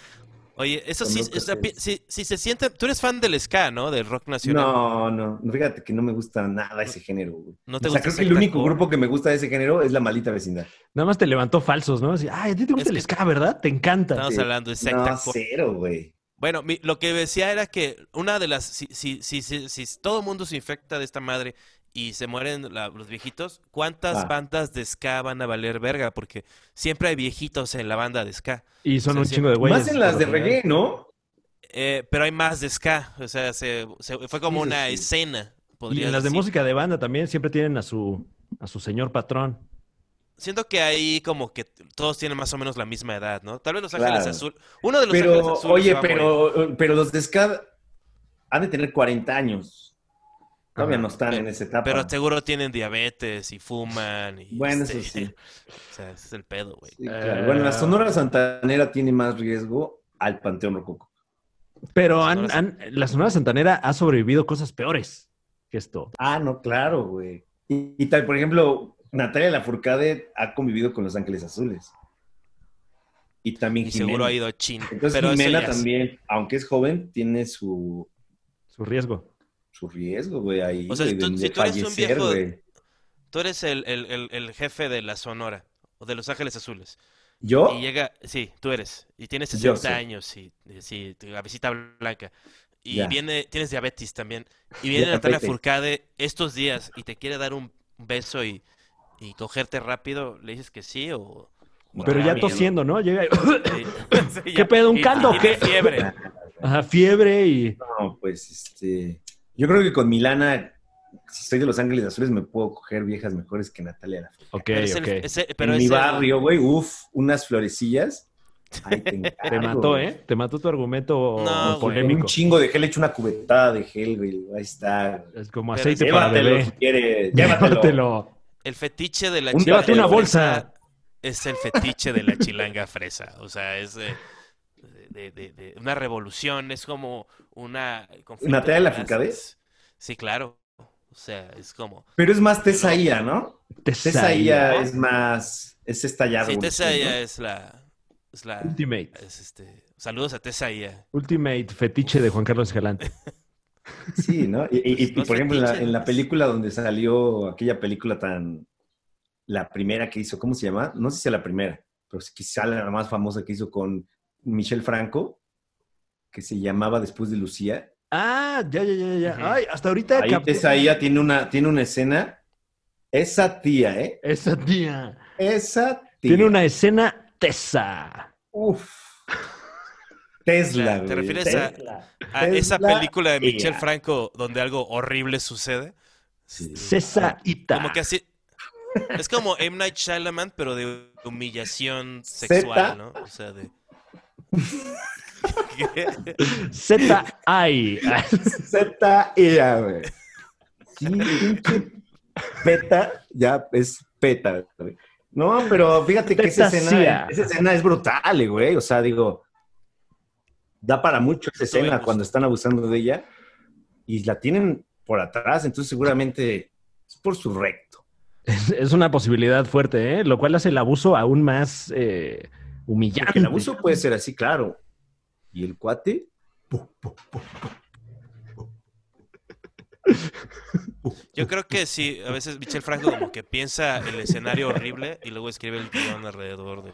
S1: Oye, eso
S2: Con
S1: sí,
S2: locos
S1: o sea,
S2: es.
S1: pi- si, si se siente, tú eres fan del ska, ¿no? Del rock nacional.
S2: No, no, no, fíjate que no me gusta nada ese género, güey.
S1: ¿No te
S2: o
S1: gusta
S2: sea, creo
S1: ese
S2: que el único
S1: hardcore?
S2: grupo que me gusta de ese género es la maldita vecindad.
S3: Nada más te levantó falsos, ¿no? Así, ay, a ti te gusta
S1: Es
S3: el
S1: que-
S3: ska, ¿verdad? Te encanta.
S1: Estamos
S2: sí.
S1: hablando de secta
S2: No,
S1: core.
S2: cero, güey.
S1: Bueno, mi- lo que decía era que una de las, si, si, si, si, si todo el mundo se infecta de esta madre y se mueren la- los viejitos, ¿cuántas
S2: Ah.
S1: bandas de ska van a valer verga? Porque siempre hay viejitos en la banda de ska,
S3: Y son
S1: Sí,
S3: un
S1: sí.
S3: chingo de güeyes.
S2: Más en las
S3: por
S2: de
S3: lo general.
S2: reggae, ¿no?
S1: Eh, pero hay más de ska, o sea, se, se- fue como
S2: Eso
S1: una
S2: sí.
S1: escena,
S3: Y
S1: podrías
S3: en las de
S1: decir.
S3: música de banda también siempre tienen a su, a su señor patrón.
S1: Siento que ahí como que todos tienen más o menos la misma edad, ¿no? Tal vez Los Ángeles
S2: Claro.
S1: Azul, uno de Los Ángeles
S2: Pero,
S1: Azul
S2: oye, pero, pero los de Ska han de tener 40 años. Todavía
S3: Ajá.
S2: no están en esa etapa.
S1: pero seguro tienen diabetes y fuman y
S2: Bueno, eso
S1: este,
S2: sí.
S1: (laughs) o sea, ese es el pedo, güey.
S2: Sí, claro. Bueno, la
S1: Eh,
S2: Sonora Santanera tiene más riesgo al Panteón Rococo.
S3: Pero
S1: La
S3: han,
S1: Sonora
S3: han- la Sonora Santanera ha sobrevivido cosas peores que esto.
S2: Ah, no, claro, güey. Y, y tal, por ejemplo, Natalia Lafourcade ha convivido con Los Ángeles Azules. Y también
S1: Y
S2: Jimena.
S1: seguro ha ido chin.
S2: Entonces
S1: pero eso
S2: Jimena
S1: ya es-
S2: también, aunque es joven, tiene su,
S3: Su riesgo.
S2: su riesgo, güey, ahí.
S1: O sea,
S2: güey,
S1: si tú-
S2: de-
S1: si
S2: de
S1: tú eres un
S2: fallecer,
S1: viejo-
S2: güey.
S1: Tú eres el, el- el- el jefe de la Sonora o de Los Ángeles Azules.
S2: ¿Yo?
S1: Y llega, sí, tú eres. Y tienes
S2: Yo
S1: 60
S2: soy.
S1: años y, y sí, tu cabecita blanca. Y
S2: Ya.
S1: viene, tienes diabetes también. Y viene Natalia
S2: Diabetes.
S1: Furcade estos días y te quiere dar un beso y, y cogerte rápido. ¿Le dices que sí o...? o
S3: Pero
S1: te da
S3: ya
S1: miedo?
S3: tosiendo, ¿no? Llega y- (laughs)
S2: (coughs)
S1: Sí. Sí,
S3: ¿Qué pedo, un
S1: Y-
S3: caldo
S1: y
S3: o qué?
S1: tiene fiebre.
S3: Ajá, fiebre y...
S2: No, pues este. Yo creo que con Milana, si soy de Los Ángeles Azules, me puedo coger viejas mejores que Natalia Lafourcade.
S3: Ok,
S1: Pero es el-
S3: ok.
S1: es el- pero
S2: en mi
S1: es el-
S2: barrio, güey, uf, unas florecillas.
S1: (laughs)
S2: Ahí te,
S3: Te
S2: encargo,
S3: mató,
S2: güey.
S3: ¿eh? Te mató tu argumento
S1: No, Ah, güey.
S2: Con un
S3: polémico.
S2: chingo de gel, he hecho una cubetada de gel, güey. Ahí está.
S3: Es como
S1: Pero
S3: aceite para
S2: Llévatelo si
S3: bebé. (laughs)
S2: quieres. Llévatelo.
S3: Llévatelo.
S1: El fetiche de la
S2: Un-
S1: chilanga
S2: llévate una
S1: fresa es el fetiche de la chilanga fresa. O sea, es eh, de, de- de una revolución, es como una conflicto
S2: ¿Natalia
S1: de
S2: Lafourcade?
S1: clases. Sí, claro. O sea, es como.
S2: Pero es más Tesaía, ¿no?
S3: Tesaía.
S2: Tesaía es más. Es estallado.
S1: Sí,
S2: güey,
S1: Tessa
S2: ¿no?
S1: ya es la. Es la
S3: Ultimate.
S1: es este, saludos a Tessa ya.
S3: Ultimate fetiche de Juan Carlos Escalante.
S2: Sí, ¿no? Y, y- y,
S1: Pues,
S2: por
S1: los
S2: ejemplo, en la,
S1: fetiches,
S2: en la
S1: pues.
S2: película donde salió aquella película tan. La primera que hizo, ¿cómo se llama? No sé si es la primera, pero sí quizá la más famosa que hizo con Michelle Franco, que se llamaba Después de Lucía.
S3: Ah, ya, ya, ya, ya.
S1: Ujú.
S3: Ay, hasta ahorita...
S2: Ahí
S3: capté-
S2: Tesaía tiene una, tiene una escena. Esa tía, ¿eh?
S3: Esa tía.
S2: Esa tía.
S3: Tiene una escena tesa.
S2: Uf.
S1: O
S2: Tesla,
S1: sea, ¿te
S2: güey,
S1: refieres a-
S2: Tesla.
S1: A esa
S2: Tesla
S1: película de Michel
S2: ya.
S1: Franco donde algo horrible sucede. Este,
S2: Sí.
S3: Cesaita.
S1: Como que así. Es como M. Night Shyamalan, pero de humillación
S2: Zeta.
S1: sexual, ¿no? O sea, de. (laughs)
S3: Z-I.
S2: Z y ya, güey. Sí, pinche peta, ya es peta, güey. No, pero fíjate que esa
S3: Petacía.
S2: escena, esa escena es brutal, güey. O sea, digo, da para mucho esa
S1: Estoy
S2: escena
S1: justo.
S2: cuando están abusando de ella y la tienen por atrás, entonces seguramente es por su recto.
S3: Es, (laughs) es una posibilidad fuerte, ¿eh? Lo cual hace el abuso aún más eh, humillante.
S2: Porque el abuso puede ser así, claro. Y el cuate,
S1: Yo creo que sí, a veces Michel Franco como que piensa el escenario horrible y luego escribe el guión alrededor de...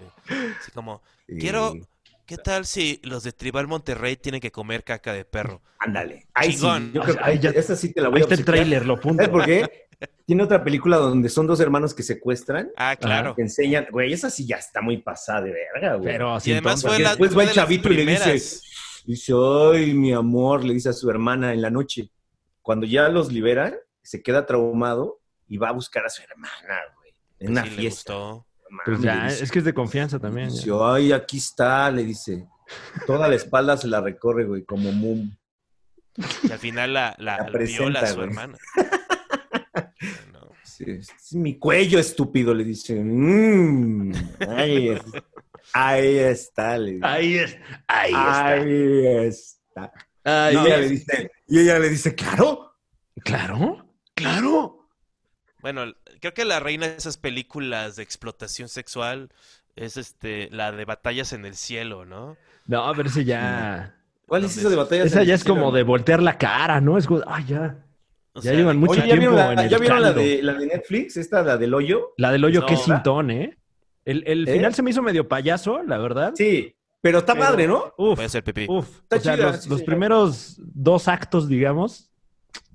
S1: Así como, quiero...
S2: eh,
S1: ¿Qué tal si los de Tribal Monterrey tienen que comer caca de perro?
S2: ándale. Ahí sí,
S1: Chingón.
S2: yo creo que
S3: Ahí ya-
S2: esa sí te la voy
S3: Ahí
S2: a
S3: está el
S2: obsequiar.
S3: tráiler, lo punto.
S2: ¿Sabes por qué? Tiene otra película donde son dos hermanos que secuestran,
S1: Ah, claro.
S2: que enseñan, güey, esa sí ya está muy pasada de verga, güey.
S3: Pero
S1: Y
S3: así
S1: además
S3: tonto.
S1: fue
S2: Porque
S1: la...
S2: después
S1: fue
S2: va el
S1: de las
S2: chavito y le dice,
S1: primeras.
S2: dice, ay, mi amor, le dice a su hermana en la noche. Cuando ya los liberan, se queda traumado y va a buscar a su hermana, güey. En
S1: Pues
S2: una
S1: sí, le
S2: fiesta.
S1: gustó.
S3: Pues
S2: Mames,
S3: ya,
S2: le dice,
S3: es que es de confianza también.
S2: dice, ay, aquí está, le dice. Toda la espalda se la recorre, güey, como mum.
S1: Y al final la, la,
S2: La
S1: la viola
S2: presenta,
S1: a su
S2: güey.
S1: hermana.
S2: (laughs)
S1: No.
S2: Sí, "Es mi cuello estúpido, le dice. "Mm, ahí, (laughs) es- ahí está, le dice.
S4: Ahí es. Ahí está.
S2: Ahí está.
S3: Ay,
S2: y, ella le dice, y ella le dice, claro.
S3: Claro, claro.
S1: Bueno, creo que la reina de esas películas de explotación sexual es este la de batallas en el cielo, ¿no?
S3: No, pero ese ya.
S2: ¿Cuál es esa de batallas?
S3: Esa
S2: en
S3: ya
S2: el
S3: es como
S2: cielo?
S3: de voltear la cara, ¿no? Es como, ay, ya.
S1: O
S3: Ya
S1: sea,
S3: llevan mucho
S2: Oye, ¿ya
S3: tiempo
S2: vieron, la,
S3: en el
S2: ya vieron la
S3: caldo.
S2: de, la de Netflix? ¿Esta, la del hoyo?
S3: La del hoyo
S1: No.
S3: que es sintón, ¿eh? El, el
S2: ¿Eh?
S3: final se me hizo medio payaso, la verdad.
S2: Sí, pero está
S3: Pero-
S2: padre, ¿no?
S3: Uf,
S1: Puede ser pipí.
S3: uf.
S2: Está
S3: o sea,
S2: chida,
S3: los,
S2: sí,
S3: los
S2: señor.
S3: primeros dos actos, digamos,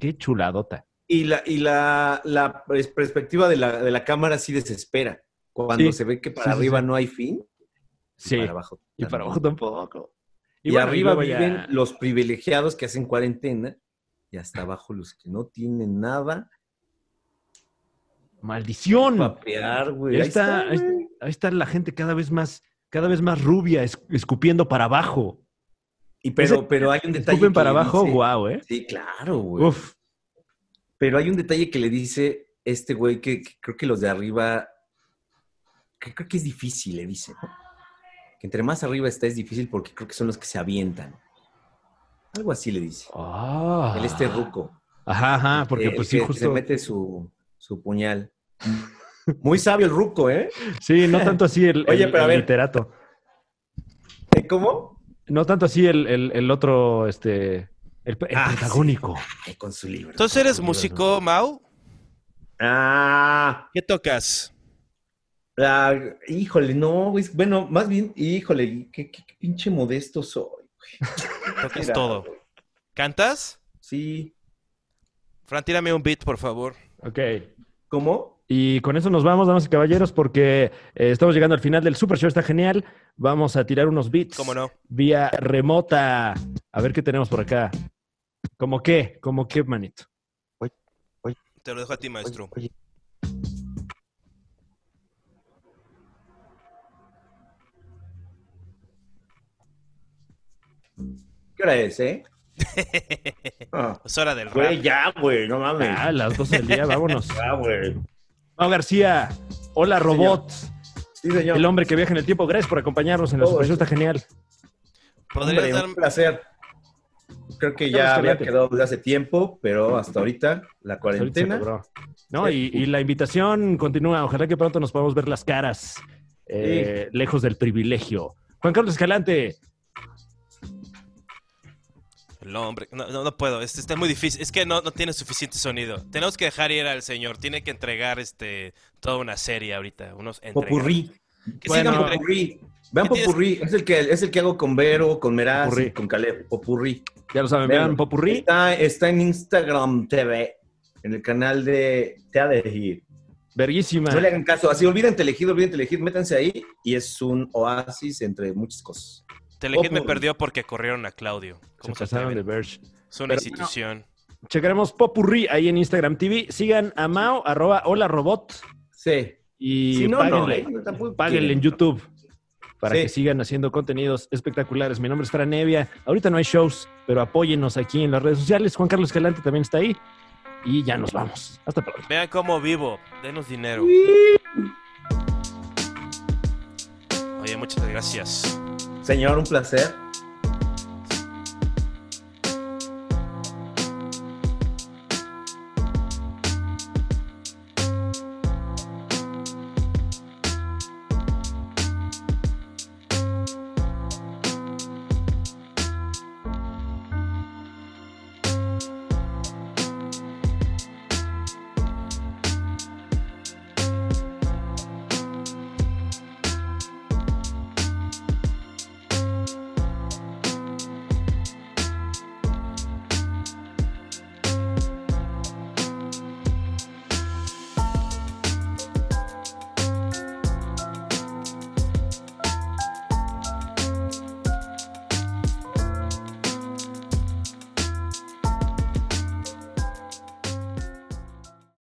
S3: qué chuladota.
S2: Y la, y la, la pers- perspectiva de la, de la cámara sí desespera. Cuando
S3: Sí.
S2: se ve que para
S3: Sí, sí,
S2: arriba
S3: sí.
S2: no hay fin,
S3: Sí.
S2: para abajo.
S3: y para abajo tampoco.
S2: Y,
S3: bueno,
S2: arriba
S3: luego ya-
S2: viven los privilegiados que hacen cuarentena y hasta abajo los que no tienen nada
S3: Maldición.
S2: para pear, güey.
S3: Ahí
S2: Ahí
S3: Mm. está,
S2: está,
S3: ahí
S2: güey.
S3: Ahí está la gente cada vez más, cada vez más rubia, es- escupiendo para abajo.
S2: Y pero,
S3: Ese-
S2: pero hay un detalle.
S3: Escupen
S2: que
S3: para
S2: le
S3: abajo,
S2: dice-
S3: guau, ¿eh?
S2: Sí, claro, güey.
S3: Uf.
S2: Pero hay un detalle que le dice este güey que, que creo que los de arriba, que creo que es difícil, le dice. ¿no? Que entre más arriba está es difícil porque creo que son los que se avientan. Algo así le dice.
S3: Ah.
S2: El este ruco.
S3: Ajá, ajá, porque
S2: El
S3: pues
S2: que-
S3: sí,
S2: el que
S3: justo.
S2: Se mete su, su puñal. Muy sabio el ruco, ¿eh?
S3: Sí, no tanto
S2: (laughs)
S3: así el,
S2: Oye,
S3: el-
S2: pero a
S3: el
S2: ver.
S3: literato.
S2: ¿Eh, ¿Cómo?
S3: No tanto así el, el- el otro, este, el, el
S2: Ah,
S3: protagónico.
S2: Ay, con su libro.
S1: Entonces eres músico, Mau.
S2: Ah,
S1: ¿Qué tocas?
S2: ah, híjole, no, güey. Bueno, más bien, híjole, qué, qué- qué pinche modesto soy.
S1: Tocas
S2: Mira,
S1: todo.
S2: güey.
S1: ¿Cantas?
S2: Sí.
S1: Fran, tírame un beat, por favor.
S3: Ok.
S2: ¿Cómo?
S3: Y con eso nos vamos, damas y caballeros, porque eh, estamos llegando al final del Super Show. Está genial. Vamos a tirar unos beats.
S1: ¿Cómo no?
S3: Vía remota. A ver qué tenemos por acá. ¿Cómo qué? ¿Cómo qué, manito?
S1: Te lo dejo a ti, maestro.
S2: ¿Qué hora
S1: (laughs)
S2: es, eh? Ah.
S1: Es hora del
S2: Güey,
S1: rap.
S2: ya, güey, no mames.
S3: Ah, las 12
S2: (laughs)
S3: del día, vámonos.
S2: Ya, güey.
S3: Mau García, hola robot,
S2: Sí, señor.
S3: el hombre que viaja en el tiempo. Gracias por acompañarnos en la
S2: Oh,
S3: Super Show.
S2: eso.
S3: Está genial.
S1: ¿Podrías
S2: Hombre,
S1: darme-
S2: un placer. Creo que
S3: Carlos
S2: ya había
S3: Escalante.
S2: quedado desde hace tiempo, pero hasta ahorita la
S3: Ahorita se
S2: cuarentena.
S3: logró. No, y, y la invitación continúa. Ojalá que pronto nos podamos ver las caras, eh, lejos del privilegio. Juan Carlos Escalante,
S1: El hombre. No, no, no puedo. Este está muy difícil. Es que no, no tiene suficiente sonido. Tenemos que dejar ir al señor. Tiene que entregar este toda una serie ahorita. Unos entregar.
S2: Popurrí.
S1: Que
S3: Bueno,
S1: sigan
S2: Sigan
S1: entre-
S2: Popurrí.
S1: ¿Qué
S2: Vean
S1: tienes?
S2: Popurrí. Es el, que, es el que hago con Vero, con Meraz,
S3: Popurrí.
S2: y con Caleb. Popurrí.
S3: ya lo saben,
S2: Véanlo.
S3: vean Popurrí.
S2: Está, está en Instagram TV, en el canal de Te ha de elegir.
S3: Verguísima.
S2: No le hagan caso. Así, olviden elegir, olviden elegir. Métanse ahí y es un oasis entre muchas cosas.
S1: Telehit me
S2: Popurrí.
S1: perdió porque corrieron a Claudio.
S3: Oh, Se
S1: ¿Cómo se
S3: pasaron de
S1: atreven?
S3: Verge.
S1: Es una
S2: Pero
S1: institución.
S3: Checaremos Popurrí ahí en Instagram TV. Sigan a Mao, arroba hola robot.
S2: Sí.
S3: Y
S2: Si no, no,
S3: páguenle,
S2: ¿eh? Tampoco
S3: páguenle en
S2: quieren.
S3: YouTube para
S2: Sí.
S3: que sigan haciendo contenidos espectaculares. Mi nombre es Fran Evia. Ahorita no hay shows, pero apóyennos aquí en las redes sociales. Juan Carlos Escalante también está ahí. Y ya nos vamos. Hasta pronto.
S1: Vean cómo vivo. Denos dinero. Oye, muchas gracias.
S2: Señor, un placer.